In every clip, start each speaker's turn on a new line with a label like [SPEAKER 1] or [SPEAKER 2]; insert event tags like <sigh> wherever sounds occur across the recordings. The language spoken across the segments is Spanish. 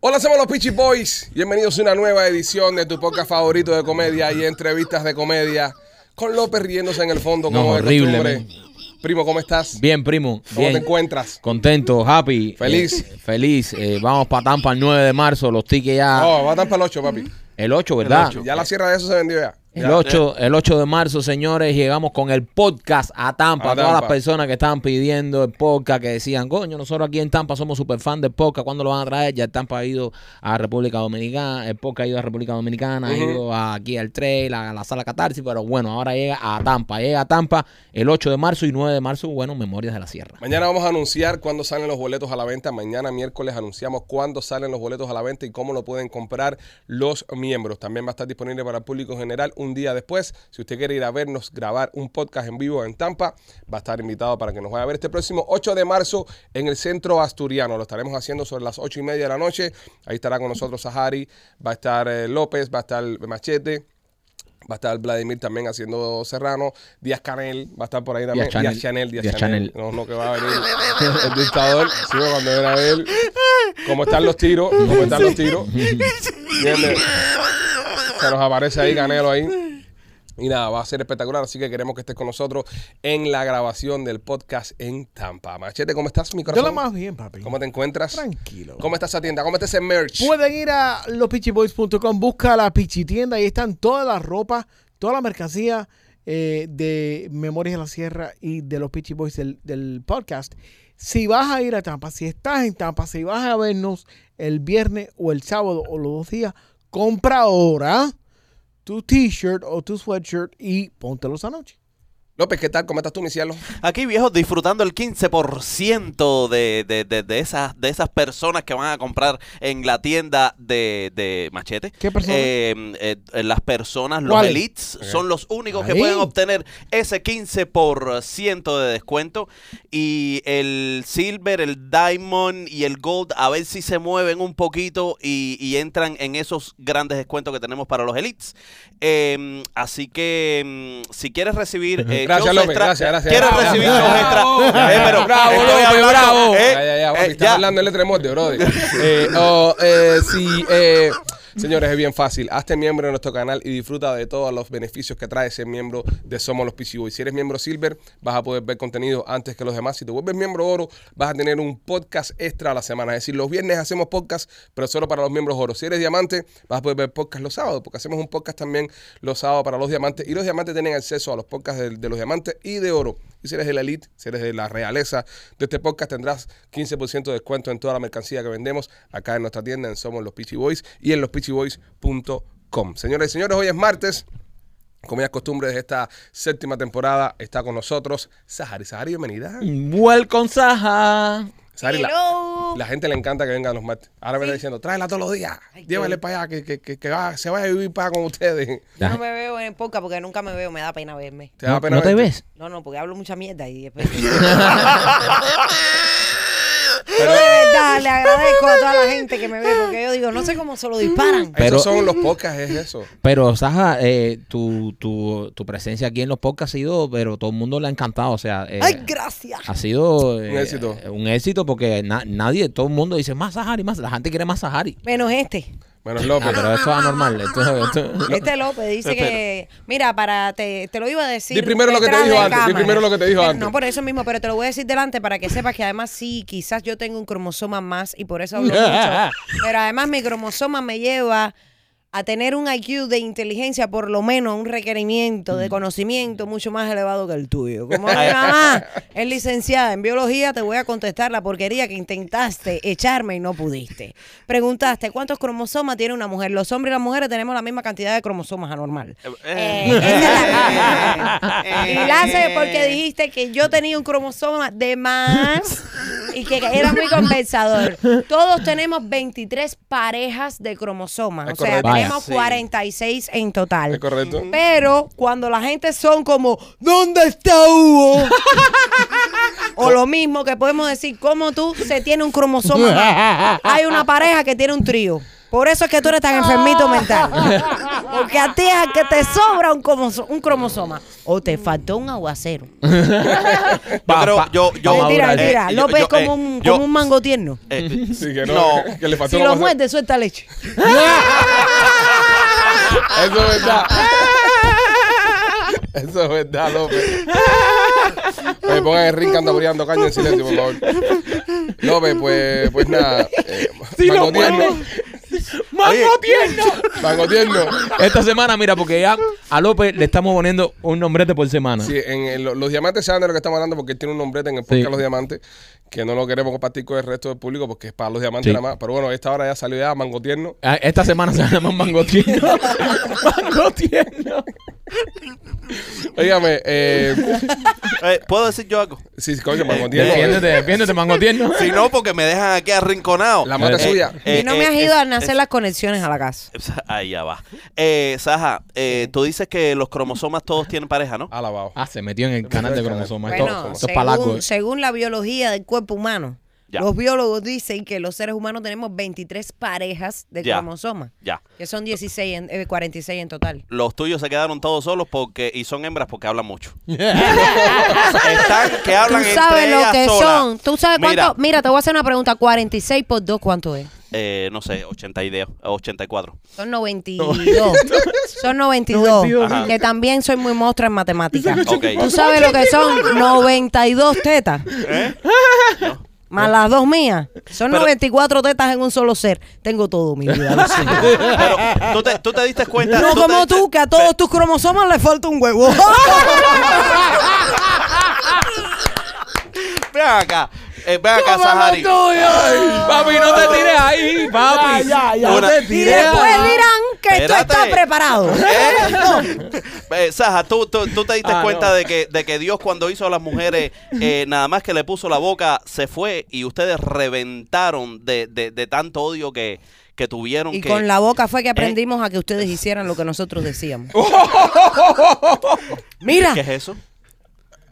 [SPEAKER 1] Hola, somos los Peachy Boys. Bienvenidos a una nueva edición de tu podcast favorito de comedia y entrevistas de comedia. Con López riéndose en el fondo,
[SPEAKER 2] No,
[SPEAKER 1] como
[SPEAKER 2] horrible,
[SPEAKER 1] de costumbre. Primo, ¿cómo estás?
[SPEAKER 2] Bien, primo.
[SPEAKER 1] ¿Cómo
[SPEAKER 2] bien.
[SPEAKER 1] te encuentras?
[SPEAKER 2] Contento, happy.
[SPEAKER 1] Feliz.
[SPEAKER 2] eh, feliz. eh, vamos para Tampa el 9 de marzo. Los tickets ya.
[SPEAKER 1] Oh, va tan para el 8, papi.
[SPEAKER 2] El 8, ¿verdad?
[SPEAKER 3] ocho.
[SPEAKER 1] Ya la sierra de eso se vendió ya.
[SPEAKER 2] El 8, el 8 de marzo, señores, llegamos con el podcast a Tampa.
[SPEAKER 1] A
[SPEAKER 2] Todas
[SPEAKER 1] Tampa.
[SPEAKER 2] las personas que estaban pidiendo el podcast, que decían, coño, nosotros aquí en Tampa somos super fan del podcast, ¿cuándo lo van a traer? Ya el Tampa ha ido a República Dominicana, el podcast ha ido a República Dominicana,
[SPEAKER 1] Ujú.
[SPEAKER 2] ha ido a- aquí al trail, a la sala catarsis, pero bueno, ahora llega a Tampa. Llega a Tampa el 8 de marzo y 9 de marzo, bueno, Memorias de la Sierra.
[SPEAKER 1] Mañana vamos a anunciar cuándo salen los boletos a la venta. Mañana miércoles anunciamos cuándo salen los boletos a la venta y cómo lo pueden comprar los miembros. También va a estar disponible para el público general un día después. Si usted quiere ir a vernos grabar un podcast en vivo en Tampa, va a estar invitado para que nos vaya a ver este próximo 8 de marzo en el Centro Asturiano. Lo estaremos haciendo sobre las 8 y media de la noche. Ahí estará con nosotros Sahari, va a estar eh, López, va a estar Machete. Va a estar Vladimir también haciendo Serrano. Díaz Canel va a estar por ahí también.
[SPEAKER 2] Díaz-Canel.
[SPEAKER 1] Díaz Chanel. Díaz,
[SPEAKER 2] Díaz
[SPEAKER 1] Chanel.
[SPEAKER 2] Chanel.
[SPEAKER 1] No, no, que va a venir el dictador. Sí, cuando era él. ¿Cómo están los tiros? ¿Cómo están los tiros? ¿Entiendes? Se nos aparece ahí Canelo ahí. Y nada, va a ser espectacular. Así que queremos que estés con nosotros en la grabación del podcast en Tampa. Machete, ¿cómo estás, mi
[SPEAKER 3] Yo
[SPEAKER 1] corazón?
[SPEAKER 3] lo más bien, papi.
[SPEAKER 1] ¿Cómo te encuentras?
[SPEAKER 3] Tranquilo.
[SPEAKER 1] ¿Cómo está esa tienda? ¿Cómo está ese merch?
[SPEAKER 3] Pueden ir a lospichiboys.com, busca la pichitienda, ahí están todas las ropas, toda la mercancía eh, de Memorias de la Sierra y de los Pichi Boys del, del podcast. Si vas a ir a Tampa, si estás en Tampa, si vas a vernos el viernes o el sábado o los dos días, compra ahora tu t-shirt o tu sweatshirt y póntelos anoche.
[SPEAKER 1] López, ¿qué tal? ¿Cómo estás tú, mi cielo?
[SPEAKER 4] Aquí, viejo, disfrutando el 15% de, de, de, de esas, de esas personas que van a comprar en la tienda de, de Machete.
[SPEAKER 3] ¿Qué personas?
[SPEAKER 4] Eh, eh, eh, las personas, los
[SPEAKER 3] ¿Cuáles?
[SPEAKER 4] elites, son los únicos
[SPEAKER 3] Ahí.
[SPEAKER 4] que pueden obtener ese 15% de descuento. Y el silver, el diamond y el gold, a ver si se mueven un poquito y, y entran en esos grandes descuentos que tenemos para los elites. Eh, así que, mm, si quieres recibir... eh,
[SPEAKER 1] Gracias,
[SPEAKER 4] shows
[SPEAKER 1] López,
[SPEAKER 4] extra-
[SPEAKER 1] gracias, gracias.
[SPEAKER 4] ¿Quieres
[SPEAKER 1] Bravo,
[SPEAKER 4] recibir
[SPEAKER 1] bravo,
[SPEAKER 4] shows extra?
[SPEAKER 1] bravo,
[SPEAKER 4] Eh, pero
[SPEAKER 1] bravo,
[SPEAKER 4] estoy
[SPEAKER 1] López,
[SPEAKER 4] hablando,
[SPEAKER 1] bravo.
[SPEAKER 4] eh,
[SPEAKER 1] ya, ya, ya, papi,
[SPEAKER 4] eh,
[SPEAKER 1] estás
[SPEAKER 4] ya.
[SPEAKER 1] hablando en letra de molde, brother. Eh, oh, eh, sí, eh, señores, es bien fácil. Hazte miembro de nuestro canal y disfruta de todos los beneficios que trae ser miembro de Somos los PC Boys. Si eres miembro Silver, vas a poder ver contenido antes que los demás. Si te vuelves miembro Oro, vas a tener un podcast extra a la semana. Es decir, los viernes hacemos podcast, pero solo para los miembros Oro. Si eres diamante, vas a poder ver podcast los sábados, porque hacemos un podcast también los sábados para los diamantes. Y los diamantes tienen acceso a los podcasts de, de los diamantes y de oro. Y si eres de la elite, si eres de la realeza de este podcast, tendrás 15% de descuento en toda la mercancía que vendemos acá en nuestra tienda en Somos los Peachy Boys y en lospitchyboys.com. Señoras y señores, hoy es martes. Como ya es costumbre de esta séptima temporada, está con nosotros Sahari. Sahari, bienvenida.
[SPEAKER 2] Welcome, Saja.
[SPEAKER 1] Sahari, la,
[SPEAKER 5] Hello.
[SPEAKER 1] la gente le encanta que vengan los martes. Ahora me está diciendo, tráela todos los días.
[SPEAKER 5] Ay,
[SPEAKER 1] Llévale
[SPEAKER 5] qué-
[SPEAKER 1] para allá, que, que- que- que va- se vaya a vivir para con ustedes.
[SPEAKER 5] Yo no me veo en poca porque nunca me veo, me da pena verme.
[SPEAKER 1] da
[SPEAKER 2] ¿No,
[SPEAKER 1] pena
[SPEAKER 2] no te
[SPEAKER 1] verte?
[SPEAKER 2] ves?
[SPEAKER 5] No, no, porque hablo mucha mierda y después. <laughs> Yo
[SPEAKER 1] Pero-
[SPEAKER 5] de verdad le agradezco a toda la gente que me ve porque yo digo, no sé cómo se lo disparan.
[SPEAKER 2] Pero-
[SPEAKER 1] Esos son los podcasts, es eso.
[SPEAKER 2] Pero, Saja, eh, tu, tu, tu presencia aquí en los podcasts ha sido, pero todo el mundo le ha encantado. O sea, eh,
[SPEAKER 5] Ay, gracias.
[SPEAKER 2] ha sido eh,
[SPEAKER 1] Un éxito.
[SPEAKER 2] Un éxito porque na- nadie, todo el mundo dice más Sahari, más. La gente quiere más Sahari.
[SPEAKER 5] Menos este.
[SPEAKER 1] <laughs> Menos
[SPEAKER 2] Ah,
[SPEAKER 1] López.
[SPEAKER 2] pero esto es
[SPEAKER 5] <laughs>
[SPEAKER 2] anormal. Esto, esto-
[SPEAKER 5] Este López dice que, mira, para te, te lo iba a decir.
[SPEAKER 1] Di primero lo que te
[SPEAKER 5] detrás
[SPEAKER 1] dijo
[SPEAKER 5] de
[SPEAKER 1] antes, di
[SPEAKER 5] cámara.
[SPEAKER 1] primero lo que te dijo
[SPEAKER 5] Eh,
[SPEAKER 1] antes.
[SPEAKER 5] No, por eso mismo, pero te lo voy a decir delante para que sepas que además sí, quizás yo tengo un cromosoma más y por eso hablo
[SPEAKER 1] <laughs>
[SPEAKER 5] mucho. Pero además mi cromosoma me lleva a tener un IQ de inteligencia, por lo menos un requerimiento
[SPEAKER 1] Mm.
[SPEAKER 5] de conocimiento mucho más elevado que el
[SPEAKER 1] <laughs>
[SPEAKER 5] tuyo. Como mi mamá es licenciada en biología, te voy a contestar la porquería que intentaste echarme y no pudiste. Preguntaste, ¿cuántos cromosomas tiene una mujer? Los hombres y las mujeres tenemos la misma cantidad de cromosomas anormal. Eh, esa es la-
[SPEAKER 4] Eh.
[SPEAKER 5] <laughs> y la hace porque dijiste que yo tenía un cromosoma de más y que era muy compensador. Todos tenemos 23 parejas de cromosomas,
[SPEAKER 1] Es
[SPEAKER 5] o sea,
[SPEAKER 1] correcto.
[SPEAKER 2] Vaya.
[SPEAKER 5] tenemos
[SPEAKER 4] Sí.
[SPEAKER 5] 46 en total.
[SPEAKER 1] ¿Es correcto?
[SPEAKER 5] Pero cuando la gente son como, ¿dónde está
[SPEAKER 4] <laughs>
[SPEAKER 5] Hugo? o lo mismo que podemos decir, como tú se tiene un
[SPEAKER 4] <laughs>
[SPEAKER 5] cromosoma?
[SPEAKER 4] <laughs>
[SPEAKER 5] más? Hay una pareja que tiene un trío. Por eso es que tú eres tan enfermito mental. Porque a ti es al que te sobra un, cromoso- un cromosoma. O te faltó un aguacero.
[SPEAKER 4] Yo
[SPEAKER 2] Pa-
[SPEAKER 4] creo-
[SPEAKER 2] pa-
[SPEAKER 4] yo-
[SPEAKER 2] pa
[SPEAKER 4] yo-
[SPEAKER 5] mentira,
[SPEAKER 2] madurar.
[SPEAKER 4] eh,
[SPEAKER 5] mentira.
[SPEAKER 4] yo-
[SPEAKER 5] López
[SPEAKER 4] yo-
[SPEAKER 5] es como,
[SPEAKER 4] eh,
[SPEAKER 5] un,
[SPEAKER 4] yo-
[SPEAKER 5] como un mango tierno.
[SPEAKER 4] Eh,
[SPEAKER 1] Sí, que no.
[SPEAKER 4] No.
[SPEAKER 1] Que le faltó
[SPEAKER 5] Si
[SPEAKER 1] una
[SPEAKER 5] lo
[SPEAKER 1] cosa.
[SPEAKER 5] muerde, suelta leche.
[SPEAKER 1] Eso es verdad.
[SPEAKER 5] Ah.
[SPEAKER 1] Eso es verdad, López. Me pongan el ring cantaboreando caño en silencio, por favor. López, pues, pues nada. eh,
[SPEAKER 2] Si lo
[SPEAKER 1] mango tierno.
[SPEAKER 2] muerde. ¡Mango tierno!
[SPEAKER 1] Mango tierno.
[SPEAKER 2] Esta semana, mira, porque ya a López le estamos poniendo un nombrete por semana.
[SPEAKER 1] Sí, en el- los diamantes saben de lo que estamos hablando porque él tiene un nombrete en el podcast
[SPEAKER 2] Sí.
[SPEAKER 1] Los Diamantes que no lo queremos compartir con el resto del público porque es para los diamantes
[SPEAKER 2] Sí.
[SPEAKER 1] nada más. Pero bueno, esta hora ya salió ya Mango Tierno.
[SPEAKER 2] Ah, Esta semana se llama Mango Tierno. Mango Tierno.
[SPEAKER 1] Óigame, eh,
[SPEAKER 4] eh, ¿Puedo decir yo algo?
[SPEAKER 1] sí,
[SPEAKER 2] Eh,
[SPEAKER 1] coño, Mango Tierno.
[SPEAKER 2] Defiéndete, defiéndete, Mango Tierno.
[SPEAKER 4] Si no, porque me dejan aquí arrinconado.
[SPEAKER 1] La mata
[SPEAKER 2] Eh,
[SPEAKER 1] suya.
[SPEAKER 4] Eh,
[SPEAKER 5] y no
[SPEAKER 4] eh,
[SPEAKER 5] me has
[SPEAKER 4] eh,
[SPEAKER 5] ido a nacer las conexiones a la casa.
[SPEAKER 4] <laughs> Ahí ya va. Eh, Saja, eh, tú dices que los cromosomas todos tienen pareja, ¿no?
[SPEAKER 1] <laughs> Alabado.
[SPEAKER 2] Ah, se metió en el canal de cromosomas. Esto-
[SPEAKER 5] Bueno,
[SPEAKER 2] esto es palaco.
[SPEAKER 5] según, según la biología del cuerpo humano,
[SPEAKER 4] Ya.
[SPEAKER 5] los biólogos dicen que los seres humanos tenemos 23 parejas de
[SPEAKER 4] Ya.
[SPEAKER 5] cromosomas,
[SPEAKER 4] Ya.
[SPEAKER 5] que son 16 en- eh, 46 en total.
[SPEAKER 4] Los tuyos se quedaron todos solos porque y son hembras porque hablan
[SPEAKER 5] <laughs>
[SPEAKER 4] mucho. <laughs> Están que hablan
[SPEAKER 5] Tú
[SPEAKER 4] entre
[SPEAKER 5] sabes lo
[SPEAKER 4] ellas
[SPEAKER 5] que
[SPEAKER 4] solas.
[SPEAKER 5] son. Tú sabes cuánto.
[SPEAKER 4] Mira,
[SPEAKER 5] Mira. te voy a hacer una pregunta. 46 por 2, ¿cuánto es?
[SPEAKER 4] eh, no sé, 80 y de-
[SPEAKER 5] <laughs>
[SPEAKER 4] 84. <laughs>
[SPEAKER 5] Son 92. son 92.
[SPEAKER 2] 92.
[SPEAKER 4] Ajá.
[SPEAKER 5] Que también soy muy monstruo en matemáticas.
[SPEAKER 4] <laughs>
[SPEAKER 2] <laughs>
[SPEAKER 4] Ok.
[SPEAKER 5] Tú sabes lo que son 92 tetas. <laughs> Más las dos mías. Son
[SPEAKER 4] ¿Eh? Pero-
[SPEAKER 5] 94 tetas en un solo ser. Tengo todo, mi vida. lo
[SPEAKER 4] <laughs>
[SPEAKER 5] siento.
[SPEAKER 4] Pero, ¿tú te, tú te diste cuenta.
[SPEAKER 5] No
[SPEAKER 4] te
[SPEAKER 5] como
[SPEAKER 4] diste-
[SPEAKER 5] tú, que a todos tus cromosomas le falta un
[SPEAKER 4] <laughs>
[SPEAKER 5] huevo. <laughs>
[SPEAKER 4] Ven acá. eh, ven acá, Sahari.
[SPEAKER 2] Papi, no te tires ahí, papi.
[SPEAKER 3] Ya, ya, ya.
[SPEAKER 2] No
[SPEAKER 4] Una-
[SPEAKER 2] te
[SPEAKER 5] y
[SPEAKER 2] tires
[SPEAKER 5] después
[SPEAKER 2] ahí.
[SPEAKER 5] dirán que tú
[SPEAKER 4] Espérate.
[SPEAKER 5] estás preparado.
[SPEAKER 4] ¿Eh? Eh, Saja, tú, tú- tú te diste
[SPEAKER 2] Ah,
[SPEAKER 4] cuenta
[SPEAKER 2] no.
[SPEAKER 4] de, que, de que Dios cuando hizo a las mujeres, eh, nada más que le puso la boca, se fue y ustedes reventaron de, de- de tanto odio que, que tuvieron.
[SPEAKER 5] <laughs> Y
[SPEAKER 4] que-
[SPEAKER 5] con la boca
[SPEAKER 4] Eh.
[SPEAKER 5] fue que aprendimos a que ustedes hicieran lo que
[SPEAKER 4] <laughs>
[SPEAKER 5] nosotros decíamos. Mira,
[SPEAKER 4] ¿Qué es eso?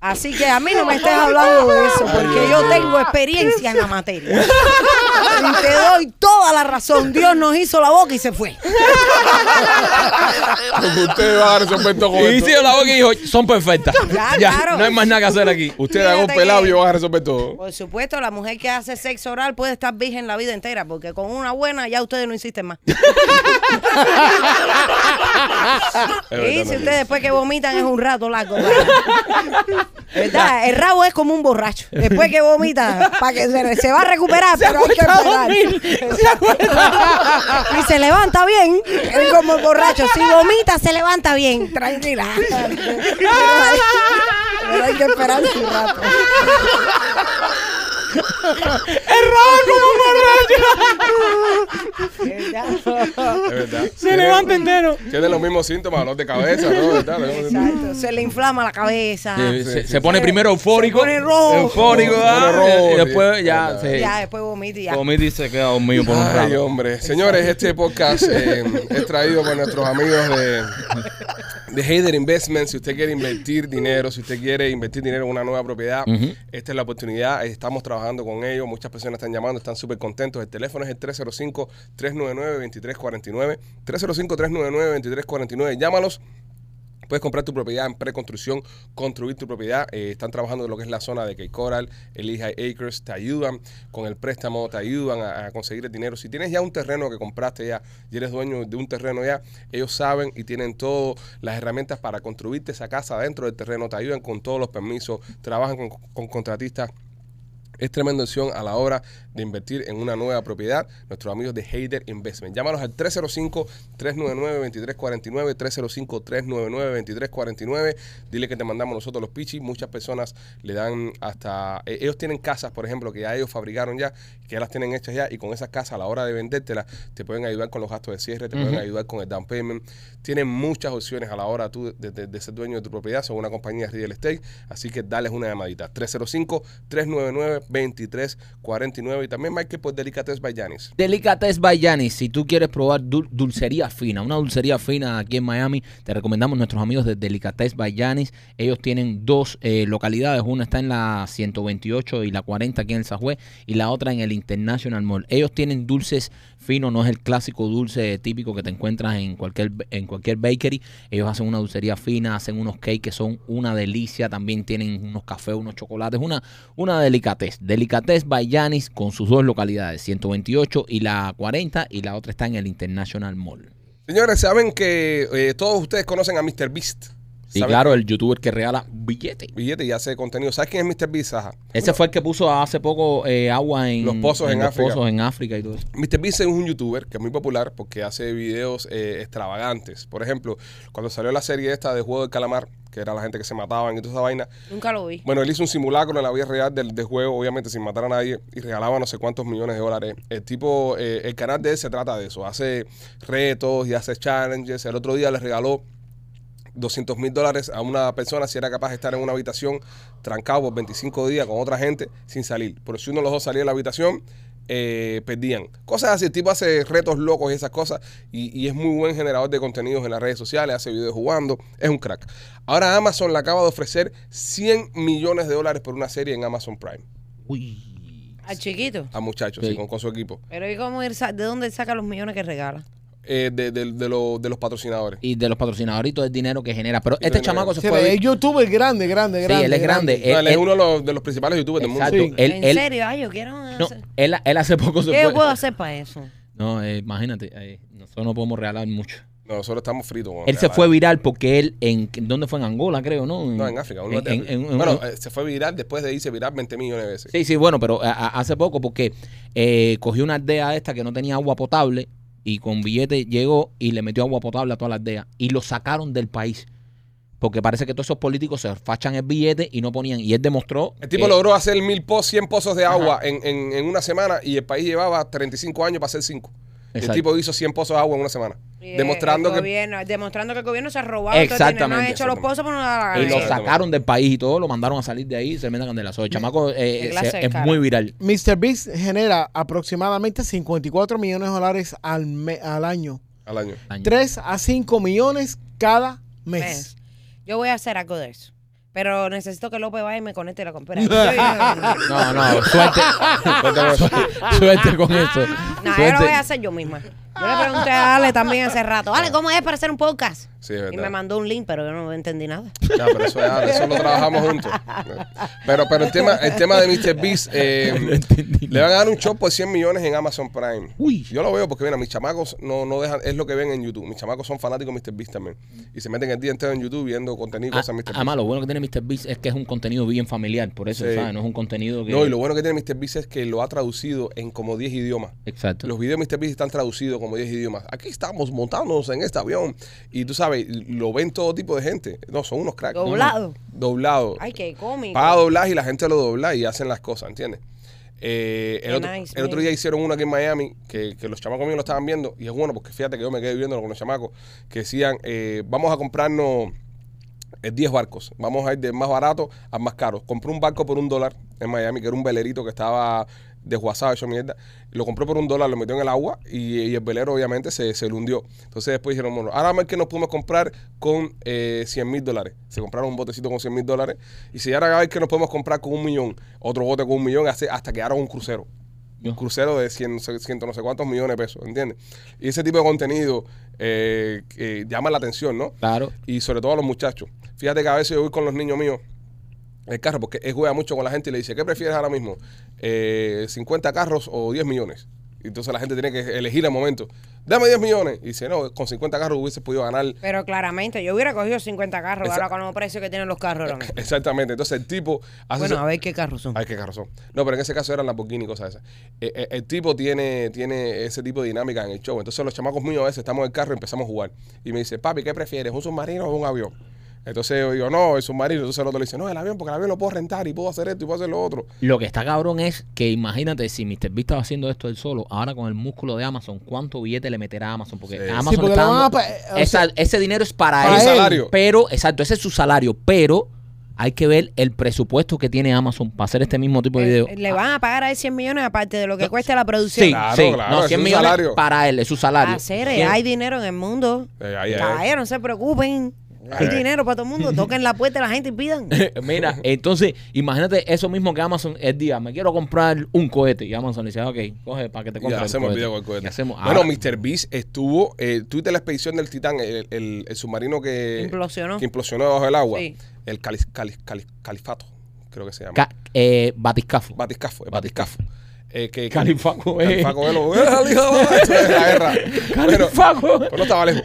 [SPEAKER 5] así que a mí no me estés hablando de eso, porque yo tengo experiencia en la materia. Y te doy toda la razón. Dios nos hizo la boca y se fue.
[SPEAKER 1] Porque ustedes van a resolver todo con
[SPEAKER 2] Y
[SPEAKER 1] esto.
[SPEAKER 2] hicieron la boca y dijo, son perfectas.
[SPEAKER 5] Ya,
[SPEAKER 2] Ya,
[SPEAKER 5] claro.
[SPEAKER 2] no hay más nada que hacer aquí.
[SPEAKER 1] Ustedes hagan un
[SPEAKER 5] Fíjate
[SPEAKER 1] pelado
[SPEAKER 5] que-
[SPEAKER 1] y yo van a resolver todo.
[SPEAKER 5] Por supuesto, la mujer que hace sexo oral puede estar virgen la vida entera, porque con una buena ya ustedes no insisten más. <laughs>
[SPEAKER 1] Es
[SPEAKER 5] Y
[SPEAKER 1] verdad,
[SPEAKER 5] si
[SPEAKER 1] no,
[SPEAKER 5] ustedes después que vomitan es un rato largo. para- ¿Verdad? El rabo es como un borracho. Después que vomita, para que se, se va a recuperar,
[SPEAKER 2] <laughs>
[SPEAKER 5] pero hay que
[SPEAKER 2] acuesta a
[SPEAKER 5] esperar.
[SPEAKER 2] dormir.
[SPEAKER 5] Y se levanta bien. Es como el borracho. Si vomita, se levanta bien. Tranquila.
[SPEAKER 2] <laughs>
[SPEAKER 5] Pero hay, pero hay que esperar su rato. ¿Verdad?
[SPEAKER 1] Es verdad.
[SPEAKER 2] Se levanta entero.
[SPEAKER 1] Tienen los mismos síntomas, dolor de cabeza, todo. ¿verdad?
[SPEAKER 5] Exacto. Se le inflama la cabeza.
[SPEAKER 2] Se, se-
[SPEAKER 1] sí,
[SPEAKER 2] se pone primero eufórico.
[SPEAKER 5] Se pone rojo.
[SPEAKER 2] Eufórico,
[SPEAKER 1] Se
[SPEAKER 2] ah,
[SPEAKER 1] pone rojo,
[SPEAKER 2] y después
[SPEAKER 1] sí.
[SPEAKER 2] ya se.
[SPEAKER 5] Ya después vomita y ya.
[SPEAKER 2] Comí y se queda dormido por un
[SPEAKER 1] Ay,
[SPEAKER 2] rato.
[SPEAKER 1] hombre. Señores, este podcast eh, es traído por nuestros amigos de, de Hader Investment. Si usted quiere invertir dinero, si usted quiere invertir dinero en una nueva propiedad, esta es la oportunidad. Estamos trabajando con ellos. Muchas personas están llamando, están súper contentos. El teléfono es el 305-399-2349. 305-399-2349. Llámalos. Puedes comprar tu propiedad en preconstrucción, construir tu propiedad. Eh, están trabajando en lo que es la zona de Cape Coral, Elijah Acres. Te ayudan con el préstamo, te ayudan a, a conseguir el dinero. Si tienes ya un terreno que compraste ya y eres dueño de un terreno ya, ellos saben y tienen todas las herramientas para construirte esa casa dentro del terreno. Te ayudan con todos los permisos, trabajan con- con contratistas es tremenda opción a la hora de invertir en una nueva propiedad. Nuestros amigos de Hader Investment. Llámalos al 305-399-2349, 305-399-2349. Dile que te mandamos nosotros los pichis. Muchas personas le dan hasta... eh, Ellos tienen casas, por ejemplo, que ya ellos fabricaron ya, que ya las tienen hechas ya. Y con esas casas a la hora de vendértelas, te pueden ayudar con los gastos de cierre, te pueden ayudar con el down payment. Tienen muchas opciones a la hora tú de, de- de ser dueño de tu propiedad. Son una compañía de real estate. Así que dales una llamadita. 305 399 23 49 y también Michael por Delicates Bayanis.
[SPEAKER 2] Delicates by Yanis. Si tú quieres probar dul- dulcería fina, una dulcería fina aquí en Miami, te recomendamos nuestros amigos de Delicates by Yanis. Ellos tienen dos eh, localidades. Una está en la 128 y la 40 aquí en el Sajue y la otra en el International Mall. Ellos tienen dulces finos, no es el clásico dulce típico que te encuentras en cualquier, en cualquier bakery. Ellos hacen una dulcería fina, hacen unos cakes que son una delicia. También tienen unos cafés, unos chocolates, una, una delicatez. Delicatez by Yanis con sus dos localidades, 128 y la 40, y la otra está en el International Mall.
[SPEAKER 1] Señores, saben que eh, todos ustedes conocen a Mr. Beast.
[SPEAKER 2] Y
[SPEAKER 1] ¿Saben?
[SPEAKER 2] claro, el youtuber que regala billetes.
[SPEAKER 1] Billete y hace contenido. ¿Sabes quién es Mr. Beast, Saja?
[SPEAKER 2] Ese fue el que puso hace poco eh, agua en
[SPEAKER 1] Los pozos en
[SPEAKER 2] los
[SPEAKER 1] África.
[SPEAKER 2] pozos en África y todo eso.
[SPEAKER 1] Mr. Beast es un youtuber que es muy popular porque hace videos eh, extravagantes. Por ejemplo, cuando salió la serie esta de Juego del Calamar, que era la gente que se mataban y toda esa vaina,
[SPEAKER 5] Nunca lo vi.
[SPEAKER 1] Bueno, él hizo un simulacro en la vida real del, del juego, obviamente sin matar a nadie, y regalaba no sé cuántos millones de dólares. El tipo, eh, el canal de él se trata de eso. Hace retos y hace challenges. El otro día le regaló 200 mil dólares a una persona si era capaz de estar en una habitación trancado por 25 días con otra gente sin salir. Pero si uno de los dos salía de la habitación, eh, perdían. Cosas así, el tipo hace retos locos y esas cosas y, y es muy buen generador de contenidos en las redes sociales, hace videos jugando, es un crack. Ahora Amazon le acaba de ofrecer 100 millones de dólares por una serie en Amazon Prime
[SPEAKER 2] Uy.
[SPEAKER 5] Al chiquito.
[SPEAKER 1] a muchachos
[SPEAKER 2] Sí.
[SPEAKER 1] sí, con, con su equipo
[SPEAKER 5] Pero ¿y cómo ir sa- ¿de dónde él saca los millones que regala?
[SPEAKER 1] eh, de, de- de lo- de los patrocinadores.
[SPEAKER 2] Y de los patrocinadores y todo el dinero que genera. Pero este
[SPEAKER 1] dinero.
[SPEAKER 2] chamaco se
[SPEAKER 3] Sí,
[SPEAKER 2] fue.
[SPEAKER 3] es youtuber grande, grande,
[SPEAKER 2] Sí,
[SPEAKER 3] grande.
[SPEAKER 2] él es grande.
[SPEAKER 1] No, él es
[SPEAKER 2] él-
[SPEAKER 1] uno de los, de los principales youtubers del mundo.
[SPEAKER 2] Eh, Exacto.
[SPEAKER 3] Sí.
[SPEAKER 2] Él,
[SPEAKER 5] ¿En
[SPEAKER 2] él-
[SPEAKER 5] serio? Ay, yo quiero...
[SPEAKER 2] no,
[SPEAKER 5] hacer-
[SPEAKER 2] él, él hace poco se
[SPEAKER 5] ¿Qué yo
[SPEAKER 2] fue.
[SPEAKER 5] puedo hacer para eso?
[SPEAKER 2] No, eh, imagínate, eh, nosotros no podemos regalar mucho.
[SPEAKER 1] No, nosotros estamos fritos. bueno,
[SPEAKER 2] Él se
[SPEAKER 1] real.
[SPEAKER 2] fue viral porque él, en ¿dónde fue? En Angola, creo, ¿no?
[SPEAKER 1] No, en África. uno
[SPEAKER 2] Mm. En-
[SPEAKER 1] de-
[SPEAKER 2] en- en- en-
[SPEAKER 1] bueno, eh, se fue viral después de irse viral 20 millones de veces.
[SPEAKER 2] sí, sí, bueno, pero a- a- hace poco porque eh, cogió una aldea esta que no tenía agua potable y con billete llegó y le metió agua potable a toda la aldea y lo sacaron del país. Porque parece que todos esos políticos se fachan el billete y no ponían. Y él demostró.
[SPEAKER 1] El tipo
[SPEAKER 2] que-
[SPEAKER 1] logró hacer mil pozos, 100 pozos de agua en, en- en una semana y el país llevaba 35 años para hacer 5. El
[SPEAKER 2] Exacto.
[SPEAKER 1] tipo hizo 100 pozos de agua en una semana.
[SPEAKER 5] Y, eh,
[SPEAKER 1] demostrando
[SPEAKER 5] el
[SPEAKER 1] que.
[SPEAKER 5] gobierno- demostrando que el gobierno se ha robado todo el dinero. No ha
[SPEAKER 2] Exactamente,
[SPEAKER 5] hecho los pozos por una
[SPEAKER 2] Y lo
[SPEAKER 1] Exactamente.
[SPEAKER 2] sacaron del país y todo, lo mandaron a salir de ahí, tremenda candelazo. El chamaco eh,
[SPEAKER 5] Qué clase
[SPEAKER 2] se-
[SPEAKER 5] de
[SPEAKER 2] es
[SPEAKER 5] cara.
[SPEAKER 2] muy viral.
[SPEAKER 3] Mr. Beast genera aproximadamente 54 millones de dólares al, me- al año.
[SPEAKER 1] Al año.
[SPEAKER 3] 3 a 5 millones cada mes.
[SPEAKER 5] Mes. Yo voy a hacer algo de eso. Pero necesito que López vaya y me conecte la
[SPEAKER 2] <laughs>
[SPEAKER 5] compra.
[SPEAKER 2] No, no, suerte. suerte con eso.
[SPEAKER 5] No, yo lo voy
[SPEAKER 2] Suerte.
[SPEAKER 5] <laughs> a hacer yo misma. Yo le pregunté a Ale también hace rato, Ale, ¿cómo es para hacer un podcast?
[SPEAKER 1] Sí, es
[SPEAKER 5] Y me
[SPEAKER 1] verdad.
[SPEAKER 5] mandó un link, pero yo no entendí nada.
[SPEAKER 1] No, pero eso, es algo, eso lo trabajamos juntos. Pero, pero el tema, el tema de
[SPEAKER 2] <laughs>
[SPEAKER 1] Mr. Beast, eh, le van a dar un show por 100 millones en Amazon Prime.
[SPEAKER 2] Uy.
[SPEAKER 1] Yo lo veo porque, mira, mis chamacos no, no dejan, es lo que ven en YouTube. Mis chamacos son fanáticos de Mr. Beast también. Y se meten el día entero en YouTube viendo contenido y
[SPEAKER 2] Ah,
[SPEAKER 1] cosas de Mr. Beast.
[SPEAKER 2] Además, lo bueno que tiene Mr. Beast es que es un contenido bien familiar, por eso,
[SPEAKER 1] Sí.
[SPEAKER 2] ¿sabes? No es un contenido que.
[SPEAKER 1] No, y lo bueno que tiene Mr. Beast es que lo ha traducido en como 10 idiomas.
[SPEAKER 2] Exacto.
[SPEAKER 1] Los videos de Mr. Beast están traducidos como 10 idiomas. Aquí estamos montándonos en este avión. Y tú sabes, lo ven todo tipo de gente. No, son unos cracks.
[SPEAKER 5] Doblado.
[SPEAKER 1] Doblado.
[SPEAKER 5] Ay, qué cómico.
[SPEAKER 1] Paga doblaje y la gente lo dobla y hacen las cosas, ¿entiendes? Eh, el,
[SPEAKER 5] Qué
[SPEAKER 1] otro,
[SPEAKER 5] nice,
[SPEAKER 1] el otro
[SPEAKER 5] man.
[SPEAKER 1] día hicieron uno aquí en Miami que, que los chamacos míos lo estaban viendo y es bueno porque fíjate que yo me quedé viéndolo con los chamacos que decían eh, vamos a comprarnos eh, 10 barcos. Vamos a ir del más barato al más caro. Compré un barco por un dólar en Miami, que era un velerito que estaba desguazado, hecho mierda. Lo compró por un dólar, lo metió en el agua y, y el velero obviamente se, se le hundió. Entonces después dijeron, bueno, ahora más que nos podemos comprar con eh, 100 mil dólares. Se compraron un botecito con 100 mil dólares. Y si ahora ver que nos podemos comprar con un millón, otro bote con un millón, hasta, hasta quedaron un crucero. Un crucero de 100, no sé- 100 no sé cuántos millones de pesos, ¿entiendes? Y ese tipo de contenido eh, que llama la atención, ¿no?
[SPEAKER 2] Claro.
[SPEAKER 1] y sobre todo a los muchachos. Fíjate que a veces yo voy con los niños míos en el carro porque él juega mucho con la gente y le dice, ¿qué prefieres ahora mismo? Eh, ¿50 carros o 10 millones? Y Entonces la gente tiene que elegir el momento. Dame 10 millones. Y dice, no, con 50 carros hubiese podido ganar. <laughs>
[SPEAKER 5] Pero claramente, yo hubiera cogido 50 carros
[SPEAKER 1] Esa-
[SPEAKER 5] ahora con los precios que tienen los carros. ahora mismo.
[SPEAKER 1] Exactamente. Entonces el tipo hace
[SPEAKER 5] Bueno,
[SPEAKER 1] su-
[SPEAKER 5] a ver qué carros son. Eh,
[SPEAKER 1] Ay, qué carros son. No, pero en ese caso eran Lamborghini y cosas esas. Eh, eh, el tipo tiene, tiene ese tipo de dinámica en el show. Entonces los chamacos míos a veces estamos en el carro y empezamos a jugar. Y me dice, papi, ¿qué prefieres? ¿Un submarino o un avión? Entonces yo digo, no, el submarino. Entonces el otro le dice, no, el avión, porque el avión lo puedo rentar y puedo hacer esto y puedo hacer lo otro.
[SPEAKER 2] Lo que está cabrón es que imagínate si Mr. Beast estaba haciendo esto él solo, ahora con el músculo de Amazon, ¿cuánto billete le meterá a Amazon? Porque
[SPEAKER 1] Sí.
[SPEAKER 2] Amazon
[SPEAKER 3] Sí, porque
[SPEAKER 2] está
[SPEAKER 3] le van a
[SPEAKER 2] dando-
[SPEAKER 3] pa- o
[SPEAKER 2] Esa- ese dinero es para,
[SPEAKER 1] Para
[SPEAKER 2] él.
[SPEAKER 1] el salario.
[SPEAKER 2] Pero, exacto, ese es su salario, pero Hay que ver el presupuesto que tiene Amazon para hacer este mismo tipo de video.
[SPEAKER 5] Eh, Le van a pagar a él 100 millones aparte de lo que cuesta la producción.
[SPEAKER 2] Sí,
[SPEAKER 1] Claro,
[SPEAKER 2] sí.
[SPEAKER 1] claro,
[SPEAKER 2] no,
[SPEAKER 1] es
[SPEAKER 2] 100
[SPEAKER 1] un
[SPEAKER 2] millones
[SPEAKER 1] salario.
[SPEAKER 2] para él, es su salario.
[SPEAKER 5] Ah, seres,
[SPEAKER 2] Bien.
[SPEAKER 5] hay dinero en el mundo.
[SPEAKER 1] Eh, ahí, ahí.
[SPEAKER 5] Caballero, no se preocupen. Hay
[SPEAKER 1] Ahí.
[SPEAKER 5] dinero para todo
[SPEAKER 1] <laughs>
[SPEAKER 5] el mundo. Toquen la puerta de la gente y pidan.
[SPEAKER 2] <laughs>
[SPEAKER 1] Eh,
[SPEAKER 2] Mira, entonces, imagínate eso mismo que Amazon es diga, me quiero comprar un cohete. Y Amazon le dice, ok, coge para que te
[SPEAKER 1] Y
[SPEAKER 2] compres. el
[SPEAKER 1] hacemos el
[SPEAKER 2] cohete.
[SPEAKER 1] video con el cohete.
[SPEAKER 2] Y hacemos,
[SPEAKER 1] bueno,
[SPEAKER 2] ahora-
[SPEAKER 1] Mr. Beast estuvo. Eh, tuviste la expedición del Titán, el, el- el submarino que
[SPEAKER 5] Implosionó.
[SPEAKER 1] que implosionó debajo del agua.
[SPEAKER 5] Sí.
[SPEAKER 1] El calis- calis- calis- califato, creo que se llama.
[SPEAKER 2] Ca- eh,
[SPEAKER 1] <laughs>
[SPEAKER 2] batiscafo.
[SPEAKER 1] Batiscafo, el Batiscafo. <laughs> Eh, que,
[SPEAKER 2] Califaco, eh.
[SPEAKER 1] Califaco, eh, lo-
[SPEAKER 2] <laughs>
[SPEAKER 1] eh, la liga, la- esto es <laughs> la guerra.
[SPEAKER 2] Califaco.
[SPEAKER 1] Bueno, pues no estaba lejos.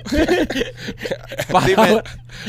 [SPEAKER 4] Dime,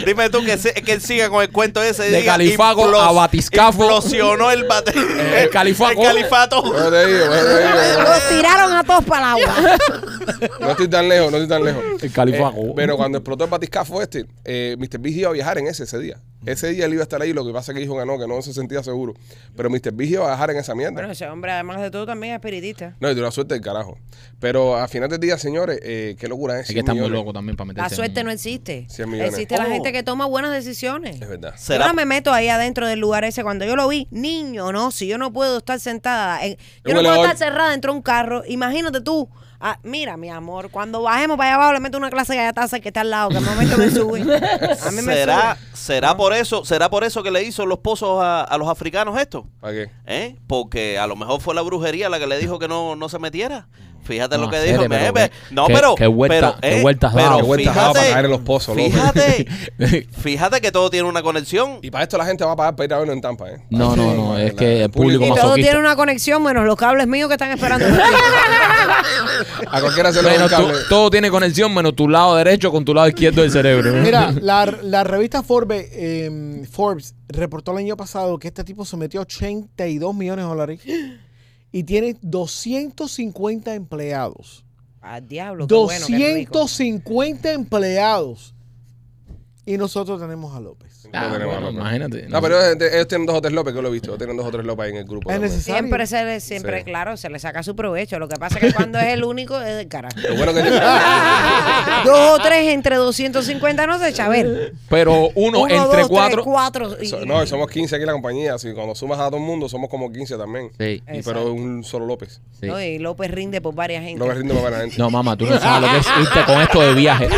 [SPEAKER 4] dime tú que, se- que él siga con el cuento ese. y
[SPEAKER 2] De
[SPEAKER 4] diga,
[SPEAKER 2] Califago
[SPEAKER 4] implos-
[SPEAKER 2] a Batiscafo. Eh,
[SPEAKER 4] Implosionó el, bate-
[SPEAKER 2] El Califaco.
[SPEAKER 4] El califato.
[SPEAKER 1] Yo te digo, yo te digo,
[SPEAKER 5] Los tiraron a todos para el
[SPEAKER 1] <laughs>
[SPEAKER 5] agua. <laughs>
[SPEAKER 1] no estoy tan lejos, no estoy tan lejos.
[SPEAKER 2] El Califaco.
[SPEAKER 1] Eh, pero cuando explotó el batiscafo este, eh, Mr. Big iba a viajar en ese ese día. Ese día él iba a estar ahí, lo que pasa es que dijo que no, que no se sentía seguro. Pero Mr. Big iba a viajar en esa mierda.
[SPEAKER 5] Bueno, ese hombre, además de todo, también es espiritista.
[SPEAKER 1] No, y tuvo la suerte del carajo. Pero al final del día, señores, eh, qué locura es.
[SPEAKER 2] Es que
[SPEAKER 1] 100
[SPEAKER 2] está muy
[SPEAKER 1] millones.
[SPEAKER 2] loco también para meterse.
[SPEAKER 5] La suerte
[SPEAKER 2] en- <laughs>
[SPEAKER 5] no existe.
[SPEAKER 1] 100 millones. Oh.
[SPEAKER 5] Existe la gente que toma buenas decisiones.
[SPEAKER 1] Es verdad.
[SPEAKER 5] Yo
[SPEAKER 4] Será
[SPEAKER 5] ahora me meto ahí adentro del lugar ese. Cuando yo lo vi, niño, no, si yo no puedo estar sentada, en- yo
[SPEAKER 1] Un
[SPEAKER 5] no puedo
[SPEAKER 1] elevador.
[SPEAKER 5] estar cerrada dentro de un carro. Imagínate tú. Ah, mira, mi amor, cuando bajemos para allá abajo, le meto una clase de galletaza que está al lado, que al momento me sube. A mí me
[SPEAKER 4] ¿Será,
[SPEAKER 5] sube.
[SPEAKER 4] será por eso, será por eso que le hizo los pozos a, a los africanos esto,
[SPEAKER 1] ¿Para qué?
[SPEAKER 4] ¿eh? Porque a lo mejor fue la brujería la que le dijo que no, no se metiera. Fíjate
[SPEAKER 2] No,
[SPEAKER 4] lo que
[SPEAKER 2] serio,
[SPEAKER 4] dijo.
[SPEAKER 2] pero
[SPEAKER 4] eh,
[SPEAKER 2] qué-
[SPEAKER 4] pe- no,
[SPEAKER 2] qué-
[SPEAKER 4] pero,
[SPEAKER 2] qué vuelta-
[SPEAKER 4] pero,
[SPEAKER 2] qué
[SPEAKER 4] eh,
[SPEAKER 2] vueltas ha
[SPEAKER 4] pero
[SPEAKER 2] dado. Qué
[SPEAKER 1] vueltas ha dado para caer en los pozos, loco.
[SPEAKER 2] <laughs>
[SPEAKER 4] Fíjate, fíjate que todo tiene una conexión.
[SPEAKER 1] Y para esto la gente va a pagar para ir a verlo en Tampa, ¿eh?
[SPEAKER 2] No, no, no, es que el público
[SPEAKER 5] Y
[SPEAKER 2] más-
[SPEAKER 5] todo
[SPEAKER 2] masoquista.
[SPEAKER 5] tiene una conexión, menos los cables míos que están esperando.
[SPEAKER 1] A cualquiera se le va
[SPEAKER 2] Menos
[SPEAKER 1] el
[SPEAKER 2] tú-
[SPEAKER 1] cable.
[SPEAKER 2] todo tiene conexión menos tu lado derecho con tu lado izquierdo del cerebro. <laughs> Ah,
[SPEAKER 3] Mira, la, la revista Forbes, eh, Forbes reportó el año pasado que este tipo se metió 82 millones de dólares y tiene 250 empleados.
[SPEAKER 5] Al Ah, diablo, qué bueno, qué rico.
[SPEAKER 3] 250 empleados. Y nosotros tenemos a López.
[SPEAKER 2] Ah,
[SPEAKER 1] No tenemos
[SPEAKER 2] bueno,
[SPEAKER 1] López.
[SPEAKER 2] imagínate.
[SPEAKER 1] No, pero ellos, ellos tienen dos o tres López, que yo lo he visto. Tienen dos o tres López ahí en el grupo.
[SPEAKER 3] Es
[SPEAKER 1] también.
[SPEAKER 3] necesario.
[SPEAKER 5] Siempre, se le, siempre
[SPEAKER 1] Sí.
[SPEAKER 5] claro, se le saca su provecho. Lo que pasa es que cuando es el único, es del carajo. <laughs>
[SPEAKER 1] Lo bueno que
[SPEAKER 3] <laughs>
[SPEAKER 1] tiene-
[SPEAKER 5] Dos o tres entre 250, no sé, Chabel.
[SPEAKER 2] Pero uno,
[SPEAKER 5] Uno,
[SPEAKER 2] entre
[SPEAKER 5] dos,
[SPEAKER 2] cuatro.
[SPEAKER 5] Tres, cuatro y-
[SPEAKER 1] so- no, y somos 15 aquí en la compañía. Así que cuando sumas a todo el mundo, somos como 15 también.
[SPEAKER 2] Sí,
[SPEAKER 1] Y, pero un solo López.
[SPEAKER 2] sí.
[SPEAKER 5] No, y López rinde por varias gente.
[SPEAKER 1] Lo que rinde para la gente.
[SPEAKER 2] No, mamá, tú no sabes lo que es irte con esto de viaje.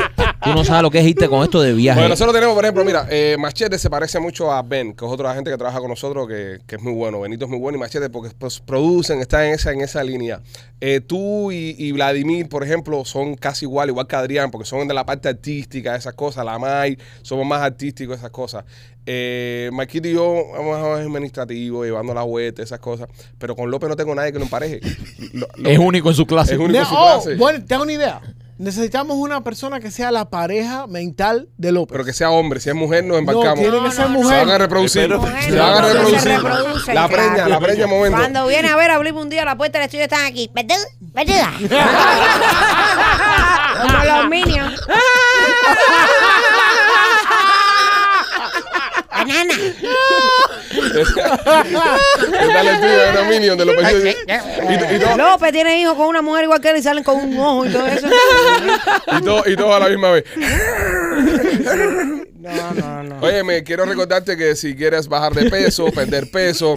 [SPEAKER 2] Tú no sabes lo que es irte con esto de viaje.
[SPEAKER 1] Bueno, nosotros tenemos, por ejemplo, mira, eh, Machete se parece mucho a Ben, que es otro agente que trabaja con nosotros, que, que es muy bueno. Benito es muy bueno y Machete, porque pues, producen, están en esa, en esa línea. Eh, tú y, y Vladimir, por ejemplo, son casi igual, igual que Adrián, porque son de la parte artística, esas cosas. La May, somos más artísticos, esas cosas. Eh, Marquito y yo, vamos a más administrativo, llevando la vuelta, esas cosas. Pero con López no tengo nadie que lo empareje. Lo- lo-
[SPEAKER 2] es único en su clase.
[SPEAKER 1] Es único en su
[SPEAKER 3] Ne- oh,
[SPEAKER 1] clase.
[SPEAKER 3] bueno, tengo una idea. Necesitamos una persona que sea la pareja mental de López.
[SPEAKER 1] Pero que sea hombre, si es mujer, nos
[SPEAKER 3] no,
[SPEAKER 1] embarcamos.
[SPEAKER 3] tiene
[SPEAKER 5] No,
[SPEAKER 3] que ser
[SPEAKER 5] no, no.
[SPEAKER 1] Se
[SPEAKER 3] mujer.
[SPEAKER 1] van a reproducir.
[SPEAKER 4] Pero-
[SPEAKER 1] se van a
[SPEAKER 5] Mujeres no se
[SPEAKER 1] reproducir.
[SPEAKER 5] reproducen,
[SPEAKER 1] La preña,
[SPEAKER 5] claro.
[SPEAKER 1] la preña momento.
[SPEAKER 5] Cuando viene a ver, abrimos un día la puerta del estudio, están aquí. ¿Verdad? ¿Verdad? Como los minions. Banana.
[SPEAKER 1] Dale el tuyo, era Minion de los pechitos. Y, y, todo-
[SPEAKER 5] López tiene hijos con una mujer igual que él y salen con un ojo y
[SPEAKER 1] <laughs>
[SPEAKER 5] todo eso.
[SPEAKER 1] y, todo- y todos a la misma vez.
[SPEAKER 5] No, no, no.
[SPEAKER 1] Oye, me quiero recordarte que si quieres bajar de peso, perder peso,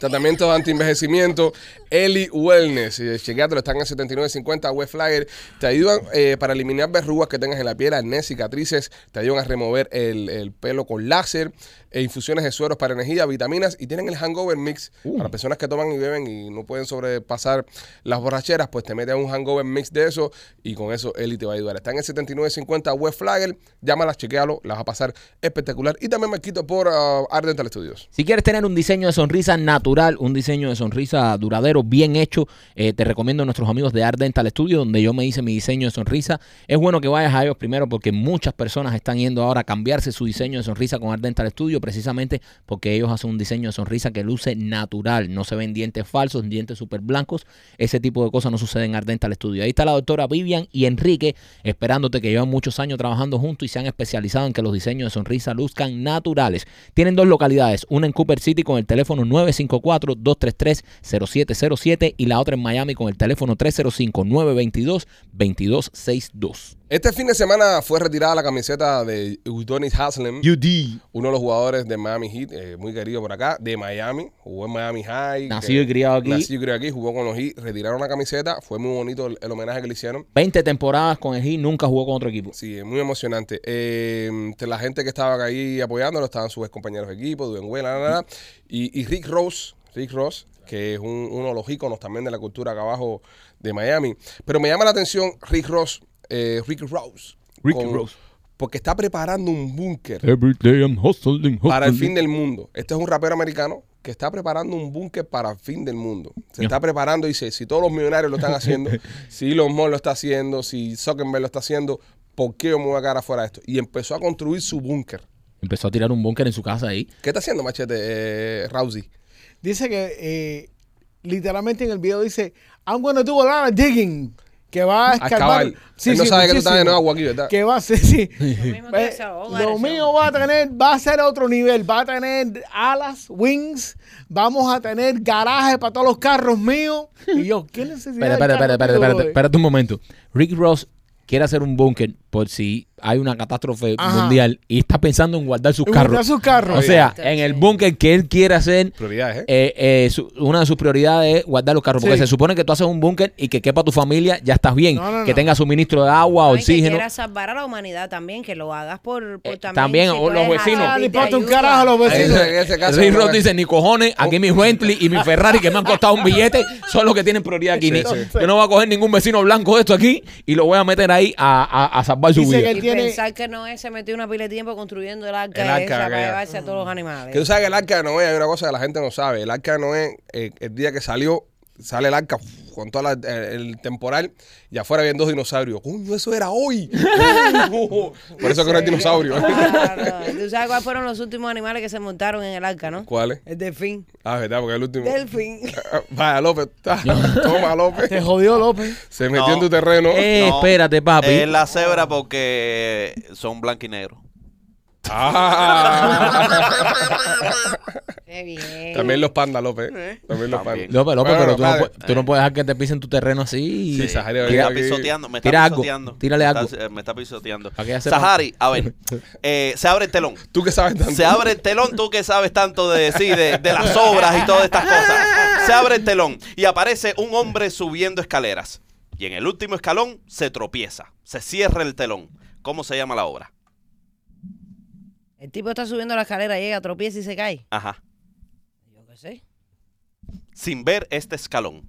[SPEAKER 1] tratamientos de antienvejecimiento, Eli Wellness, eh, chequéatelo, están en 7950 West Flyer, te ayudan eh, para eliminar verrugas que tengas en la piel, acné, cicatrices, te ayudan a remover el, el pelo con láser, e infusiones de sueros para energía, vitaminas y tienen el hangover mix para personas que toman y beben y no pueden sobrepasar las borracheras, pues te meten un hangover mix de eso y con eso Eli te va a ayudar. Está en el 7950 West Flagger, llámalas, chequealo, las va a pasar espectacular. Y también me quito por ah, Art Dental Studios.
[SPEAKER 2] Si quieres tener un diseño de sonrisa natural, un diseño de sonrisa duradero, bien hecho, eh, te recomiendo a nuestros amigos de Art Dental Studio, donde yo me hice mi diseño de sonrisa. Es bueno que vayas a ellos primero porque muchas personas están yendo ahora a cambiarse su diseño de sonrisa con Art Dental Studio, precisamente porque ellos hacen un diseño de sonrisa que luce natural. No se ven dientes falsos, dientes súper blancos. Ese tipo de cosas no sucede en Art Dental Studio. Ahí está la doctora Vivian y Enrique esperándote que llevan muchos años trabajando juntos y se han especializado en que los diseños de sonrisa luzcan naturales. Tienen dos localidades, una en Cooper City con el teléfono 954-233-0707 y la otra en Miami con el teléfono 305-922-2262.
[SPEAKER 1] Este fin de semana fue retirada la camiseta de Udonis Haslem,
[SPEAKER 2] UD.
[SPEAKER 1] uno de los jugadores de Miami Heat, eh, muy querido por acá, de Miami. Jugó en Miami High.
[SPEAKER 2] Nacido y
[SPEAKER 1] que-
[SPEAKER 2] criado aquí.
[SPEAKER 1] Nacido y criado aquí, jugó con los Heat, retiraron la camiseta. Fue muy bonito el- el homenaje que le hicieron.
[SPEAKER 2] 20 temporadas con el Heat, nunca jugó con otro equipo.
[SPEAKER 1] Sí, es muy emocionante. Eh, entre la gente que estaba ahí apoyándolo estaban sus compañeros de equipo, Duenguela, la, la, la. y, y Rick Rose, Rick Rose, que es un- uno de los íconos también de la cultura acá abajo de Miami. Pero me llama la atención Rick Rose, eh, Rick Rose.
[SPEAKER 2] Rick Rose.
[SPEAKER 1] Porque está preparando un búnker
[SPEAKER 2] Every day I'm hustling,
[SPEAKER 1] para el
[SPEAKER 2] mm.
[SPEAKER 1] fin del mundo. Este es un rapero americano que está preparando un búnker para el fin del mundo. Se está preparando y dice, si todos los millonarios lo están haciendo, si Elon Musk lo está haciendo, si Zuckerberg lo está haciendo, ¿por qué yo me voy a quedar afuera de esto? Y empezó a construir su búnker.
[SPEAKER 2] Empezó a tirar un búnker en su casa ahí.
[SPEAKER 1] ¿Qué está haciendo, Machete, eh, Rousey?
[SPEAKER 3] Dice que eh, literalmente en el video dice, I'm gonna do a lot of digging. Que va a escarbar.
[SPEAKER 1] excavar. Ah, Él no sabe que tú estás
[SPEAKER 3] muchísimo.
[SPEAKER 1] lleno de agua aquí, ¿verdad?
[SPEAKER 3] Que va a ser,
[SPEAKER 5] <laughs>
[SPEAKER 3] sí.
[SPEAKER 5] mismo que
[SPEAKER 3] Eh,
[SPEAKER 5] ese hogar,
[SPEAKER 3] lo
[SPEAKER 5] ese
[SPEAKER 3] mío va a tener, va a ser otro nivel. Va a tener alas, wings. Vamos a tener garaje para todos los carros míos. Y yo, ¿qué necesidad?
[SPEAKER 2] Espera, espera,
[SPEAKER 3] de
[SPEAKER 2] espera, espera,
[SPEAKER 3] carro mío,
[SPEAKER 2] espérate,
[SPEAKER 3] brother?
[SPEAKER 2] espérate un momento. Rick Ross quiere hacer un búnker por si hay una catástrofe
[SPEAKER 3] Ajá.
[SPEAKER 2] mundial y está pensando en guardar sus
[SPEAKER 3] Y
[SPEAKER 2] carros.
[SPEAKER 3] guardar sus carros.
[SPEAKER 2] O sea,
[SPEAKER 5] Exacto,
[SPEAKER 2] en el
[SPEAKER 5] sí.
[SPEAKER 2] búnker que él quiere hacer,
[SPEAKER 1] Prioridades, ¿eh?
[SPEAKER 2] eh, eh, su- una de sus prioridades es guardar los carros. Porque
[SPEAKER 3] Sí.
[SPEAKER 2] se supone que tú haces un búnker y que quepa tu familia, ya estás bien.
[SPEAKER 3] No, no,
[SPEAKER 2] que
[SPEAKER 3] no.
[SPEAKER 2] tenga suministro de agua,
[SPEAKER 5] Ay, Que
[SPEAKER 2] oxígeno.
[SPEAKER 5] quieras salvar a la humanidad también, que lo hagas por, por
[SPEAKER 2] Eh, también, o los
[SPEAKER 5] puedes
[SPEAKER 2] vecinos.
[SPEAKER 5] ayudar,
[SPEAKER 3] Ah, le
[SPEAKER 5] te
[SPEAKER 3] importa un
[SPEAKER 5] ayuda.
[SPEAKER 3] carajo a los
[SPEAKER 1] En
[SPEAKER 3] vecinos.
[SPEAKER 1] ese- en ese caso,
[SPEAKER 2] Rick
[SPEAKER 1] no Oh.
[SPEAKER 2] Ross
[SPEAKER 1] es-
[SPEAKER 2] dice, ni cojones, aquí mi Bentley y mi Ferrari que me han costado un billete son los que tienen prioridad aquí.
[SPEAKER 1] Sí,
[SPEAKER 2] Ni-
[SPEAKER 1] sí.
[SPEAKER 2] Yo no voy a coger ningún vecino blanco de esto aquí y lo voy a meter ahí a, a- a salvar su
[SPEAKER 3] Dice
[SPEAKER 2] vida.
[SPEAKER 3] que
[SPEAKER 5] Y
[SPEAKER 3] Tiene-
[SPEAKER 5] pensar que Noé se metió una pila de tiempo construyendo el arca,
[SPEAKER 1] El arca,
[SPEAKER 5] esa para
[SPEAKER 1] aquella.
[SPEAKER 5] llevarse a todos los animales.
[SPEAKER 1] Que tú sabes que el arca de Noé, hay una cosa que la gente no sabe. El arca de Noé, eh, el día que salió, sale el arca uf, con todo el, temporal y afuera habían dos dinosaurios. ¡Coño, eso era hoy! <laughs> Por eso que no es
[SPEAKER 5] <laughs>
[SPEAKER 1] dinosaurio.
[SPEAKER 5] Claro. Tú sabes cuáles fueron los últimos animales que se montaron en el arca, ¿no?
[SPEAKER 1] ¿Cuál es?
[SPEAKER 5] El delfín.
[SPEAKER 1] Ah, verdad, porque el último.
[SPEAKER 5] Delfín.
[SPEAKER 1] <laughs> Vaya, López. <laughs> Toma, López.
[SPEAKER 3] Te jodió López.
[SPEAKER 1] Se metió
[SPEAKER 4] No.
[SPEAKER 1] en tu terreno. <laughs>
[SPEAKER 2] Eh,
[SPEAKER 4] No,
[SPEAKER 2] espérate, papi.
[SPEAKER 4] Es la cebra porque son blanco y negro.
[SPEAKER 1] Ah.
[SPEAKER 5] Qué bien.
[SPEAKER 1] También los pandas, López. También los pandas.
[SPEAKER 4] También.
[SPEAKER 2] López, López,
[SPEAKER 1] Bueno,
[SPEAKER 2] pero tú no,
[SPEAKER 1] padre.
[SPEAKER 2] pu- tú no puedes dejar que te pisen tu terreno así.
[SPEAKER 1] Sí, Sahari,
[SPEAKER 4] Eh, me
[SPEAKER 1] venga
[SPEAKER 4] está
[SPEAKER 1] aquí.
[SPEAKER 4] pisoteando, me está
[SPEAKER 2] Tira algo,
[SPEAKER 4] pisoteando.
[SPEAKER 2] tírale
[SPEAKER 4] Me
[SPEAKER 2] algo.
[SPEAKER 4] está- eh, me está pisoteando.
[SPEAKER 2] Para que ya sepa.
[SPEAKER 4] Sahari,
[SPEAKER 2] <laughs>
[SPEAKER 4] a ver, eh, se abre el telón.
[SPEAKER 1] Tú que sabes tanto.
[SPEAKER 4] Se abre el telón, tú que sabes tanto de sí, de, de las obras y todas estas cosas. Se abre el telón y aparece un hombre subiendo escaleras. Y en el último escalón se tropieza, se cierra el telón. ¿Cómo se llama la obra?
[SPEAKER 5] El tipo está subiendo la escalera, llega, tropieza y se cae.
[SPEAKER 4] Ajá.
[SPEAKER 5] Yo qué sé.
[SPEAKER 4] Sin ver este escalón.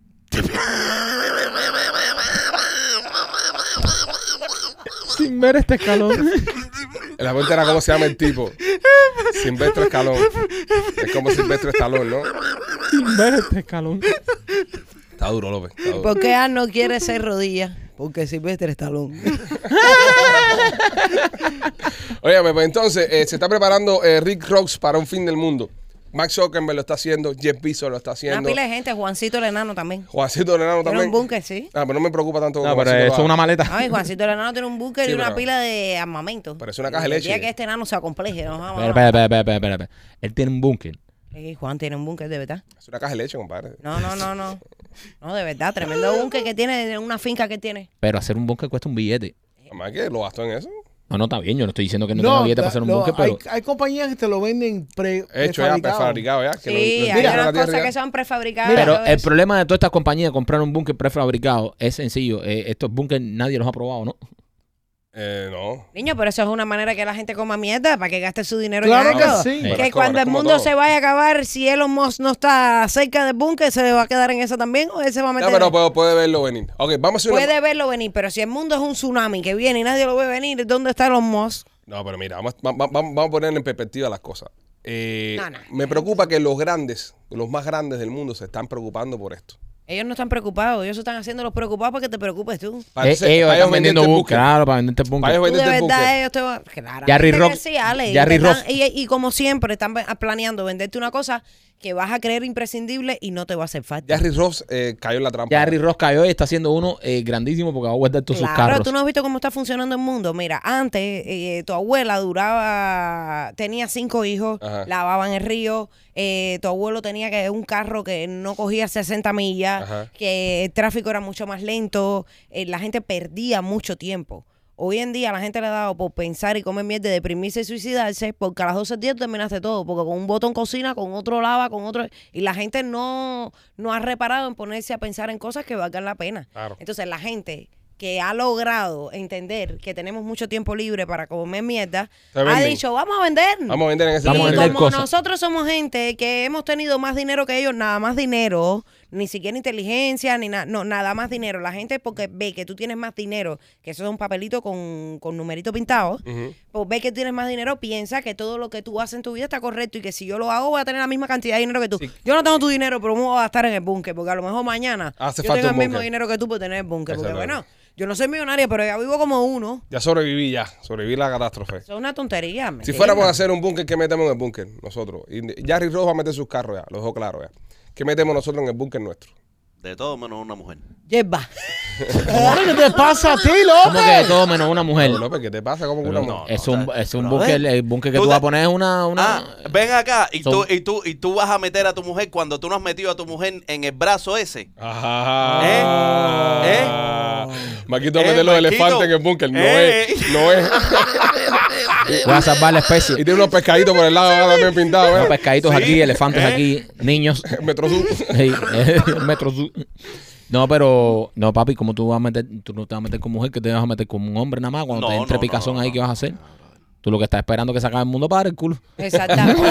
[SPEAKER 2] Sin ver este
[SPEAKER 3] <laughs>
[SPEAKER 2] escalón.
[SPEAKER 1] La pregunta era cómo se llama el tipo. Silvestre Escalón. Es como Silvestre Estalón, ¿no?
[SPEAKER 2] Sin ver este escalón.
[SPEAKER 1] Está duro, López. está duro.
[SPEAKER 5] ¿Por qué Arnold quiere ser rodilla? Porque Silvestre está loco.
[SPEAKER 1] Oye, pues entonces eh, se está preparando eh, Rick Rocks para un fin del mundo. Max Zuckerberg lo está haciendo, Jeff Bezos lo está
[SPEAKER 5] Una
[SPEAKER 1] haciendo.
[SPEAKER 5] pila de gente, Juancito el enano también.
[SPEAKER 1] Juancito Lenano
[SPEAKER 5] Tiene
[SPEAKER 1] también.
[SPEAKER 5] Ah, un búnker, sí.
[SPEAKER 1] Ah, pero no me preocupa tanto.
[SPEAKER 2] No,
[SPEAKER 1] como
[SPEAKER 2] pero
[SPEAKER 1] Juancito
[SPEAKER 2] eso es
[SPEAKER 1] va.
[SPEAKER 2] una maleta.
[SPEAKER 5] Ay, Juancito el enano tiene un búnker
[SPEAKER 1] Sí,
[SPEAKER 5] y una
[SPEAKER 1] pero-
[SPEAKER 5] pila de armamento.
[SPEAKER 1] Pero es una caja de
[SPEAKER 5] El día
[SPEAKER 1] leche.
[SPEAKER 5] que este enano se acompleje. nos vamos a-
[SPEAKER 2] Espera, espera, espera, espera, espera, espera. Él tiene un búnker.
[SPEAKER 5] Eh, Juan tiene un búnker, de verdad.
[SPEAKER 1] Es una caja de leche, compadre.
[SPEAKER 5] No, no, no, no. <laughs> No, de verdad, tremendo búnker que tiene, de una finca que tiene.
[SPEAKER 2] Pero hacer un búnker cuesta un billete.
[SPEAKER 5] Eh,
[SPEAKER 1] Además que lo gastó en eso.
[SPEAKER 2] No, no, está bien. Yo no estoy diciendo que no, tenga billete para hacer un
[SPEAKER 3] no,
[SPEAKER 2] búnker, pero.
[SPEAKER 3] hay, hay compañías que te lo venden pre,
[SPEAKER 1] Hecho ya, pues,
[SPEAKER 3] prefabricado.
[SPEAKER 1] prefabricado ya. que lo-
[SPEAKER 5] Sí,
[SPEAKER 1] lo
[SPEAKER 5] hay
[SPEAKER 1] tiran a la
[SPEAKER 5] unas
[SPEAKER 1] tierra
[SPEAKER 5] cosas
[SPEAKER 1] ya.
[SPEAKER 5] que son prefabricadas. y
[SPEAKER 2] Pero eh,
[SPEAKER 5] todo
[SPEAKER 2] el
[SPEAKER 5] eso.
[SPEAKER 2] problema de todas estas compañías de comprar un búnker prefabricado es sencillo. Eh, estos búnkers nadie los ha probado, ¿no?
[SPEAKER 1] Eh, no.
[SPEAKER 5] Niño, pero eso es una manera que la gente coma mierda para que gaste su dinero en
[SPEAKER 2] Ah,
[SPEAKER 3] Claro
[SPEAKER 5] algo.
[SPEAKER 3] que sí.
[SPEAKER 1] Pero
[SPEAKER 5] Que
[SPEAKER 1] es como-
[SPEAKER 5] cuando
[SPEAKER 1] es
[SPEAKER 5] el
[SPEAKER 1] como
[SPEAKER 5] mundo
[SPEAKER 1] todo.
[SPEAKER 5] se vaya a acabar, si Elon Musk no está cerca del búnker, ¿se va a quedar en eso también o él se va a meter?
[SPEAKER 1] No, pero puede, puede verlo venir. Ok, vamos a hacer una.
[SPEAKER 5] Puede verlo venir, pero si el mundo es un tsunami que viene y nadie lo ve venir, ¿dónde está Elon Musk?
[SPEAKER 1] No, pero mira, vamos, va- va- vamos, a poner en perspectiva las cosas. Eh,
[SPEAKER 5] No, no.
[SPEAKER 1] Me preocupa que los grandes, los más grandes del mundo, se están preocupando por esto.
[SPEAKER 2] Eh,
[SPEAKER 5] Ellos no están preocupados, ellos se están haciendo los preocupados para que te preocupes tú.
[SPEAKER 1] Para
[SPEAKER 2] Eh,
[SPEAKER 1] entonces-
[SPEAKER 2] ellos
[SPEAKER 1] para
[SPEAKER 2] están vendiendo
[SPEAKER 1] venderte el
[SPEAKER 2] búnker. Claro, para venderte
[SPEAKER 1] Para
[SPEAKER 2] búnker.
[SPEAKER 1] ellos
[SPEAKER 5] Tú de
[SPEAKER 1] venderte el
[SPEAKER 5] verdad,
[SPEAKER 1] búnker.
[SPEAKER 5] ellos te van... Claramente
[SPEAKER 2] Jerry
[SPEAKER 5] que
[SPEAKER 2] Rock-
[SPEAKER 5] sí, Ale, y
[SPEAKER 2] Jerry
[SPEAKER 5] te están-
[SPEAKER 2] Rock.
[SPEAKER 5] Y, y como siempre, están ve- planeando venderte una cosa que vas a creer imprescindible y no te va a hacer falta.
[SPEAKER 1] Jerry Ross eh, cayó en la trampa.
[SPEAKER 2] Jerry Ross cayó y está haciendo uno eh, grandísimo porque va a guardar todos sus
[SPEAKER 5] Claro,
[SPEAKER 2] carros.
[SPEAKER 5] tú no has visto cómo está funcionando el mundo. Mira, antes eh, tu abuela duraba, tenía cinco hijos,
[SPEAKER 1] Ajá.
[SPEAKER 5] lavaban el río, eh, tu abuelo tenía que un carro que no cogía 60 millas,
[SPEAKER 1] Ajá.
[SPEAKER 5] que el tráfico era mucho más lento, eh, la gente perdía mucho tiempo. Hoy en día la gente le ha dado por pensar y comer mierda, deprimirse y suicidarse, porque a las 12 días terminaste todo, porque con un botón cocina, con otro lava, con otro... Y la gente no, no ha reparado en ponerse a pensar en cosas que valgan la pena.
[SPEAKER 1] Claro.
[SPEAKER 5] Entonces la gente que ha logrado entender que tenemos mucho tiempo libre para comer mierda,
[SPEAKER 1] Se
[SPEAKER 5] ha
[SPEAKER 1] venden.
[SPEAKER 5] dicho, vamos a vender.
[SPEAKER 1] Vamos a vender en ese
[SPEAKER 2] Vamos a
[SPEAKER 5] y
[SPEAKER 1] momento.
[SPEAKER 2] vender
[SPEAKER 5] como
[SPEAKER 2] cosas.
[SPEAKER 5] nosotros somos gente que hemos tenido más dinero que ellos, nada más dinero, ni siquiera inteligencia, ni nada, no, nada más dinero. La gente porque ve que tú tienes más dinero, que eso es un papelito con, con numerito pintado,
[SPEAKER 1] Ujú.
[SPEAKER 5] pues ve que tienes más dinero, piensa que todo lo que tú haces en tu vida está correcto y que si yo lo hago voy a tener la misma cantidad de dinero que tú. Yo no tengo tu dinero, pero me voy a estar en el búnker, porque a lo mejor mañana
[SPEAKER 1] Hace
[SPEAKER 5] yo
[SPEAKER 1] falta
[SPEAKER 5] tengo
[SPEAKER 1] un
[SPEAKER 5] el mismo
[SPEAKER 1] búnker.
[SPEAKER 5] dinero que tú por tener el búnker. Porque
[SPEAKER 1] Exactamente.
[SPEAKER 5] bueno, yo no soy millonaria, pero ya vivo como uno.
[SPEAKER 1] Ya sobreviví ya, sobreviví la catástrofe.
[SPEAKER 5] Eso es una tontería.
[SPEAKER 1] Si
[SPEAKER 5] ¿me entiendes?
[SPEAKER 1] fuéramos a hacer un búnker, ¿qué metemos en el búnker? Nosotros. Y Jerry Rojo va a meter sus carros ya, lo dejo claro ya. ¿Qué metemos nosotros en el búnker nuestro?
[SPEAKER 4] De todo menos una mujer.
[SPEAKER 5] Yerba.
[SPEAKER 3] ¿Qué te pasa a ti,
[SPEAKER 2] Como
[SPEAKER 3] loco?
[SPEAKER 2] que todo menos una mujer.
[SPEAKER 1] Pero, López, ¿qué te pasa? ¿Cómo que una
[SPEAKER 2] Pero
[SPEAKER 1] mujer?
[SPEAKER 2] es
[SPEAKER 4] no,
[SPEAKER 2] un,
[SPEAKER 4] o sea,
[SPEAKER 2] es un
[SPEAKER 4] pero,
[SPEAKER 2] búnker,
[SPEAKER 4] a
[SPEAKER 2] el búnker que
[SPEAKER 4] tú
[SPEAKER 2] tú vas
[SPEAKER 4] da-
[SPEAKER 2] a poner es una... una
[SPEAKER 4] Ah, ven acá y,
[SPEAKER 2] Son-
[SPEAKER 4] tú, y, tú, y tú vas a meter a tu mujer cuando tú no has metido a tu mujer en el brazo ese.
[SPEAKER 1] Ajá. ¿Eh? Maquito va a
[SPEAKER 4] Eh,
[SPEAKER 1] meter los
[SPEAKER 4] Maquito.
[SPEAKER 1] elefantes en el búnker. No
[SPEAKER 4] Eh.
[SPEAKER 1] es. No es.
[SPEAKER 2] Voy a salvar la
[SPEAKER 4] <laughs>
[SPEAKER 1] y
[SPEAKER 2] especie.
[SPEAKER 1] tiene unos pescaditos por el lado ahora también pintados.
[SPEAKER 2] Unos
[SPEAKER 1] ¿eh?
[SPEAKER 2] pescaditos
[SPEAKER 4] Sí,
[SPEAKER 2] aquí, elefantes
[SPEAKER 4] ¿eh?
[SPEAKER 2] aquí, niños. <laughs>
[SPEAKER 1] Metro Sur.
[SPEAKER 2] Sí, Metro Sur. No, pero, no, papi, ¿cómo tú vas a meter? Tú no te vas a meter con mujer, que te vas a meter con un hombre nada más. Cuando
[SPEAKER 4] No,
[SPEAKER 2] te entre
[SPEAKER 4] no, no,
[SPEAKER 2] picazón
[SPEAKER 4] no,
[SPEAKER 2] ahí,
[SPEAKER 4] no,
[SPEAKER 2] ¿qué vas a hacer? Tú lo que estás esperando es que se acabe el mundo para el culo. <laughs>
[SPEAKER 1] <laughs>
[SPEAKER 5] Exactamente.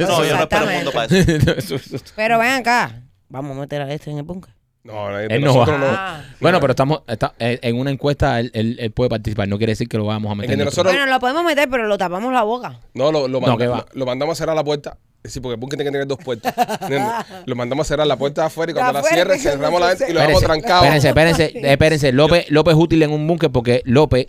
[SPEAKER 4] No, yo no espero el mundo para eso.
[SPEAKER 2] Eso, eso.
[SPEAKER 5] Pero ven acá. Vamos a meter a este en el búnker.
[SPEAKER 1] No, no,
[SPEAKER 2] Él no
[SPEAKER 1] nosotros no.
[SPEAKER 5] Ah.
[SPEAKER 2] Bueno, pero estamos está- eh, en una encuesta, él, él- él puede participar. No quiere decir que lo vamos a meter.
[SPEAKER 1] que
[SPEAKER 2] en
[SPEAKER 1] nosotros-
[SPEAKER 2] otro-
[SPEAKER 5] Bueno, lo podemos meter, pero lo tapamos la boca.
[SPEAKER 1] No, lo, lo,
[SPEAKER 2] No,
[SPEAKER 1] manda-
[SPEAKER 2] que va.
[SPEAKER 1] lo- lo mandamos a cerrar la puerta. Sí, porque el búnker tiene que tener dos puertas. ¿entiendes? lo mandamos a cerrar la puerta de afuera y cuando
[SPEAKER 5] De
[SPEAKER 1] la,
[SPEAKER 5] afuera,
[SPEAKER 1] cierre,
[SPEAKER 5] que no
[SPEAKER 1] cerramos la
[SPEAKER 5] se
[SPEAKER 1] ventana y lo dejamos
[SPEAKER 2] Espérense,
[SPEAKER 1] trancado.
[SPEAKER 2] espérense,
[SPEAKER 5] <laughs>
[SPEAKER 2] espérense, espérense. López, López es útil en un búnker porque López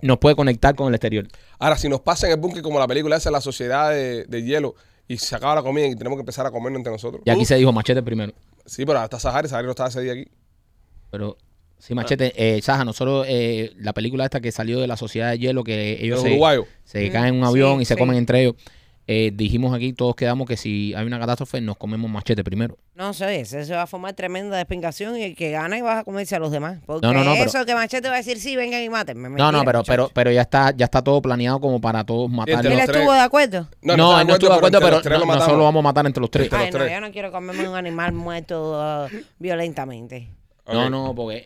[SPEAKER 2] nos puede conectar con el exterior.
[SPEAKER 1] Ahora, si nos pasa en el búnker como la película esa, la sociedad de, de hielo, y se acaba la comida y tenemos que empezar a comernos entre nosotros.
[SPEAKER 2] Y aquí se dijo machete primero.
[SPEAKER 1] Sí, pero hasta Sahari, Sahari no estaba ese día aquí.
[SPEAKER 2] Pero
[SPEAKER 1] Ah.
[SPEAKER 2] sí, machete. Eh, Saja, nosotros, eh, la película esta que salió de la Sociedad de Hielo, que ellos
[SPEAKER 1] Los
[SPEAKER 2] se,
[SPEAKER 1] uruguayos.
[SPEAKER 2] se
[SPEAKER 5] Mm,
[SPEAKER 2] caen en un
[SPEAKER 5] sí,
[SPEAKER 2] avión y se
[SPEAKER 5] sí.
[SPEAKER 2] comen entre ellos. Eh, dijimos aquí, todos quedamos que si hay una catástrofe, nos comemos machete primero.
[SPEAKER 5] No sé, eso se va a formar tremenda despingación y el que gana y va a comerse a los demás. Porque
[SPEAKER 2] No, no, no, pero-
[SPEAKER 5] eso que Machete va a decir, sí, vengan y mátenme.
[SPEAKER 2] No, no,
[SPEAKER 5] Mentira,
[SPEAKER 2] pero, pero,
[SPEAKER 5] muchacho.
[SPEAKER 2] pero ya está, ya está todo planeado como para todos
[SPEAKER 5] ¿Él
[SPEAKER 1] los
[SPEAKER 2] matarlo.
[SPEAKER 1] tres.
[SPEAKER 5] estuvo de acuerdo?
[SPEAKER 2] No, no, él no estuvo de acuerdo,
[SPEAKER 1] entre
[SPEAKER 2] pero,
[SPEAKER 1] los tres
[SPEAKER 2] no-
[SPEAKER 1] lo matamos. Ah,
[SPEAKER 2] nosotros lo vamos a matar entre los tres.
[SPEAKER 1] Entre los
[SPEAKER 5] Ay, no,
[SPEAKER 1] tres.
[SPEAKER 5] yo no quiero comerme un animal muerto ah, violentamente.
[SPEAKER 1] Ok. Pues
[SPEAKER 2] No, no, porque eh,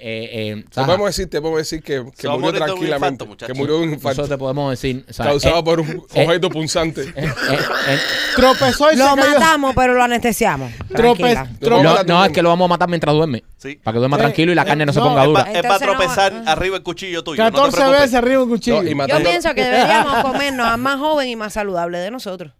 [SPEAKER 2] eh,
[SPEAKER 1] Te
[SPEAKER 2] Saja,
[SPEAKER 1] podemos decir, te podemos decir que, que
[SPEAKER 4] va a
[SPEAKER 1] murió
[SPEAKER 4] morir de un
[SPEAKER 1] tranquilamente.
[SPEAKER 4] infarto, muchacho.
[SPEAKER 1] que murió de un infarto.
[SPEAKER 2] nosotros te podemos decir. o sea,
[SPEAKER 1] causado
[SPEAKER 2] eh,
[SPEAKER 1] por un objeto punzante.
[SPEAKER 2] eh, eh, eh,
[SPEAKER 3] Tropezó y se
[SPEAKER 5] Lo
[SPEAKER 3] cayó.
[SPEAKER 5] matamos, pero lo anestesiamos. Tranquila.
[SPEAKER 1] Vamos
[SPEAKER 3] Trope-
[SPEAKER 1] a matar
[SPEAKER 2] No, no, es
[SPEAKER 1] también.
[SPEAKER 2] que lo vamos a matar mientras duerme.
[SPEAKER 4] Sí.
[SPEAKER 2] Para que duerma
[SPEAKER 3] Eh,
[SPEAKER 2] tranquilo y la
[SPEAKER 3] eh,
[SPEAKER 2] carne no se
[SPEAKER 3] no,
[SPEAKER 2] ponga
[SPEAKER 4] Es
[SPEAKER 2] dura.
[SPEAKER 4] para
[SPEAKER 5] Entonces no va-
[SPEAKER 4] tropezar
[SPEAKER 5] ah.
[SPEAKER 4] arriba el cuchillo tuyo. no te
[SPEAKER 3] 14
[SPEAKER 4] preocupes.
[SPEAKER 3] veces arriba un cuchillo.
[SPEAKER 1] No, y
[SPEAKER 5] Yo
[SPEAKER 1] matando,
[SPEAKER 5] pienso que deberíamos comernos a más joven y más saludable de nosotros.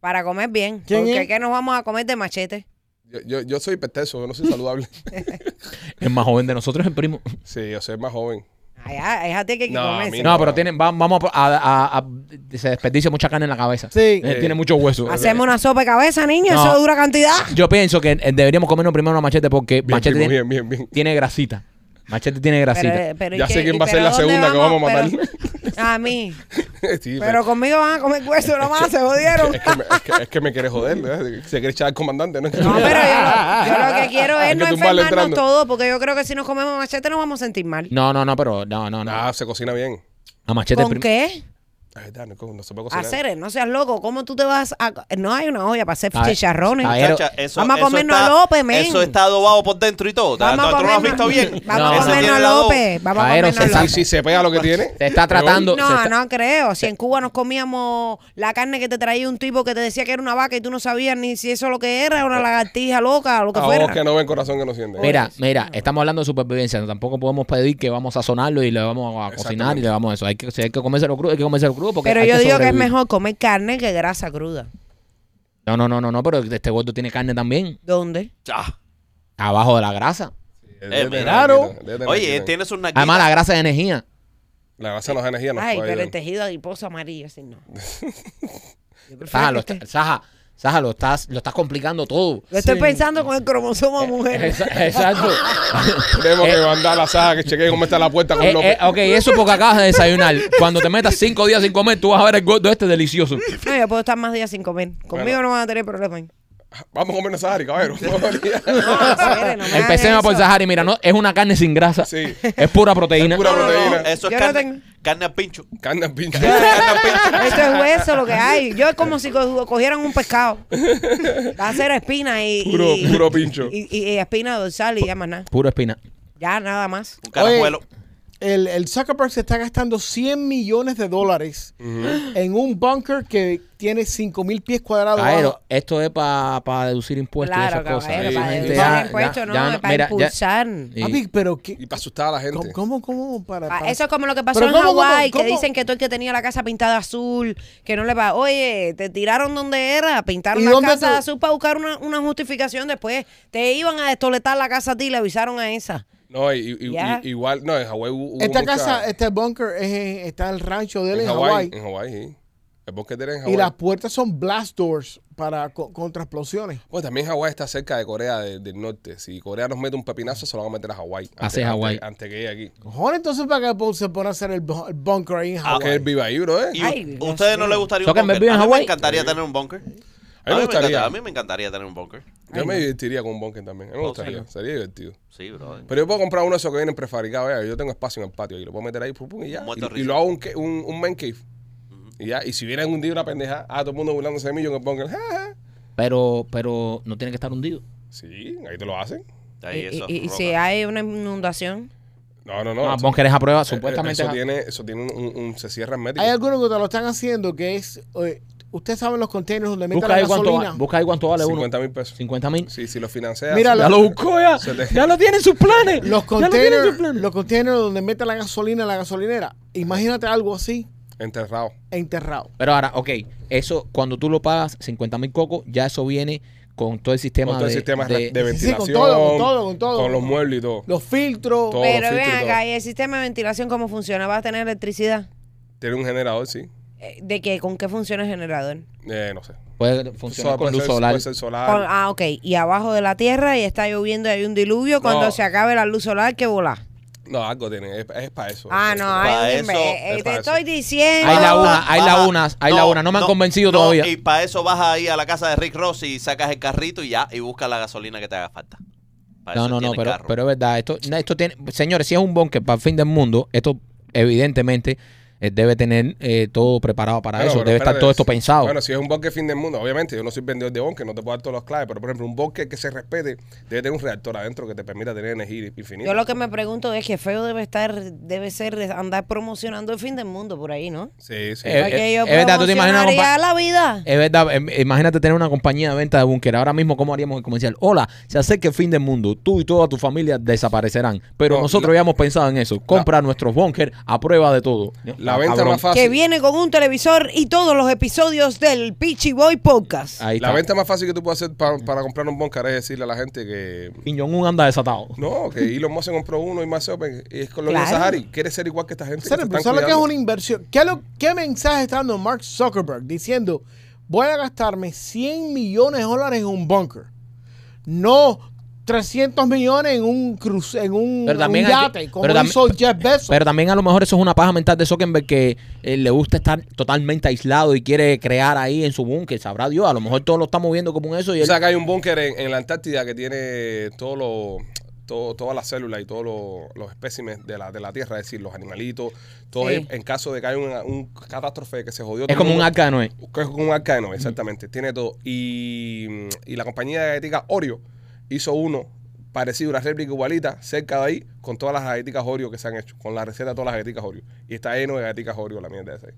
[SPEAKER 5] Para comer bien.
[SPEAKER 3] ¿Quién
[SPEAKER 5] porque
[SPEAKER 3] es?
[SPEAKER 5] ¿qué nos vamos a comer de machete?
[SPEAKER 1] yo, yo, yo soy petezo, yo no soy saludable. <laughs>
[SPEAKER 2] El más joven de nosotros es el primo.
[SPEAKER 1] sí, yo soy más joven.
[SPEAKER 5] Ay, ay, déjate que hay que
[SPEAKER 1] No,
[SPEAKER 5] comerse.
[SPEAKER 1] mira.
[SPEAKER 2] <laughs> No, pero tienen, va- vamos a, a- a- a- se desperdicia mucha carne en la cabeza.
[SPEAKER 3] Sí.
[SPEAKER 2] Eh, tiene mucho hueso.
[SPEAKER 5] Hacemos una sopa de cabeza, niño.
[SPEAKER 2] No.
[SPEAKER 5] Eso dura cantidad.
[SPEAKER 2] Yo pienso que eh, deberíamos comernos primero una machete porque
[SPEAKER 1] Bien,
[SPEAKER 2] machete
[SPEAKER 1] primo,
[SPEAKER 2] tiene,
[SPEAKER 1] bien, bien, bien.
[SPEAKER 2] tiene grasita. Machete tiene grasita.
[SPEAKER 5] Pero, eh, pero, ¿y
[SPEAKER 1] Ya
[SPEAKER 5] qué?
[SPEAKER 1] sé quién
[SPEAKER 5] ¿Y
[SPEAKER 1] va a ser
[SPEAKER 5] pero
[SPEAKER 1] la
[SPEAKER 5] dónde
[SPEAKER 1] segunda que vamos a
[SPEAKER 5] Pero- a mí.
[SPEAKER 1] <laughs> Sí,
[SPEAKER 5] Pero conmigo van a comer hueso nomás, se jodieron.
[SPEAKER 1] es, que me, es, que, es que me quiere joder, ¿eh? se quiere echar al comandante. No,
[SPEAKER 5] <laughs> No,
[SPEAKER 1] <laughs>
[SPEAKER 5] pero yo, lo- yo lo que quiero
[SPEAKER 1] Hay
[SPEAKER 5] es
[SPEAKER 1] que
[SPEAKER 5] no
[SPEAKER 1] tumbarle
[SPEAKER 5] enfermarnos
[SPEAKER 1] entrando.
[SPEAKER 5] todos, porque yo creo que si nos comemos machete nos vamos a sentir mal.
[SPEAKER 2] No, no, no, pero no, no, no.
[SPEAKER 1] Ah, se cocina bien.
[SPEAKER 2] A machete
[SPEAKER 5] ¿Con
[SPEAKER 2] primero.
[SPEAKER 5] qué?
[SPEAKER 1] Ay, verdad, no, no se puede cocinar.
[SPEAKER 5] Hacer, no seas loco. ¿Cómo tú te vas a.? No hay una olla para hacer
[SPEAKER 2] A ver,
[SPEAKER 5] chicharrones.
[SPEAKER 2] a ver,
[SPEAKER 4] Chacha, eso,
[SPEAKER 5] Vamos a
[SPEAKER 4] eso
[SPEAKER 5] comernos
[SPEAKER 4] está-
[SPEAKER 5] a López, men.
[SPEAKER 4] Eso está adobado por dentro y todo.
[SPEAKER 5] Vamos a
[SPEAKER 4] ¿Tú no has visto
[SPEAKER 5] comernos-
[SPEAKER 4] bien?
[SPEAKER 5] <laughs> Vamos
[SPEAKER 2] No.
[SPEAKER 5] a
[SPEAKER 4] Eso
[SPEAKER 5] comernos
[SPEAKER 4] tiene
[SPEAKER 5] a
[SPEAKER 4] el adobo.
[SPEAKER 5] López. Vamos a
[SPEAKER 2] Paero,
[SPEAKER 5] comernos a
[SPEAKER 2] se
[SPEAKER 1] Sí,
[SPEAKER 5] López.
[SPEAKER 1] sí, se pega lo que tiene.
[SPEAKER 2] Se está tratando. se
[SPEAKER 5] No,
[SPEAKER 2] está-
[SPEAKER 5] no creo. Si en Cuba nos comíamos la carne que te traía un tipo que te decía que era una vaca y tú no sabías ni si eso lo que era, una lagartija loca o lo que
[SPEAKER 1] A
[SPEAKER 5] fuera.
[SPEAKER 1] vos que no ven corazón que no sienten.
[SPEAKER 2] Mira, mira, estamos hablando de supervivencia. Tampoco podemos pedir que vamos a sonarlo y le vamos a cocinar y
[SPEAKER 1] Exactamente.
[SPEAKER 2] le vamos a eso. Hay que, si hay que comérselo crudo, hay que comérselo crudo porque
[SPEAKER 5] Pero
[SPEAKER 2] hay
[SPEAKER 5] yo digo que es
[SPEAKER 2] sobrevivir.
[SPEAKER 5] mejor comer carne que grasa cruda.
[SPEAKER 2] No, no, no, no, no, pero este gordo tiene carne también.
[SPEAKER 5] ¿Dónde?
[SPEAKER 4] Ah.
[SPEAKER 2] Abajo de la grasa.
[SPEAKER 1] Déjate,
[SPEAKER 4] mira.
[SPEAKER 1] déjate,
[SPEAKER 3] Claro.
[SPEAKER 1] déjate,
[SPEAKER 4] Eh, Oye,
[SPEAKER 1] déjate.
[SPEAKER 4] él tiene sus naquitas.
[SPEAKER 2] Además, la grasa es energía.
[SPEAKER 1] La grasa nos energía, nos
[SPEAKER 5] Ay,
[SPEAKER 1] puede
[SPEAKER 5] pero este- el
[SPEAKER 1] ayudar.
[SPEAKER 5] tejido adiposo amarillo,
[SPEAKER 2] <laughs>
[SPEAKER 5] si no. Yo prefiero
[SPEAKER 2] Saja,
[SPEAKER 5] que
[SPEAKER 2] lo,
[SPEAKER 5] esté-
[SPEAKER 2] está- Saja, Saja, lo estás, lo estás complicando todo.
[SPEAKER 5] Lo estoy pensando con el cromosoma mujer.
[SPEAKER 2] Eh, Esa- Exacto.
[SPEAKER 5] <laughs>
[SPEAKER 1] Tenemos que mandar a la saja que chequee cómo está la puerta con
[SPEAKER 2] Eh,
[SPEAKER 1] López.
[SPEAKER 2] eh, ok, eso porque acabas de desayunar. Cuando te metas cinco días sin comer, tú vas a ver el gordo este delicioso.
[SPEAKER 5] No, yo puedo estar más días sin comer. Conmigo
[SPEAKER 1] Bueno.
[SPEAKER 2] <laughs>
[SPEAKER 5] no van a tener problemas.
[SPEAKER 1] Vamos a comer una sahari,
[SPEAKER 3] <laughs>
[SPEAKER 1] caballero. No,
[SPEAKER 5] No, en serio, no me hagan
[SPEAKER 2] Empecemos por
[SPEAKER 5] eso. <laughs>
[SPEAKER 2] Sahari, mira, no, es una carne sin grasa.
[SPEAKER 1] Sí.
[SPEAKER 2] Es pura proteína.
[SPEAKER 1] Es pura-
[SPEAKER 4] No, no, no,
[SPEAKER 1] proteína.
[SPEAKER 4] Eso es
[SPEAKER 5] Yo no
[SPEAKER 4] carne,
[SPEAKER 5] tengo-
[SPEAKER 4] carne al pincho.
[SPEAKER 1] Carne al pincho.
[SPEAKER 5] Esto es hueso lo que hay. Yo es como si co- cogieran un pescado. Va a ser espina y. y-
[SPEAKER 1] Puro, puro pincho.
[SPEAKER 5] Y, y- y espina dorsal y ya más nada.
[SPEAKER 2] Pura espina.
[SPEAKER 5] Ya nada más.
[SPEAKER 4] Un carajuelo.
[SPEAKER 3] El, el Zuckerberg se está gastando 100 millones de dólares en un bunker que tiene 5 mil pies cuadrados.
[SPEAKER 2] Caballero,
[SPEAKER 3] abajo.
[SPEAKER 2] esto es para deducir impuestos y
[SPEAKER 5] Claro,
[SPEAKER 2] esas cosas.
[SPEAKER 5] caballero,
[SPEAKER 1] Esa
[SPEAKER 5] para
[SPEAKER 1] gente
[SPEAKER 5] deducir
[SPEAKER 1] ya-
[SPEAKER 5] impuestos, no,
[SPEAKER 2] ya
[SPEAKER 5] para
[SPEAKER 2] mira, ya-
[SPEAKER 5] impulsar.
[SPEAKER 2] y-
[SPEAKER 3] Ah, Papi, pero
[SPEAKER 1] Y
[SPEAKER 3] ¿qué?
[SPEAKER 1] para asustar a la gente.
[SPEAKER 3] ¿Cómo, cómo, cómo para,
[SPEAKER 2] Ah,
[SPEAKER 5] Pa-
[SPEAKER 3] para-
[SPEAKER 5] Ah, Eso es como lo que pasó
[SPEAKER 3] Pero
[SPEAKER 5] en
[SPEAKER 3] ¿cómo, cómo,
[SPEAKER 5] Hawái, que
[SPEAKER 3] cómo?
[SPEAKER 5] dicen que todo el que tenía la casa pintada azul, que no le va, oye, te tiraron donde era, pintaron
[SPEAKER 3] ¿Y
[SPEAKER 5] la
[SPEAKER 3] dónde
[SPEAKER 5] casa
[SPEAKER 3] tú-
[SPEAKER 5] azul para buscar una, una justificación después. Te iban a destoletar la casa a ti, le avisaron a esa.
[SPEAKER 1] No, y, y- y-
[SPEAKER 5] Ya.
[SPEAKER 1] igual, no, en Hawái hubo, hubo
[SPEAKER 3] Esta
[SPEAKER 1] mucha-
[SPEAKER 3] casa, este bunker es en- está en el rancho de él en Hawái.
[SPEAKER 1] En Hawái, sí. El bosque de él en
[SPEAKER 3] Y las
[SPEAKER 1] Hawái.
[SPEAKER 3] puertas son blast doors para co- contra explosiones.
[SPEAKER 1] Pues también Hawái está cerca de Corea de- del Norte. Si Corea nos mete un pepinazo, se lo van a meter a Hawái.
[SPEAKER 2] Hace
[SPEAKER 1] Antes-
[SPEAKER 2] Hawái.
[SPEAKER 1] Antes, antes que llegue aquí.
[SPEAKER 3] Cojones, entonces para que se pone a hacer el, bu- el bunker ahí en
[SPEAKER 2] Ah,
[SPEAKER 1] Que él
[SPEAKER 3] Hawái.
[SPEAKER 1] viva ahí, bro. eh.
[SPEAKER 4] Y
[SPEAKER 5] Ay,
[SPEAKER 4] u- ustedes
[SPEAKER 5] Dios
[SPEAKER 4] no les gustaría un
[SPEAKER 2] Tocan
[SPEAKER 4] bunker.
[SPEAKER 2] bebida en
[SPEAKER 4] a mí me
[SPEAKER 2] Hawái.
[SPEAKER 4] encantaría tener un bunker.
[SPEAKER 1] A mí me gustaría.
[SPEAKER 4] encanta- a mí Ah, me encantaría tener un bunker.
[SPEAKER 1] Yo me divertiría con un bunker también. A mí me
[SPEAKER 4] Oh,
[SPEAKER 1] gustaría.
[SPEAKER 4] sí.
[SPEAKER 1] Sería divertido.
[SPEAKER 4] Sí, brother.
[SPEAKER 1] Pero yo puedo comprar uno de esos que vienen prefabricados. eh. Yo tengo espacio en el patio y lo puedo meter ahí pum, pum, y ya.
[SPEAKER 4] Muerto
[SPEAKER 1] Y, y
[SPEAKER 4] risa.
[SPEAKER 1] lo hago un, ca- un, un man cave. Y ya. Y si viene un día una pendeja, ah, todo el mundo burlándose de mí, yo en el bunker. ja, ja.
[SPEAKER 2] Pero, pero no tiene que estar hundido.
[SPEAKER 1] Sí, ahí te lo hacen.
[SPEAKER 4] Ahí,
[SPEAKER 5] y,
[SPEAKER 4] eso
[SPEAKER 5] y- y
[SPEAKER 4] roca.
[SPEAKER 5] si hay una inundación,
[SPEAKER 1] No, no, no.
[SPEAKER 3] Ah,
[SPEAKER 2] No,
[SPEAKER 1] eso-
[SPEAKER 2] Bunker es a prueba,
[SPEAKER 1] eh, eh,
[SPEAKER 2] supuestamente.
[SPEAKER 1] Eso tiene, eso tiene un, un- un- Se cierra en médico.
[SPEAKER 3] Hay algunos que te lo están haciendo que es. eh, Ustedes saben los containers donde meten
[SPEAKER 2] busca,
[SPEAKER 3] la
[SPEAKER 2] ahí cuánto, va-
[SPEAKER 3] gasolina.
[SPEAKER 2] busca ahí cuánto vale uno.
[SPEAKER 1] 50 mil pesos.
[SPEAKER 2] 50 mil.
[SPEAKER 1] Sí, si lo financias.
[SPEAKER 3] Mira,
[SPEAKER 1] sí.
[SPEAKER 3] la-
[SPEAKER 2] Ya lo buscó ya.
[SPEAKER 1] Se te-
[SPEAKER 2] Ya lo tiene en sus planes.
[SPEAKER 3] Los
[SPEAKER 2] Ya lo tiene en sus
[SPEAKER 3] containers,
[SPEAKER 2] planes.
[SPEAKER 3] los containers donde meten la gasolina en la gasolinera. Imagínate algo así
[SPEAKER 1] Enterrado.
[SPEAKER 3] enterrado.
[SPEAKER 2] Pero ahora, ok, eso cuando tú lo pagas, 50 mil cocos, ya eso viene con todo el sistema
[SPEAKER 1] Con todo el
[SPEAKER 2] de-
[SPEAKER 1] sistema de,
[SPEAKER 2] de-
[SPEAKER 1] de
[SPEAKER 3] Sí, sí,
[SPEAKER 1] ventilación.
[SPEAKER 3] con todo, con todo, con todo.
[SPEAKER 1] con los muebles y todo.
[SPEAKER 3] Los filtros.
[SPEAKER 1] Todo.
[SPEAKER 5] pero
[SPEAKER 1] sí,
[SPEAKER 5] ven
[SPEAKER 1] sí, todo.
[SPEAKER 5] acá, ¿y el sistema de ventilación cómo funciona? ¿Vas a tener electricidad?
[SPEAKER 1] Tiene un generador, sí.
[SPEAKER 5] Eh, ¿De qué? ¿Con qué funciona el generador?
[SPEAKER 1] Eh, no sé.
[SPEAKER 2] puede
[SPEAKER 1] Eso
[SPEAKER 2] funcionar con
[SPEAKER 1] puede
[SPEAKER 2] luz
[SPEAKER 1] ser-
[SPEAKER 2] solar.
[SPEAKER 1] puede ser
[SPEAKER 5] Con-
[SPEAKER 1] solar.
[SPEAKER 5] ah, ok. Y abajo de la tierra y está lloviendo y hay un diluvio. Cuando
[SPEAKER 1] No.
[SPEAKER 5] se acabe la luz solar, que volá.
[SPEAKER 1] No, algo tiene. Es, para eso.
[SPEAKER 5] Ah,
[SPEAKER 1] es
[SPEAKER 5] no,
[SPEAKER 1] para eso.
[SPEAKER 4] Pa'
[SPEAKER 5] hay
[SPEAKER 4] eso,
[SPEAKER 5] un inve- eh,
[SPEAKER 1] es
[SPEAKER 5] Te
[SPEAKER 1] pa' eso.
[SPEAKER 5] estoy diciendo.
[SPEAKER 2] Hay la
[SPEAKER 4] Baja,
[SPEAKER 2] una, Ah, hay la
[SPEAKER 4] baja.
[SPEAKER 2] una, hay la una. No me han convencido todavía.
[SPEAKER 4] Y para eso vas ahí a la casa de Rick Ross y sacas el carrito y ya, y buscas la gasolina que te haga falta. Pa'
[SPEAKER 2] No,
[SPEAKER 4] eso
[SPEAKER 2] no,
[SPEAKER 4] tiene
[SPEAKER 2] no,
[SPEAKER 4] el
[SPEAKER 2] pero,
[SPEAKER 4] carro.
[SPEAKER 2] pero es verdad. Esto, na- esto tiene, señores, si es un bunker para el fin del mundo, esto evidentemente eh, debe tener eh, todo preparado para
[SPEAKER 1] Bueno,
[SPEAKER 2] eso.
[SPEAKER 1] pero
[SPEAKER 2] Debe estar
[SPEAKER 1] espérate,
[SPEAKER 2] todo esto
[SPEAKER 1] si-
[SPEAKER 2] pensado.
[SPEAKER 1] Bueno, si es un bosque fin del mundo, obviamente yo no soy vendedor de bosque, no te puedo dar todas las claves, pero por ejemplo, un bosque que se respete debe tener un reactor adentro que te permita tener energía infinita.
[SPEAKER 5] Yo lo que me pregunto es que feo debe estar, debe ser andar promocionando el fin del mundo por ahí, ¿no?
[SPEAKER 1] Sí, sí.
[SPEAKER 2] Eh,
[SPEAKER 5] Porque
[SPEAKER 2] eh,
[SPEAKER 5] yo
[SPEAKER 2] es verdad, tú te imaginas,
[SPEAKER 5] promocionaría
[SPEAKER 2] compa-
[SPEAKER 5] la vida.
[SPEAKER 2] Es verdad, em- imagínate tener una compañía de venta de búnker. Ahora mismo, ¿cómo haríamos el comercial? Hola, se acerca el fin del mundo. Tú y toda tu familia desaparecerán. Pero
[SPEAKER 1] No,
[SPEAKER 2] nosotros
[SPEAKER 1] la-
[SPEAKER 2] ya hemos pensado en eso. Compra nuestros búnker a prueba de todo.
[SPEAKER 1] la venta
[SPEAKER 2] ah, Cabrón.
[SPEAKER 1] más fácil.
[SPEAKER 5] Que viene con un televisor y todos los episodios del Peachy Boy Podcast.
[SPEAKER 2] Ahí
[SPEAKER 1] La
[SPEAKER 2] está.
[SPEAKER 1] venta más fácil que tú puedes hacer pa- para comprar un búnker es decirle a la gente que
[SPEAKER 2] Kim Jong-un anda desatado.
[SPEAKER 1] no, que Elon Musk se compró uno y más open. Y es con lo que
[SPEAKER 5] Claro.
[SPEAKER 1] dice Harry, quiere ser igual que esta gente.
[SPEAKER 3] O sea,
[SPEAKER 1] que se
[SPEAKER 3] pero
[SPEAKER 1] están
[SPEAKER 3] ¿sabes lo que es
[SPEAKER 1] cuidando.
[SPEAKER 3] una inversión? ¿Qué, lo- qué mensaje está dando Mark Zuckerberg diciendo voy a gastarme 100 millones de dólares en un bunker? No 300 millones en un cruce, en un,
[SPEAKER 2] Pero
[SPEAKER 3] en
[SPEAKER 2] también
[SPEAKER 3] un
[SPEAKER 2] hay que-
[SPEAKER 3] yate, como
[SPEAKER 2] pero también-
[SPEAKER 3] hizo Jeff Bezos.
[SPEAKER 2] Pero también a lo mejor eso es una paja mental de Zuckerberg que eh, le gusta estar totalmente aislado y quiere crear ahí en su búnker. Sabrá Dios, a lo mejor todos lo estamos viendo como un eso y
[SPEAKER 1] O
[SPEAKER 2] él...
[SPEAKER 1] sea, que hay un búnker en, en la Antártida que tiene todos los- todo- todas las células y todos los, los espécimes de la, de la Tierra, es decir, los animalitos, todo
[SPEAKER 5] Sí.
[SPEAKER 1] ello, en caso de que haya una- un catástrofe que se jodió. todo
[SPEAKER 2] es
[SPEAKER 1] el
[SPEAKER 2] como un
[SPEAKER 1] mundo,
[SPEAKER 2] arca de Noé.
[SPEAKER 1] que es como un arca de Noé, exactamente. Tiene todo. Y, y la compañía de galleticas Oreo hizo uno parecido, una réplica igualita, cerca de ahí, con todas las galleticas Oreo que se han hecho, con la receta de todas las galleticas Oreo. Y está lleno de galleticas Oreo, la mierda esa. ahí.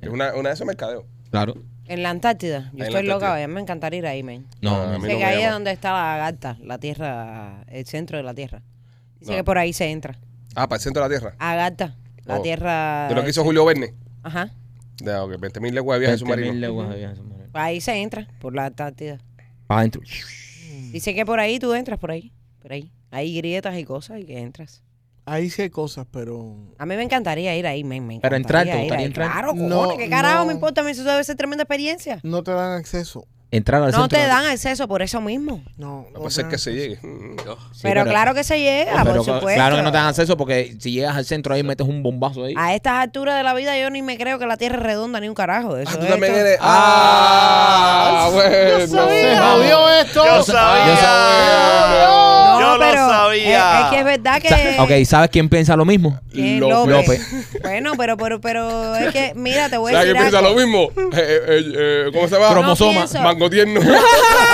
[SPEAKER 1] Es una, una de esos mercadeos.
[SPEAKER 2] Claro.
[SPEAKER 5] En la Antártida. Yo
[SPEAKER 1] en
[SPEAKER 5] estoy
[SPEAKER 1] la
[SPEAKER 5] loca,
[SPEAKER 1] Antártida.
[SPEAKER 5] a mí me encantaría ir ahí, men.
[SPEAKER 2] No,
[SPEAKER 1] Ah,
[SPEAKER 2] no,
[SPEAKER 1] a mí
[SPEAKER 5] Dice
[SPEAKER 1] no me
[SPEAKER 5] que ahí es
[SPEAKER 1] llama.
[SPEAKER 5] donde está la gata, la tierra, el centro de la tierra. Dice
[SPEAKER 1] No.
[SPEAKER 5] que por ahí se entra.
[SPEAKER 1] Ah, para el centro de la Tierra.
[SPEAKER 5] Agatha, la
[SPEAKER 1] Oh.
[SPEAKER 5] tierra.
[SPEAKER 2] Ah,
[SPEAKER 1] De lo que hizo Julio Verne.
[SPEAKER 5] Ajá.
[SPEAKER 1] De ok, 20.000 leguas de viaje
[SPEAKER 2] 20.000
[SPEAKER 1] submarino.
[SPEAKER 2] leguas de viaje submarino.
[SPEAKER 5] Ahí se entra, por la Antártida.
[SPEAKER 2] Pa' adentro.
[SPEAKER 1] Mm.
[SPEAKER 5] Dice que por ahí tú entras, por ahí. Por ahí. Hay grietas y cosas y que entras.
[SPEAKER 3] Ahí sí hay cosas, pero...
[SPEAKER 5] A mí me encantaría ir ahí, men, me
[SPEAKER 2] Pero entrar, ¿te gustaría
[SPEAKER 5] encantaría ir ahí.
[SPEAKER 2] entrar?
[SPEAKER 5] Claro,
[SPEAKER 3] No,
[SPEAKER 5] cojones, ¿qué carajo
[SPEAKER 3] no.
[SPEAKER 5] me importa? A mí eso debe ser tremenda experiencia.
[SPEAKER 3] No te dan acceso.
[SPEAKER 2] entrar al
[SPEAKER 5] No
[SPEAKER 2] centro
[SPEAKER 5] te
[SPEAKER 2] de-
[SPEAKER 5] dan acceso por eso mismo.
[SPEAKER 3] No,
[SPEAKER 1] Lo que pasa es que se llegue. Mm.
[SPEAKER 2] Sí,
[SPEAKER 5] pero, claro que se llega,
[SPEAKER 2] pero
[SPEAKER 5] Ah, por
[SPEAKER 2] cl-
[SPEAKER 5] supuesto.
[SPEAKER 2] Claro que no te dan acceso porque si llegas al centro ahí metes un bombazo ahí.
[SPEAKER 5] A estas alturas de la vida yo ni me creo que la Tierra es redonda ni un carajo. Eso
[SPEAKER 1] Ah, tú
[SPEAKER 5] es
[SPEAKER 1] también
[SPEAKER 5] todo-
[SPEAKER 1] eres. ¡Ah! bueno.
[SPEAKER 5] Pues
[SPEAKER 3] ¡Se jodió esto!
[SPEAKER 4] Yo sabía.
[SPEAKER 2] Yo
[SPEAKER 5] No,
[SPEAKER 4] Yo lo
[SPEAKER 5] pero
[SPEAKER 4] sabía.
[SPEAKER 5] Es, es que es verdad que...
[SPEAKER 2] Sa- Ok, ¿sabes quién piensa lo mismo?
[SPEAKER 5] que
[SPEAKER 1] López.
[SPEAKER 5] Bueno, pero, pero, pero es que, mira, te voy a
[SPEAKER 1] ¿Sabes
[SPEAKER 5] decir
[SPEAKER 1] que piensa
[SPEAKER 5] algo.
[SPEAKER 1] lo
[SPEAKER 5] <laughs>
[SPEAKER 1] mismo? Eh, eh, eh, ¿Cómo se llama?
[SPEAKER 2] Cromosoma.
[SPEAKER 5] No pienso.
[SPEAKER 1] Mango tierno. <laughs>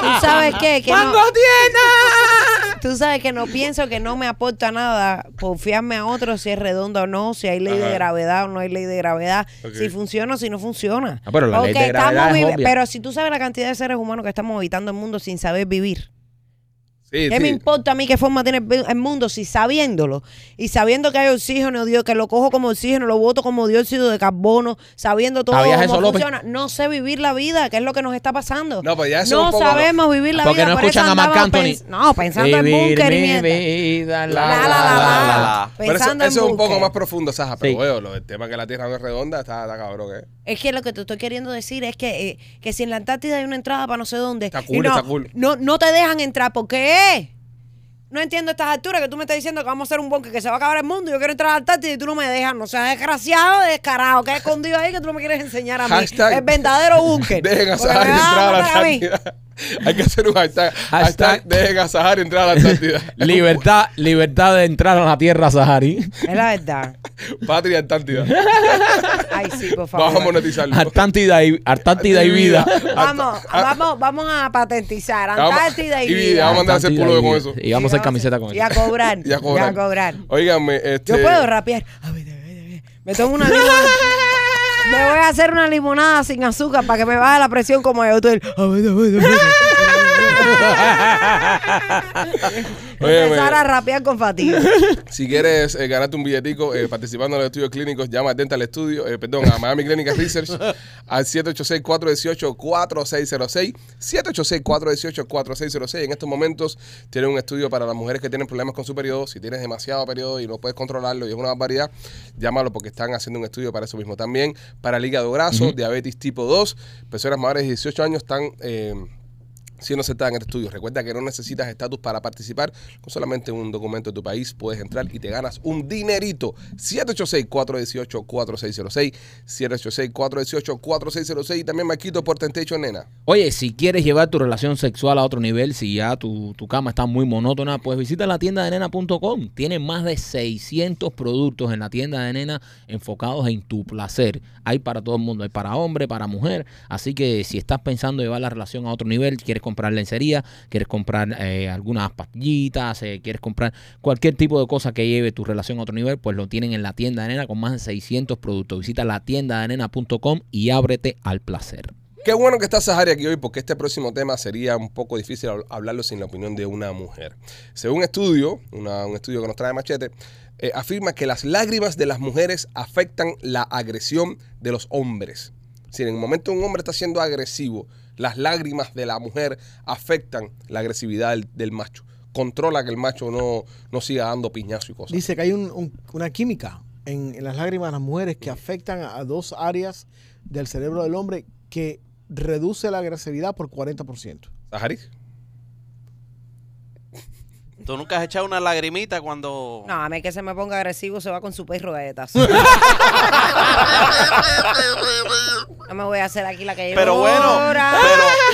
[SPEAKER 5] ¿Tú sabes qué? Que no,
[SPEAKER 2] tiene!
[SPEAKER 5] tú sabes que no pienso que no me aporta nada por fiarme a otro si es redondo o no, si hay ley
[SPEAKER 1] Ajá.
[SPEAKER 5] de gravedad o no hay ley de gravedad,
[SPEAKER 1] Ok.
[SPEAKER 5] si funciona o si no funciona.
[SPEAKER 2] Ah, pero la ley
[SPEAKER 5] Ok,
[SPEAKER 2] de gravedad
[SPEAKER 5] estamos
[SPEAKER 2] es
[SPEAKER 5] vivi-
[SPEAKER 2] obvia.
[SPEAKER 5] Pero si tú sabes la cantidad de seres humanos que estamos habitando el mundo sin saber vivir,
[SPEAKER 1] Sí,
[SPEAKER 5] ¿qué me
[SPEAKER 1] sí.
[SPEAKER 5] importa a mí qué forma tiene el vi- el mundo si sabiéndolo? Y sabiendo que hay oxígeno, Dios, que lo cojo como oxígeno, lo boto como dióxido de carbono, sabiendo todo
[SPEAKER 2] ¿Sabías
[SPEAKER 5] cómo
[SPEAKER 2] eso, López?
[SPEAKER 5] funciona, no sé vivir la vida, que es lo que nos está pasando.
[SPEAKER 1] No, pues ya eso
[SPEAKER 5] No
[SPEAKER 1] es un poco-
[SPEAKER 5] sabemos vivir la
[SPEAKER 2] Porque
[SPEAKER 5] vida.
[SPEAKER 2] no
[SPEAKER 5] por eso
[SPEAKER 2] escuchan a Marc
[SPEAKER 5] andamos
[SPEAKER 2] Anthony.
[SPEAKER 5] pens- No, pensando en búnker y mierda.
[SPEAKER 2] vida,
[SPEAKER 5] La, la, la,
[SPEAKER 4] la,
[SPEAKER 5] la.
[SPEAKER 4] la.
[SPEAKER 1] Pero eso,
[SPEAKER 5] Pensando en
[SPEAKER 1] eso es un poco
[SPEAKER 5] búnker.
[SPEAKER 1] más profundo, Saja. Pero
[SPEAKER 2] Sí.
[SPEAKER 1] veo, lo, el tema que la Tierra no es redonda está, está cabrón, ¿eh?
[SPEAKER 5] Es que lo que te estoy queriendo decir es que, eh, que si en la Antártida hay una entrada para no sé dónde.
[SPEAKER 1] Está
[SPEAKER 5] y
[SPEAKER 1] cool,
[SPEAKER 5] no,
[SPEAKER 1] está cool.
[SPEAKER 5] No, no te dejan entrar. ¿Por qué? No entiendo estas alturas que tú me estás diciendo que vamos a hacer un búnker que se va a acabar el mundo. Yo quiero entrar a la Antártida y tú no me dejas. No seas desgraciado, descarado. Que escondido ahí que tú no me quieres enseñar a mí.
[SPEAKER 1] Hashtag-
[SPEAKER 5] el verdadero
[SPEAKER 1] <laughs>
[SPEAKER 5] búnker.
[SPEAKER 1] Dejen a
[SPEAKER 5] Porque
[SPEAKER 1] Sahar
[SPEAKER 5] me vas a
[SPEAKER 1] entrar a la
[SPEAKER 5] matar a mí.
[SPEAKER 1] Antártida. <laughs> Hay que hacer un hashtag.
[SPEAKER 2] Hashtag-
[SPEAKER 1] Hashtag dejen a Sahar entrar a la
[SPEAKER 2] <laughs>
[SPEAKER 1] Antártida.
[SPEAKER 2] Libertad, libertad de entrar a la tierra sahari.
[SPEAKER 5] Es la verdad.
[SPEAKER 1] Patria Antártida.
[SPEAKER 5] Ay, sí, por favor.
[SPEAKER 1] Vamos a monetizarlo.
[SPEAKER 2] Artántida y, Artántida y vida.
[SPEAKER 5] Vamos, vamos, vamos a patentizar
[SPEAKER 1] Ah, Vamos-
[SPEAKER 5] Antártida y
[SPEAKER 1] y
[SPEAKER 5] vida.
[SPEAKER 1] vida, vamos a mandar a hacer
[SPEAKER 2] Artántida
[SPEAKER 1] pulo
[SPEAKER 2] y
[SPEAKER 1] con
[SPEAKER 2] vida.
[SPEAKER 1] eso.
[SPEAKER 2] Y vamos a hacer camiseta con
[SPEAKER 5] Y a
[SPEAKER 2] eso.
[SPEAKER 5] cobrar.
[SPEAKER 1] Y a cobrar.
[SPEAKER 5] Y a cobrar.
[SPEAKER 1] Óigame, este.
[SPEAKER 5] Yo puedo rapear. A ver, a ver, a ver. Me tomo una limonada. Me voy a hacer una limonada sin azúcar para que me baje la presión como yo estoy. A ver, a ver, a ver.
[SPEAKER 1] Óyeme.
[SPEAKER 5] Empezar a rapear con fatiga.
[SPEAKER 1] Si quieres eh, ganarte un billetico eh, participando en los estudios clínicos, llama a Dental Studio, eh, perdón, a Miami Clinic
[SPEAKER 5] <laughs>
[SPEAKER 1] Research al 786-418-4606. 786-418-4606. En estos momentos tienen un estudio para las mujeres que tienen problemas con su periodo. Si tienes demasiado periodo y no puedes controlarlo y es una barbaridad, llámalo porque están haciendo un estudio para eso mismo. También para el hígado graso, diabetes tipo 2. Personas mayores de 18 años están... eh, si no se está en este estudio, recuerda que no necesitas estatus para participar. Con solamente un documento de tu país puedes entrar y te ganas un dinerito. 786-418-4606. 786-418-4606. Y también Marquito por Temptation, nena.
[SPEAKER 2] Oye, si quieres llevar tu relación sexual a otro nivel, si ya tu, tu cama está muy monótona, pues visita la tienda de nena.com. Tienen más de 600 productos en la tienda de nena enfocados en tu placer. Hay para todo el mundo, hay para hombre, para mujer. Así que si estás pensando llevar la relación a otro nivel, quieres comprar lencería, quieres comprar eh, algunas pastillitas, eh, quieres comprar cualquier tipo de cosa que lleve tu relación a otro nivel, pues lo tienen en la tienda de nena con más de 600 productos. Visita la tienda de nena.com y ábrete al placer.
[SPEAKER 1] Qué bueno que está Sahari aquí hoy porque este próximo tema sería un poco difícil habl- hablarlo sin la opinión de una mujer. Según un estudio, una- un estudio que nos trae Machete, eh, afirma que las lágrimas de las mujeres afectan la agresión de los hombres. Si en el momento un hombre está siendo agresivo, las lágrimas de la mujer afectan la agresividad del, del macho. Controla que el macho no, no siga dando piñazo y cosas.
[SPEAKER 3] Dice que hay un- un- una química en, en las lágrimas de las mujeres que afectan a, a dos áreas del cerebro del hombre que reduce la agresividad por 40%.
[SPEAKER 1] Sahari,
[SPEAKER 4] ¿Tú nunca has echado una lagrimita cuando...
[SPEAKER 5] No, a mí que se me ponga agresivo se va con su perro
[SPEAKER 4] <laughs>
[SPEAKER 5] galletas. No me voy a hacer aquí la que yo
[SPEAKER 4] Pero bueno,
[SPEAKER 5] ahora.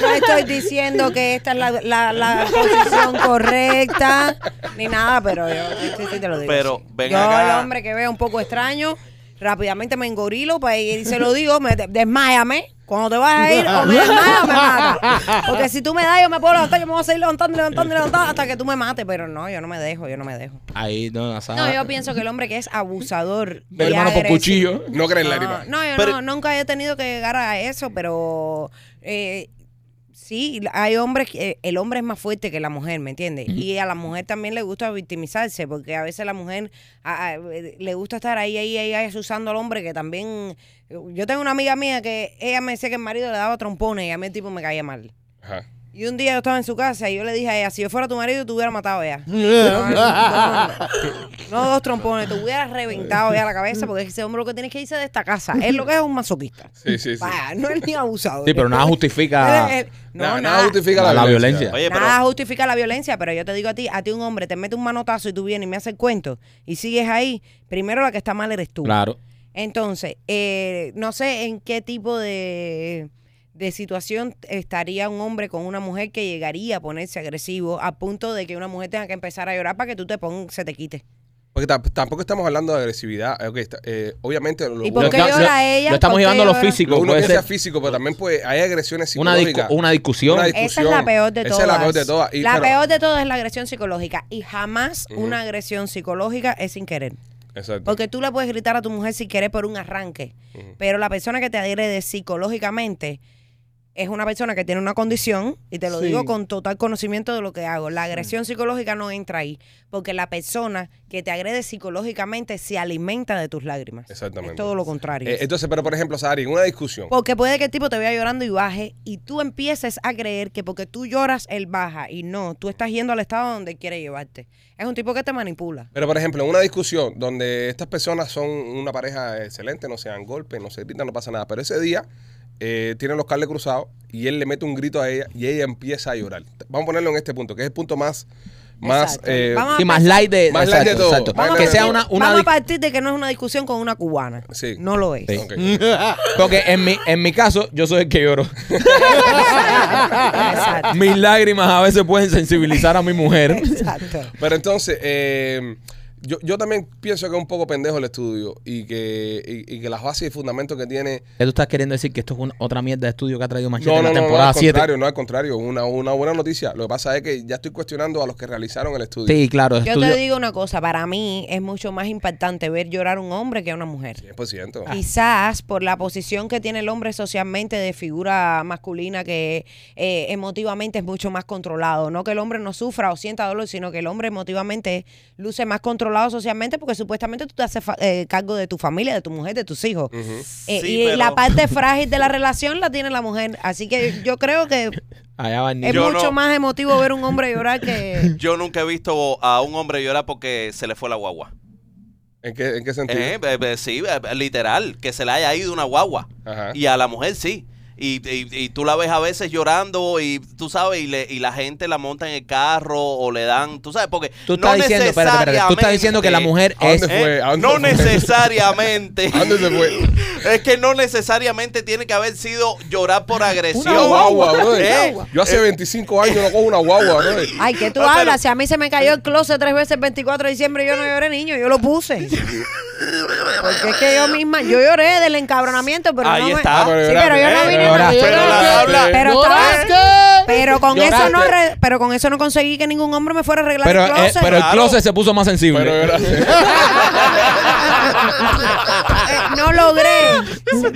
[SPEAKER 5] No estoy diciendo que esta es la, la- la posición correcta ni nada, pero yo sí, sí te lo digo.
[SPEAKER 4] Pero,
[SPEAKER 5] sí.
[SPEAKER 4] ven
[SPEAKER 5] yo,
[SPEAKER 4] acá.
[SPEAKER 5] el hombre que veo un poco extraño, rápidamente me engorilo pues, y se lo digo, me, de- desmáyame. Cuando te vas a ir, o me desmayas o me matas. Porque si tú me das, yo me puedo levantar, yo me voy a seguir levantando, levantando, levantando hasta que tú me mates. Pero no, yo no me dejo, yo no me dejo.
[SPEAKER 2] Ahí no, la
[SPEAKER 5] No,
[SPEAKER 2] sala-
[SPEAKER 5] yo pienso que el hombre que es
[SPEAKER 2] <laughs>
[SPEAKER 5] abusador. y
[SPEAKER 2] Ve, hermano, por
[SPEAKER 5] agresivo-
[SPEAKER 2] cuchillo.
[SPEAKER 1] no crees
[SPEAKER 5] No,
[SPEAKER 1] lágrimas.
[SPEAKER 5] no, yo
[SPEAKER 4] Pero-
[SPEAKER 5] no, nunca he tenido que llegar a eso, pero eh, sí, hay hombres, que eh, el hombre es más fuerte que la mujer, ¿me entiendes? Y a la mujer también le gusta victimizarse, porque a veces la mujer a- a- eh, le gusta estar ahí, ahí, ahí, ahí, usando al hombre que también... Yo tengo una amiga mía que ella me decía que el marido le daba trompones y a mí el tipo me caía mal.
[SPEAKER 1] Ajá.
[SPEAKER 5] Y un día yo estaba en su casa y yo le dije a ella, si yo fuera tu marido, te hubiera matado
[SPEAKER 1] <laughs>
[SPEAKER 5] ya. No dos trompones, te hubieras reventado ya la cabeza porque ese hombre lo que tienes que irse de esta casa. Es lo que es un masoquista.
[SPEAKER 1] Sí, sí, sí.
[SPEAKER 5] Vaya, no es ni abusado.
[SPEAKER 2] Sí, pero nada
[SPEAKER 5] Él es
[SPEAKER 2] justifica
[SPEAKER 5] el- No,
[SPEAKER 1] Nada,
[SPEAKER 5] nada.
[SPEAKER 1] nada justifica la,
[SPEAKER 2] la
[SPEAKER 1] violencia.
[SPEAKER 2] violencia.
[SPEAKER 4] Oye, pero-
[SPEAKER 5] Nada justifica la violencia, pero yo te digo a ti, a ti un hombre te mete un manotazo y tú vienes y me haces el cuento y sigues ahí, primero la que está mal eres tú.
[SPEAKER 2] Claro.
[SPEAKER 5] Entonces, eh, no sé en qué tipo de, de situación estaría un hombre con una mujer que llegaría a ponerse agresivo a punto de que una mujer tenga que empezar a llorar para que tú te pongas, se te quite.
[SPEAKER 1] Porque tam- tampoco estamos hablando de agresividad. Eh, ok, está- eh, obviamente, lo,
[SPEAKER 5] ¿Y
[SPEAKER 1] uno-
[SPEAKER 5] por qué
[SPEAKER 2] Lo- lo-
[SPEAKER 5] llora ella?
[SPEAKER 2] Lo estamos
[SPEAKER 5] ¿Por qué
[SPEAKER 2] llevando a lo
[SPEAKER 5] llora?
[SPEAKER 1] lo
[SPEAKER 2] físico.
[SPEAKER 1] uno
[SPEAKER 2] Puede
[SPEAKER 1] que sea
[SPEAKER 2] ser
[SPEAKER 1] físico, pero también puede, hay agresiones
[SPEAKER 2] una, discu-
[SPEAKER 1] psicológicas.
[SPEAKER 2] una discusión.
[SPEAKER 1] Una discu-
[SPEAKER 5] Esa es la
[SPEAKER 1] discusión.
[SPEAKER 5] peor de
[SPEAKER 1] Esa
[SPEAKER 5] todas.
[SPEAKER 1] es la peor de todas. Y,
[SPEAKER 5] la
[SPEAKER 1] pero-
[SPEAKER 5] peor de todas es la agresión psicológica. Y jamás
[SPEAKER 1] Ujú.
[SPEAKER 5] una agresión psicológica es sin querer.
[SPEAKER 1] Exacto.
[SPEAKER 5] Porque tú le puedes gritar a tu mujer si quieres por un arranque. Pero la persona que te agrede psicológicamente es una persona que tiene una condición, y te lo
[SPEAKER 3] Sí.
[SPEAKER 5] digo con total conocimiento de lo que hago. La
[SPEAKER 2] Mm.
[SPEAKER 5] agresión psicológica no entra ahí. Porque la persona que te agrede psicológicamente se alimenta de tus lágrimas.
[SPEAKER 1] Exactamente.
[SPEAKER 5] Es todo lo contrario.
[SPEAKER 1] Eh, entonces, pero por ejemplo, Sari, en una discusión.
[SPEAKER 5] Porque puede que el tipo te vea llorando y baje y tú empieces a creer que porque tú lloras, él baja. Y no, tú estás yendo al estado donde él quiere llevarte. Es un tipo que te manipula.
[SPEAKER 1] Pero por ejemplo, en una discusión donde estas personas son una pareja excelente, no se dan golpes, no se gritan, no pasa nada. Pero ese día eh, tienen los cables cruzados y él le mete un grito a ella y ella empieza a llorar. Vamos a ponerlo en este punto, que es el punto más, más
[SPEAKER 5] Exacto.
[SPEAKER 1] eh,
[SPEAKER 5] Vamos a
[SPEAKER 2] Sí, más light de,
[SPEAKER 1] Más light de todo. Vamos a
[SPEAKER 2] Que
[SPEAKER 1] partir-
[SPEAKER 2] sea una, una
[SPEAKER 5] Vamos a
[SPEAKER 2] dis-
[SPEAKER 5] partir de que no es una discusión con una cubana.
[SPEAKER 1] Sí.
[SPEAKER 5] No lo es.
[SPEAKER 2] Sí.
[SPEAKER 1] Ok.
[SPEAKER 3] <laughs>
[SPEAKER 2] Porque en mi, en mi caso, yo soy el que lloro.
[SPEAKER 5] <laughs>
[SPEAKER 2] <laughs>
[SPEAKER 5] Exacto.
[SPEAKER 2] Mis lágrimas a veces pueden sensibilizar a mi
[SPEAKER 4] <laughs>
[SPEAKER 2] mujer.
[SPEAKER 5] Exacto.
[SPEAKER 1] Pero entonces, eh, yo, yo también pienso que es un poco pendejo el estudio y que, y- y que las bases y fundamentos que tiene
[SPEAKER 2] ¿Qué tú estás queriendo decir que esto es una- otra mierda de estudio que ha traído Machete
[SPEAKER 1] No,
[SPEAKER 2] en
[SPEAKER 1] no,
[SPEAKER 2] la
[SPEAKER 1] no, no,
[SPEAKER 2] temporada
[SPEAKER 1] al
[SPEAKER 2] 7?
[SPEAKER 1] contrario, no, al contrario, una, una buena noticia. Lo que pasa es que ya estoy cuestionando a los que realizaron el estudio.
[SPEAKER 2] sí, claro.
[SPEAKER 5] Yo
[SPEAKER 2] estudio-
[SPEAKER 5] te digo una cosa, para mí es mucho más impactante ver llorar a un hombre que a una mujer.
[SPEAKER 1] 100%.
[SPEAKER 4] Ah.
[SPEAKER 5] Quizás por la posición que tiene el hombre socialmente de figura masculina que eh, emotivamente es mucho más controlado. No que el hombre no sufra o sienta dolor, sino que el hombre emotivamente luce más controlado socialmente porque supuestamente tú te haces fa- eh, cargo de tu familia, de tu mujer, de tus hijos.
[SPEAKER 1] Ujú.
[SPEAKER 5] Eh,
[SPEAKER 4] Sí,
[SPEAKER 5] y
[SPEAKER 4] pero-
[SPEAKER 5] la parte frágil de la relación la tiene la mujer. Así que yo creo que
[SPEAKER 2] Allá va el niño.
[SPEAKER 5] es
[SPEAKER 4] <laughs> Yo
[SPEAKER 5] mucho
[SPEAKER 4] no.
[SPEAKER 5] más emotivo ver un hombre llorar que...
[SPEAKER 4] Yo nunca he visto a un hombre llorar porque se le fue la guagua.
[SPEAKER 1] ¿En, qué, en qué sentido?
[SPEAKER 4] Eh, be- be- sí, be- be- literal, que se le haya ido una guagua.
[SPEAKER 2] Ah.
[SPEAKER 1] Ajá.
[SPEAKER 4] Y a la mujer sí. Y, y- y tú la ves a veces llorando y tú sabes, y, le- y la gente la monta en el carro o le dan, tú sabes, porque...
[SPEAKER 2] Tú estás diciendo, espérate, espérate, tú estás diciendo que la
[SPEAKER 4] necesariamente-
[SPEAKER 2] mujer
[SPEAKER 1] ¿A
[SPEAKER 2] es.
[SPEAKER 1] dónde fue? ¿A dónde
[SPEAKER 4] Eh, no
[SPEAKER 1] fue?
[SPEAKER 4] necesariamente.
[SPEAKER 1] ¿A dónde se fue?
[SPEAKER 4] <laughs> Es que no necesariamente tiene que haber sido llorar por agresión.
[SPEAKER 1] Una guagua, brother.
[SPEAKER 4] oh, ¿Eh?
[SPEAKER 1] Yo hace 25 años no cojo una guagua, brother.
[SPEAKER 5] Ay, que tú
[SPEAKER 4] No, pero-
[SPEAKER 5] hablas, si a mí se me cayó el closet tres veces el 24 de diciembre y yo no lloré, niño, yo lo puse. Porque es que yo misma, yo lloré del encabronamiento, pero
[SPEAKER 4] Ahí
[SPEAKER 5] no me-
[SPEAKER 4] está,
[SPEAKER 1] pero
[SPEAKER 5] sí, pero yo no
[SPEAKER 1] lloraste,
[SPEAKER 5] vine
[SPEAKER 2] eh,
[SPEAKER 5] mal, yo
[SPEAKER 2] lloraste.
[SPEAKER 5] lloré.
[SPEAKER 4] Pero la habla-
[SPEAKER 5] Pero estaba- pero con eso no
[SPEAKER 2] Lloraste.
[SPEAKER 5] re- pero con eso no conseguí que ningún hombre me fuera a arreglar
[SPEAKER 2] Pero,
[SPEAKER 5] el
[SPEAKER 2] eh,
[SPEAKER 5] closet.
[SPEAKER 2] pero el
[SPEAKER 4] Claro.
[SPEAKER 2] closet se puso más sensible.
[SPEAKER 1] Pero gracias.
[SPEAKER 5] <laughs> Eh, no logré.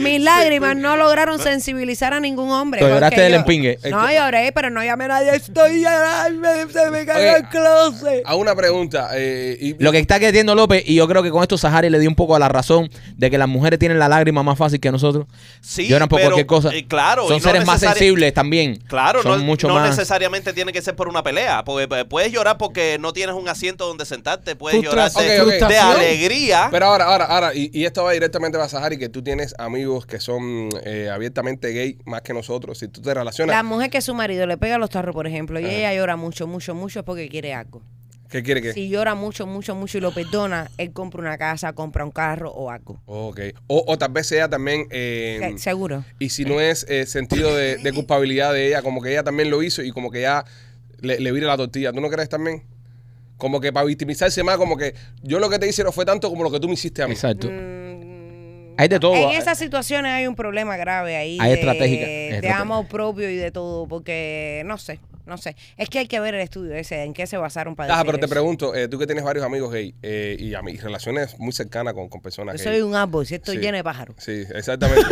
[SPEAKER 5] Mis lágrimas no lograron sensibilizar a ningún hombre.
[SPEAKER 2] Te lloraste
[SPEAKER 5] porque
[SPEAKER 2] del
[SPEAKER 5] yo-
[SPEAKER 2] empingue.
[SPEAKER 5] No lloré, pero no llamé a nadie. Estoy llorando, se me cayó
[SPEAKER 1] Oye,
[SPEAKER 5] el closet.
[SPEAKER 1] <laughs> A una pregunta. eh, y-
[SPEAKER 2] Lo que está queriendo López, y yo creo que con esto Sahari le dio un poco a la razón de que las mujeres tienen la lágrima más fácil que nosotros.
[SPEAKER 4] Sí,
[SPEAKER 2] Lloran por
[SPEAKER 4] pero,
[SPEAKER 2] cualquier cosa.
[SPEAKER 4] eh, claro,
[SPEAKER 2] Son
[SPEAKER 4] y no
[SPEAKER 2] seres más
[SPEAKER 4] necesari-
[SPEAKER 2] sensibles también.
[SPEAKER 4] Claro,
[SPEAKER 2] Son
[SPEAKER 4] no,
[SPEAKER 2] mucho
[SPEAKER 4] no
[SPEAKER 2] más.
[SPEAKER 4] necesariamente tiene que ser por una pelea. Porque eh, puedes llorar porque no tienes un asiento donde sentarte. Puedes llorar
[SPEAKER 1] Frustración.
[SPEAKER 4] de,
[SPEAKER 1] Ok, ok.
[SPEAKER 4] de
[SPEAKER 1] Frustración.
[SPEAKER 5] Ah.
[SPEAKER 4] alegría.
[SPEAKER 1] Pero ahora, ahora, ahora, y, y esto va directamente para Sahari, que tú tienes amigos que son eh, abiertamente gay más que nosotros. Si tú te relacionas,
[SPEAKER 5] La mujer que su marido le pega los tarros, por ejemplo, y ella llora mucho, mucho, mucho es porque quiere algo.
[SPEAKER 1] ¿qué quiere que?
[SPEAKER 5] Si llora mucho, mucho, mucho y lo perdona, él compra una casa, compra un carro o algo.
[SPEAKER 1] Ok. O, o tal vez sea también... eh,
[SPEAKER 5] Se- Seguro.
[SPEAKER 1] Y si no es eh, sentido de, de culpabilidad de ella, como que ella también lo hizo y como que ya le, le vira la tortilla. ¿Tú no crees también? Como que para victimizarse más, como que yo lo que te hice no fue tanto como lo que tú me hiciste a mí.
[SPEAKER 2] Exacto.
[SPEAKER 5] Mm,
[SPEAKER 2] Hay de todo.
[SPEAKER 1] eh.
[SPEAKER 5] En esas situaciones hay un problema grave ahí.
[SPEAKER 2] Hay
[SPEAKER 5] de-
[SPEAKER 2] estratégica,
[SPEAKER 5] De,
[SPEAKER 2] estratégica.
[SPEAKER 5] amor propio y de todo, porque no sé, no sé. Es que hay que ver el estudio ese, en qué se basaron para
[SPEAKER 1] Taja,
[SPEAKER 5] decir
[SPEAKER 1] Ah, pero te
[SPEAKER 5] eso.
[SPEAKER 1] pregunto, eh, tú que tienes varios amigos gay eh, y, a mí, relaciones muy cercanas con, con personas
[SPEAKER 5] Yo
[SPEAKER 1] gay.
[SPEAKER 5] soy un árbol, si estoy
[SPEAKER 1] Sí.
[SPEAKER 5] lleno de pájaros.
[SPEAKER 1] Sí, exactamente.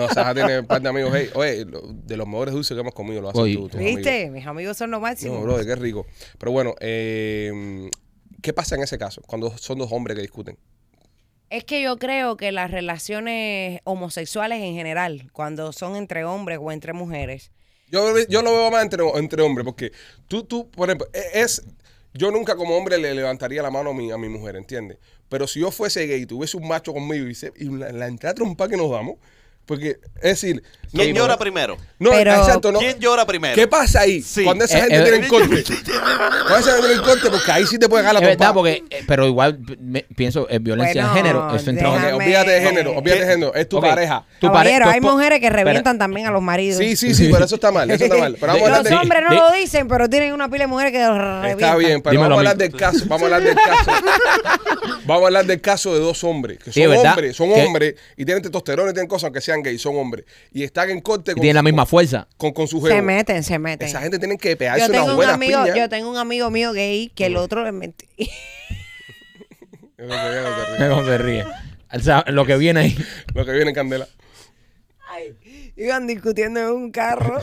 [SPEAKER 1] no, Saja tiene un par de amigos gay. Oye, lo- de los mejores dulces que hemos comido lo haces
[SPEAKER 2] Oye.
[SPEAKER 1] tú. tus amigos.
[SPEAKER 5] ¿Viste? Mis amigos son lo máximo.
[SPEAKER 1] No, brother, qué rico. Pero bueno, eh, ¿qué pasa en ese caso cuando son dos hombres que discuten?
[SPEAKER 5] Es que yo creo que las relaciones homosexuales en general, cuando son entre hombres o entre mujeres,
[SPEAKER 1] Yo, yo lo veo más entre, entre hombres, porque tú, tú, por ejemplo, e- es. Yo nunca como hombre le levantaría la mano a mi, a mi mujer, ¿entiendes? Pero si yo fuese gay y tuviese un macho conmigo y, se- y la, la entrada trompa que nos damos, porque, es decir. no-
[SPEAKER 4] ¿Quién
[SPEAKER 1] no-
[SPEAKER 4] llora primero?
[SPEAKER 1] No,
[SPEAKER 5] Pero-
[SPEAKER 1] exacto, no.
[SPEAKER 4] ¿Quién llora primero?
[SPEAKER 1] ¿Qué pasa ahí?
[SPEAKER 4] Sí.
[SPEAKER 1] Cuando esa
[SPEAKER 2] Eh,
[SPEAKER 1] gente
[SPEAKER 2] eh,
[SPEAKER 1] tiene el corte. cuando esa gente tiene el corte, porque ahí sí te puede ganar
[SPEAKER 2] Es
[SPEAKER 1] la
[SPEAKER 2] verdad,
[SPEAKER 1] trompa.
[SPEAKER 2] porque, eh, pero igual me- pienso en violencia de
[SPEAKER 5] Bueno,
[SPEAKER 2] género, eso entra
[SPEAKER 5] déjame-
[SPEAKER 1] Ok, olvídate de género, olvídate de género. Es tu
[SPEAKER 2] Eh, Ok.
[SPEAKER 1] pareja.
[SPEAKER 2] Tu pare-
[SPEAKER 5] Caballero,
[SPEAKER 2] tu
[SPEAKER 5] hay
[SPEAKER 2] espo-
[SPEAKER 5] mujeres que
[SPEAKER 2] Espera.
[SPEAKER 5] revientan también a los maridos.
[SPEAKER 1] Sí, sí, sí, pero eso está mal.
[SPEAKER 2] <laughs>
[SPEAKER 1] Eso está mal. Pero vamos a hablar
[SPEAKER 5] Los
[SPEAKER 1] de-
[SPEAKER 5] hombres no
[SPEAKER 2] de-
[SPEAKER 5] lo dicen, pero tienen una pila de mujeres que los revientan.
[SPEAKER 1] Está bien, pero
[SPEAKER 2] Dímelo,
[SPEAKER 1] vamos a hablar
[SPEAKER 2] amigo.
[SPEAKER 1] del caso. Vamos a hablar del
[SPEAKER 5] <laughs>
[SPEAKER 1] caso. vamos a hablar del caso de dos hombres. Que
[SPEAKER 2] Sí,
[SPEAKER 1] son
[SPEAKER 2] ¿verdad?
[SPEAKER 1] hombres, son
[SPEAKER 2] Que-
[SPEAKER 1] hombres. Y tienen testosterona y tienen cosas, aunque sean gays, son hombres. Y están en corte
[SPEAKER 2] Y
[SPEAKER 1] con,
[SPEAKER 2] tiene la misma fuerza.
[SPEAKER 1] con, con su
[SPEAKER 5] Se
[SPEAKER 1] jevo.
[SPEAKER 5] meten, se meten.
[SPEAKER 1] Esa gente tiene que
[SPEAKER 5] yo
[SPEAKER 1] pegarse
[SPEAKER 5] tengo,
[SPEAKER 1] unas
[SPEAKER 5] un
[SPEAKER 1] buenas
[SPEAKER 5] amigo,
[SPEAKER 1] piñas.
[SPEAKER 5] yo tengo un amigo mío gay que el otro es mentira.
[SPEAKER 2] <laughs> No se ríe. O sea, Lo que viene
[SPEAKER 5] <laughs>
[SPEAKER 2] ahí.
[SPEAKER 1] Lo que viene en candela.
[SPEAKER 5] Iban discutiendo en un carro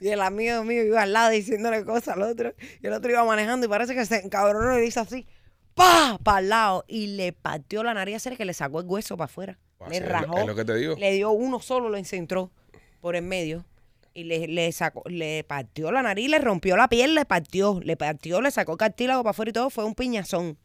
[SPEAKER 5] y el amigo mío iba al lado diciéndole cosas al otro y el otro iba manejando y parece que se encabronó y dice así, pa, para el lado y le pateó la nariz, hacer que le sacó el hueso para afuera, le
[SPEAKER 1] Ah, Es lo-
[SPEAKER 5] rajó,
[SPEAKER 1] es lo que te digo.
[SPEAKER 5] le dio uno solo, lo encentró por en medio y le, le sacó, le partió la nariz, le rompió la piel, le partió, le partió, le sacó el cartílago para afuera y todo, fue un piñazón.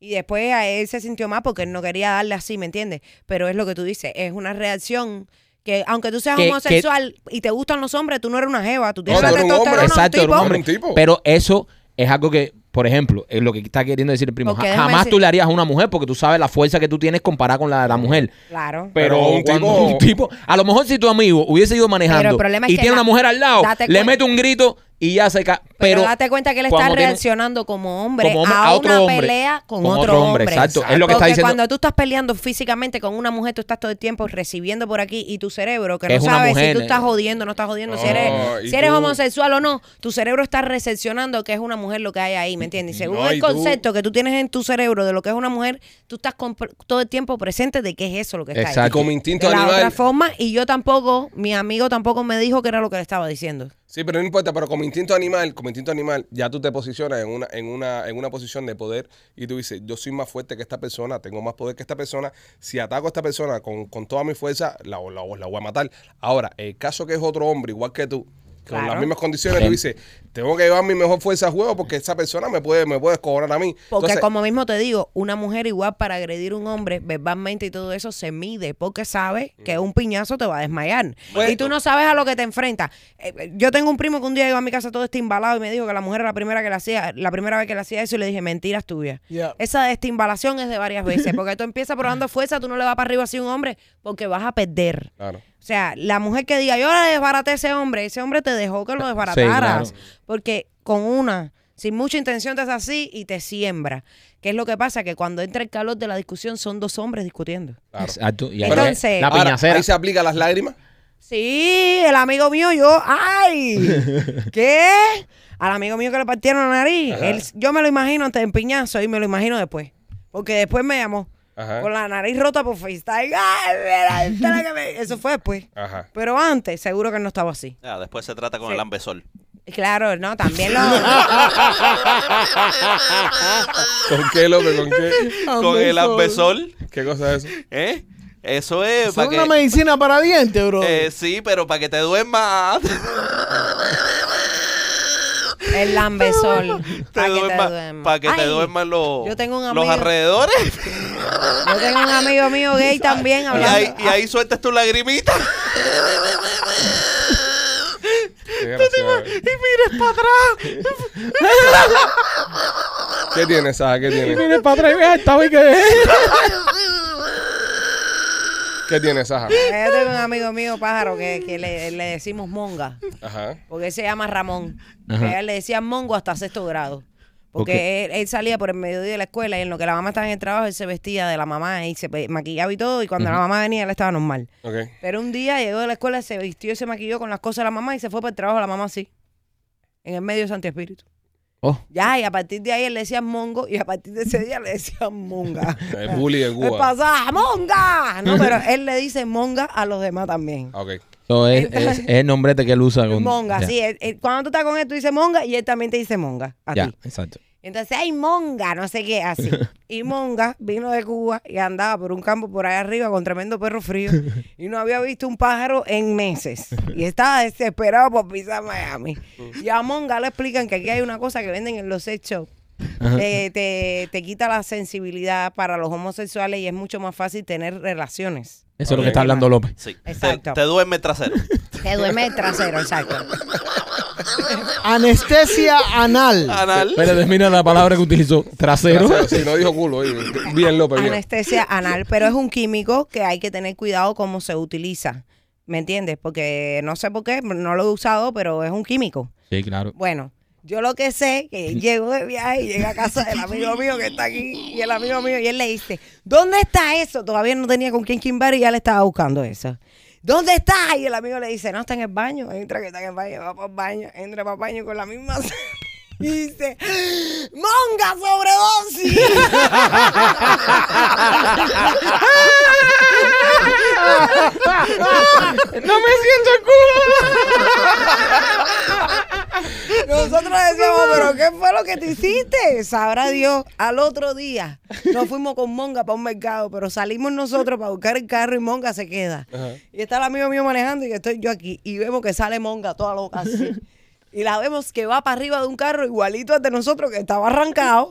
[SPEAKER 5] Y después a él se sintió mal porque él no quería darle así, ¿me entiendes? Pero es lo que tú dices, es una reacción que aunque tú seas
[SPEAKER 2] Que- que-
[SPEAKER 5] homosexual y te gustan los hombres, tú no eres una jeva, tú tienes
[SPEAKER 1] No,
[SPEAKER 5] la
[SPEAKER 1] tú eres un hombre.
[SPEAKER 5] testosterona de un
[SPEAKER 2] Exacto, era
[SPEAKER 5] tipo.
[SPEAKER 2] un hombre.
[SPEAKER 1] Era un tipo.
[SPEAKER 2] Pero eso es algo que, por ejemplo, es lo que está queriendo decir el primo.
[SPEAKER 5] Porque
[SPEAKER 2] ja-
[SPEAKER 5] déjame
[SPEAKER 2] Jamás
[SPEAKER 5] decir-
[SPEAKER 2] tú le harías a una mujer porque tú sabes la fuerza que tú tienes comparada con la de la mujer.
[SPEAKER 5] Claro.
[SPEAKER 2] Pero,
[SPEAKER 1] Pero un
[SPEAKER 2] cuando
[SPEAKER 1] tipo-
[SPEAKER 2] un tipo, a lo mejor si tu amigo hubiese ido
[SPEAKER 5] Pero
[SPEAKER 2] manejando
[SPEAKER 5] el problema es
[SPEAKER 2] y
[SPEAKER 5] que
[SPEAKER 2] tiene
[SPEAKER 5] la-
[SPEAKER 2] una mujer al lado,
[SPEAKER 5] date
[SPEAKER 2] le
[SPEAKER 5] cuen-
[SPEAKER 2] mete un grito y ya se cae. Pero,
[SPEAKER 5] Pero, date cuenta que él está
[SPEAKER 2] cuando tiene-
[SPEAKER 5] reaccionando como hombre,
[SPEAKER 2] como hombre-
[SPEAKER 5] a,
[SPEAKER 2] a otro
[SPEAKER 5] una
[SPEAKER 2] hombre.
[SPEAKER 5] pelea con,
[SPEAKER 2] Con
[SPEAKER 5] otro,
[SPEAKER 2] otro hombre,
[SPEAKER 5] hombre.
[SPEAKER 2] exacto. Es lo que está
[SPEAKER 5] Porque
[SPEAKER 2] diciendo-
[SPEAKER 5] cuando tú estás peleando físicamente con una mujer, tú estás todo el tiempo recibiendo por aquí y tu cerebro, que
[SPEAKER 2] Es
[SPEAKER 5] no
[SPEAKER 2] una
[SPEAKER 5] sabes
[SPEAKER 2] mujer,
[SPEAKER 5] si tú
[SPEAKER 2] eh.
[SPEAKER 5] estás jodiendo, no estás jodiendo, si
[SPEAKER 1] No,
[SPEAKER 5] eres,
[SPEAKER 1] y
[SPEAKER 5] si eres
[SPEAKER 1] tú-
[SPEAKER 5] homosexual o no, tu cerebro está recepcionando que es una mujer lo que hay ahí, ¿me entiendes? Y según
[SPEAKER 1] No,
[SPEAKER 5] el
[SPEAKER 1] y tú-
[SPEAKER 5] concepto que tú tienes en tu cerebro de lo que es una mujer, tú estás compr- todo el tiempo presente de qué es eso lo que está ahí.
[SPEAKER 1] Y
[SPEAKER 2] Exacto.
[SPEAKER 1] como instinto
[SPEAKER 5] de la otra
[SPEAKER 1] animal.
[SPEAKER 5] forma, y yo tampoco, mi amigo tampoco me dijo que era lo que le estaba diciendo.
[SPEAKER 1] Sí, pero no importa, pero como instinto animal, como instinto animal, ya tú te posicionas en una, en una, en una posición de poder y tú dices, yo soy más fuerte que esta persona, tengo más poder que esta persona, si ataco a esta persona con, con toda mi fuerza, la, la, la voy a matar. Ahora, el caso que es otro hombre, igual que tú, con
[SPEAKER 5] Claro.
[SPEAKER 1] las mismas condiciones,
[SPEAKER 2] Sí.
[SPEAKER 1] tú dices, tengo que llevar mi mejor fuerza a juego porque esa persona me puede, me puede descobrar a mí.
[SPEAKER 5] Porque
[SPEAKER 1] Entonces,
[SPEAKER 5] como mismo te digo, una mujer igual para agredir a un hombre verbalmente y todo eso se mide porque sabe que un piñazo te va a desmayar.
[SPEAKER 1] Bueno.
[SPEAKER 5] y tú no sabes a lo que te enfrentas. Eh, eh, yo tengo un primo que un día iba a mi casa todo estimbalado y me dijo que la mujer era la primera que le hacía, la primera vez que le hacía eso y le dije, mentiras tuyas.
[SPEAKER 3] Yeah.
[SPEAKER 5] Esa destimbalación es de varias veces, porque tú
[SPEAKER 1] <laughs>
[SPEAKER 5] empiezas probando fuerza, tú no le vas para arriba así a un hombre porque vas a perder.
[SPEAKER 1] Claro.
[SPEAKER 5] O sea, la mujer que diga, yo le desbaraté a ese hombre, ese hombre te dejó que lo desbarataras.
[SPEAKER 2] Sí,
[SPEAKER 5] Porque con una, sin mucha intención, te hace así y te siembra. Que es lo que pasa, que cuando entra el calor de la discusión, son dos hombres discutiendo.
[SPEAKER 1] claro.
[SPEAKER 2] Exacto. Y ahí-
[SPEAKER 5] Entonces-
[SPEAKER 2] la
[SPEAKER 1] Ahora,
[SPEAKER 2] piñacera.
[SPEAKER 1] ahí
[SPEAKER 5] <laughs>
[SPEAKER 1] se aplica las lágrimas.
[SPEAKER 5] Sí, el amigo mío, yo, ¡ay! ¿Qué? Al amigo mío que le partieron la nariz. él- yo me lo imagino antes del piñazo y me lo imagino después. Porque después me llamó.
[SPEAKER 1] Ajá.
[SPEAKER 5] Con la nariz rota por FaceTime. ¡Ay, mira, esta es la que me-". Eso fue después.
[SPEAKER 1] Ajá.
[SPEAKER 5] Pero antes, seguro que él no estaba así.
[SPEAKER 4] Ah, después se trata con el ambesol.
[SPEAKER 5] Claro, no,
[SPEAKER 4] <laughs>
[SPEAKER 5] también lo.
[SPEAKER 1] ¿Con qué, loco? ¿Con qué?
[SPEAKER 4] Con el ambesol,
[SPEAKER 1] ¿Qué cosa es eso?
[SPEAKER 4] ¿eh? Eso es
[SPEAKER 3] Es una
[SPEAKER 4] para que...
[SPEAKER 3] medicina para dientes, bro.
[SPEAKER 4] eh, sí, pero para que te <laughs> duermas.
[SPEAKER 5] El lambesol. Pa'
[SPEAKER 4] Te duerma-
[SPEAKER 5] duerma.
[SPEAKER 4] Para que te
[SPEAKER 5] Ay,
[SPEAKER 4] duerman los,
[SPEAKER 5] yo tengo un
[SPEAKER 4] los
[SPEAKER 5] amigo- <laughs>
[SPEAKER 4] alrededores.
[SPEAKER 5] Yo tengo un amigo mío gay también
[SPEAKER 4] Y
[SPEAKER 5] hablando.
[SPEAKER 4] ahí, y ahí sueltas tu lagrimita.
[SPEAKER 1] Qué gracioso.
[SPEAKER 4] Y mires para atrás.
[SPEAKER 1] ¿Qué tiene, Saja? ¿Qué tiene?
[SPEAKER 2] Mire, para atrás y vea, esta vez que-
[SPEAKER 1] ¿Qué tiene, Saja?
[SPEAKER 5] Yo tengo un amigo mío pájaro que, que le, le decimos monga.
[SPEAKER 1] Ajá.
[SPEAKER 5] Porque él se llama Ramón.
[SPEAKER 2] Ajá.
[SPEAKER 5] Que a él le decían mongo hasta sexto grado. Porque
[SPEAKER 2] Ok.
[SPEAKER 5] él, él salía por el mediodía de la escuela y en lo que la mamá estaba en el trabajo, él se vestía de la mamá y se pe- maquillaba y todo. Y cuando la mamá venía, él estaba normal.
[SPEAKER 1] Ok.
[SPEAKER 5] Pero un día llegó de la escuela, se vistió y se maquilló con las cosas de la mamá y se fue para el trabajo de la mamá así. En el medio de Santi Espíritu.
[SPEAKER 2] <laughs> Oh,
[SPEAKER 5] Ya, y a partir de ahí él le decían mongo y a partir de ese día le decían
[SPEAKER 2] <laughs>
[SPEAKER 5] monga.
[SPEAKER 1] El bully de
[SPEAKER 5] ¿Qué
[SPEAKER 1] Cuba.
[SPEAKER 5] pasa? ¡Monga! No, pero él le dice monga a los demás también.
[SPEAKER 1] Ah, Ok.
[SPEAKER 2] eso es, es- es el nombrete que él usa. con-
[SPEAKER 5] Monga,
[SPEAKER 2] ya,
[SPEAKER 5] sí. él- él- cuando tú estás con él, tú dices monga y él también te dice monga a
[SPEAKER 2] Ya,
[SPEAKER 5] ti.
[SPEAKER 2] exacto.
[SPEAKER 5] Entonces, hay monga, no sé qué, así. Y monga vino de Cuba y andaba por un campo por allá arriba con tremendo perro frío y no había visto un pájaro en meses. Y estaba desesperado por pisar Miami. Y a monga le explican que aquí hay una cosa que venden en los sex shops. Eh, te, te quita la sensibilidad para los homosexuales y es mucho más fácil tener relaciones.
[SPEAKER 2] Eso es lo
[SPEAKER 1] Ok.
[SPEAKER 2] que está hablando López.
[SPEAKER 4] Sí. Te-
[SPEAKER 5] Exacto.
[SPEAKER 4] Te, duerme el <laughs> trasero.
[SPEAKER 5] Te duerme el trasero, exacto.
[SPEAKER 3] Anestesia
[SPEAKER 1] <laughs>
[SPEAKER 3] anal.
[SPEAKER 4] Anal.
[SPEAKER 2] Pero termina la palabra que utilizó, trasero.
[SPEAKER 1] Si no dijo culo, oye. bien López, bien.
[SPEAKER 5] Anestesia anal, pero es un químico que hay que tener cuidado cómo se utiliza. ¿Me entiendes? Porque no sé por qué, no lo he usado, pero es un químico.
[SPEAKER 2] <laughs> Sí, claro.
[SPEAKER 5] Bueno, yo lo que sé, que llego de viaje y llega a casa del amigo mío que está aquí, y el amigo mío, y él le dice, ¿dónde está eso? Todavía no tenía con quién quimbar y ya le estaba buscando eso. ¿Dónde está? Y el amigo le dice, no, está en el baño, entra que está en el baño, va para el baño, entra para el baño con la misma... <laughs> Y dice, ¡Monga sobredosis! Nosotros decíamos, pero ¿qué fue lo que te hiciste? Sabrá Dios. Al otro día nos fuimos con Monga para un mercado, pero salimos nosotros para buscar el carro y Monga se queda. Y está el amigo mío manejando y estoy yo aquí. Y vemos que sale Monga toda loca así. Y la vemos que va para arriba de un carro igualito al de nosotros, que estaba arrancado,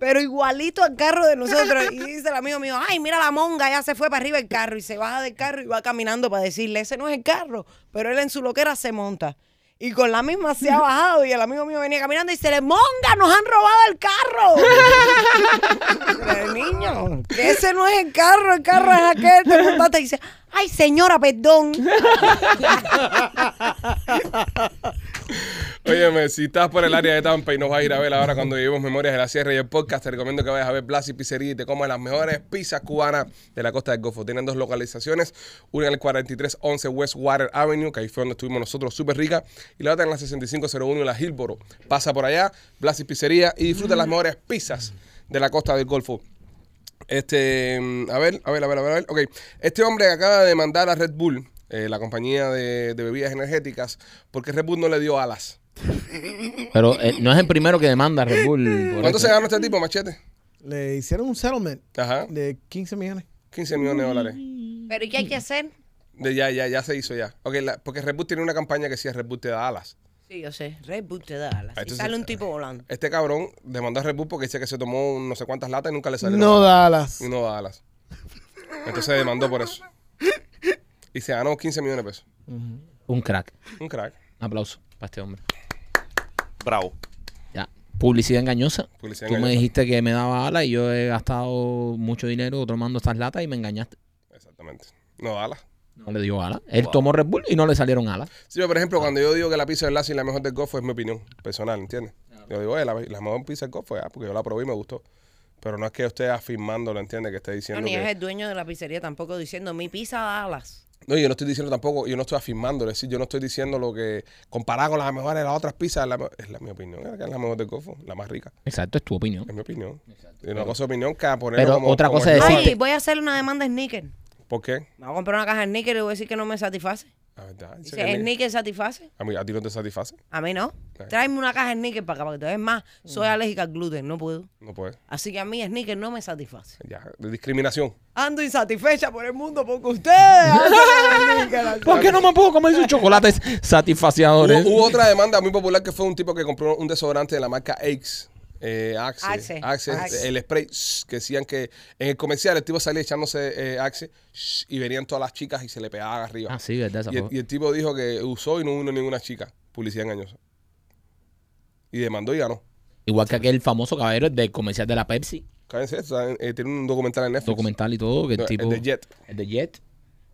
[SPEAKER 5] pero igualito al carro de nosotros. Y dice el amigo mío, ay, mira la monga, ya se fue para arriba el carro. Y se baja del carro y va caminando para decirle, ese no es el carro. Pero él en su loquera se monta. Y con la misma se ha bajado y el amigo mío venía caminando y se le monga, nos han robado el carro. Pero, niño, que ese no es el carro, el carro es aquel, te montaste y dice, ay señora, perdón.
[SPEAKER 1] Óyeme, si estás por el área de Tampa y nos vas a ir a ver ahora cuando llevemos Memorias de la Sierra y el podcast, te recomiendo que vayas a ver Blas y Pizzería y te comas las mejores pizzas cubanas de la costa del Golfo. Tienen dos localizaciones, una en el 4311 West Water Avenue, que ahí fue donde estuvimos nosotros, súper rica, y la otra en la 6501 en la Hillboro. Pasa por allá, Blas y Pizzería, y disfruta las mejores pizzas de la costa del Golfo. Este, mm, a ver, a ver, a ver, a ver, a ver. Ok, este hombre acaba de demandar a Red Bull, eh, la compañía de, de bebidas energéticas, porque Red Bull no le dio alas.
[SPEAKER 2] Pero eh, no es el primero que demanda Red Bull. por
[SPEAKER 1] ¿Cuánto se
[SPEAKER 2] esto.
[SPEAKER 1] ganó este tipo, Machete?
[SPEAKER 3] Le hicieron un settlement
[SPEAKER 1] Ajá,
[SPEAKER 3] de 15 millones.
[SPEAKER 1] 15 millones de dólares.
[SPEAKER 5] Pero ¿y qué hay que hacer?
[SPEAKER 1] De ya, ya, ya se hizo ya. Ok, la- porque Red Bull tiene una campaña que si Red Bull te da alas.
[SPEAKER 5] Sí, yo sé, Red Bull te da alas.
[SPEAKER 1] Ah,
[SPEAKER 5] Y
[SPEAKER 1] entonces-
[SPEAKER 5] sale un tipo volando.
[SPEAKER 1] Este cabrón demandó a Red Bull porque dice que se tomó no sé cuántas latas y nunca le salió
[SPEAKER 3] No da alas.
[SPEAKER 1] Y no da alas. Entonces demandó por eso. Y se ganó 15 millones de pesos.
[SPEAKER 2] Un crack.
[SPEAKER 1] Un crack.
[SPEAKER 2] Un aplauso para este hombre.
[SPEAKER 4] Bravo.
[SPEAKER 2] Ya. Publicidad engañosa.
[SPEAKER 1] Publicidad
[SPEAKER 2] Tú me
[SPEAKER 1] engañosa.
[SPEAKER 2] dijiste que me daba ala y yo he gastado mucho dinero tomando estas latas y me engañaste.
[SPEAKER 1] Exactamente. No da alas.
[SPEAKER 2] No le dio ala. Él tomó Red Bull y no le salieron alas.
[SPEAKER 1] Sí, pero por ejemplo, cuando yo digo que la pizza del Lassi es la mejor del Golfo, es mi opinión personal, ¿entiendes? Yo digo, oye, la, la mejor pizza del Golfo, ah, porque yo la probé y me gustó. Pero no es que esté afirmándolo, ¿entiendes? Que esté
[SPEAKER 5] No,
[SPEAKER 1] diciendo
[SPEAKER 5] ni
[SPEAKER 1] que...
[SPEAKER 5] es el dueño de la pizzería tampoco diciendo, mi pizza da alas.
[SPEAKER 1] No, yo no estoy diciendo tampoco, yo no estoy afirmándolo, es decir, yo no estoy diciendo lo que... Comparado con las mejores de las otras pizzas, es la, me- es la- mi opinión, es la que es la mejor del Golfo, la más rica,
[SPEAKER 2] Exacto, es tu opinión.
[SPEAKER 1] es mi opinión. Y una cosa de opinión que a ponerlo
[SPEAKER 2] Pero
[SPEAKER 1] como-
[SPEAKER 2] otra
[SPEAKER 1] como
[SPEAKER 2] cosa
[SPEAKER 1] el-
[SPEAKER 2] es-
[SPEAKER 5] Ay,
[SPEAKER 2] Decirte-
[SPEAKER 5] voy a hacer una demanda de sneaker.
[SPEAKER 1] ¿Por qué?
[SPEAKER 5] Me voy a comprar una caja de sneaker y le voy a decir que no me satisface.
[SPEAKER 1] La verdad, dice
[SPEAKER 5] Dice,
[SPEAKER 1] que
[SPEAKER 5] ¿el
[SPEAKER 1] ni-
[SPEAKER 5] sneaker satisface?
[SPEAKER 1] a, mí- a ti no te satisface,
[SPEAKER 5] A mí no.
[SPEAKER 1] Claro.
[SPEAKER 5] Tráeme una caja de sneaker para acá, porque todavía es más,
[SPEAKER 2] Mm.
[SPEAKER 5] soy alérgica al gluten, no puedo.
[SPEAKER 1] no puedes.
[SPEAKER 5] Así que a mí sneaker no me satisface.
[SPEAKER 1] Ya, de discriminación.
[SPEAKER 5] Ando insatisfecha por el mundo porque
[SPEAKER 2] <laughs>
[SPEAKER 5] ustedes hacen sneaker.
[SPEAKER 2] ¿Por qué no me puedo comer sus chocolates satisfaciadores?
[SPEAKER 1] Hubo, hubo otra demanda muy popular que fue un tipo que compró un desodorante de la marca Axe. eh, Axe,
[SPEAKER 5] Axe.
[SPEAKER 1] Axe,
[SPEAKER 5] Axe.
[SPEAKER 1] el spray shh, que decían que en el comercial el tipo salía echándose eh, Axe shh, y venían todas las chicas y se le pegaban arriba.
[SPEAKER 2] Ah, sí, verdad, esa
[SPEAKER 1] y, el,
[SPEAKER 2] foto.
[SPEAKER 1] y el tipo dijo que usó y no vino ninguna chica. Publicidad engañosa. Y demandó y ganó.
[SPEAKER 2] Igual que aquel famoso caballero del comercial de la Pepsi,
[SPEAKER 1] Cállense, eso, ¿saben? Eh, tiene un documental en Netflix.
[SPEAKER 2] documental y todo, que el
[SPEAKER 1] No, el
[SPEAKER 2] tipo...
[SPEAKER 1] de Jet.
[SPEAKER 2] El de Jet.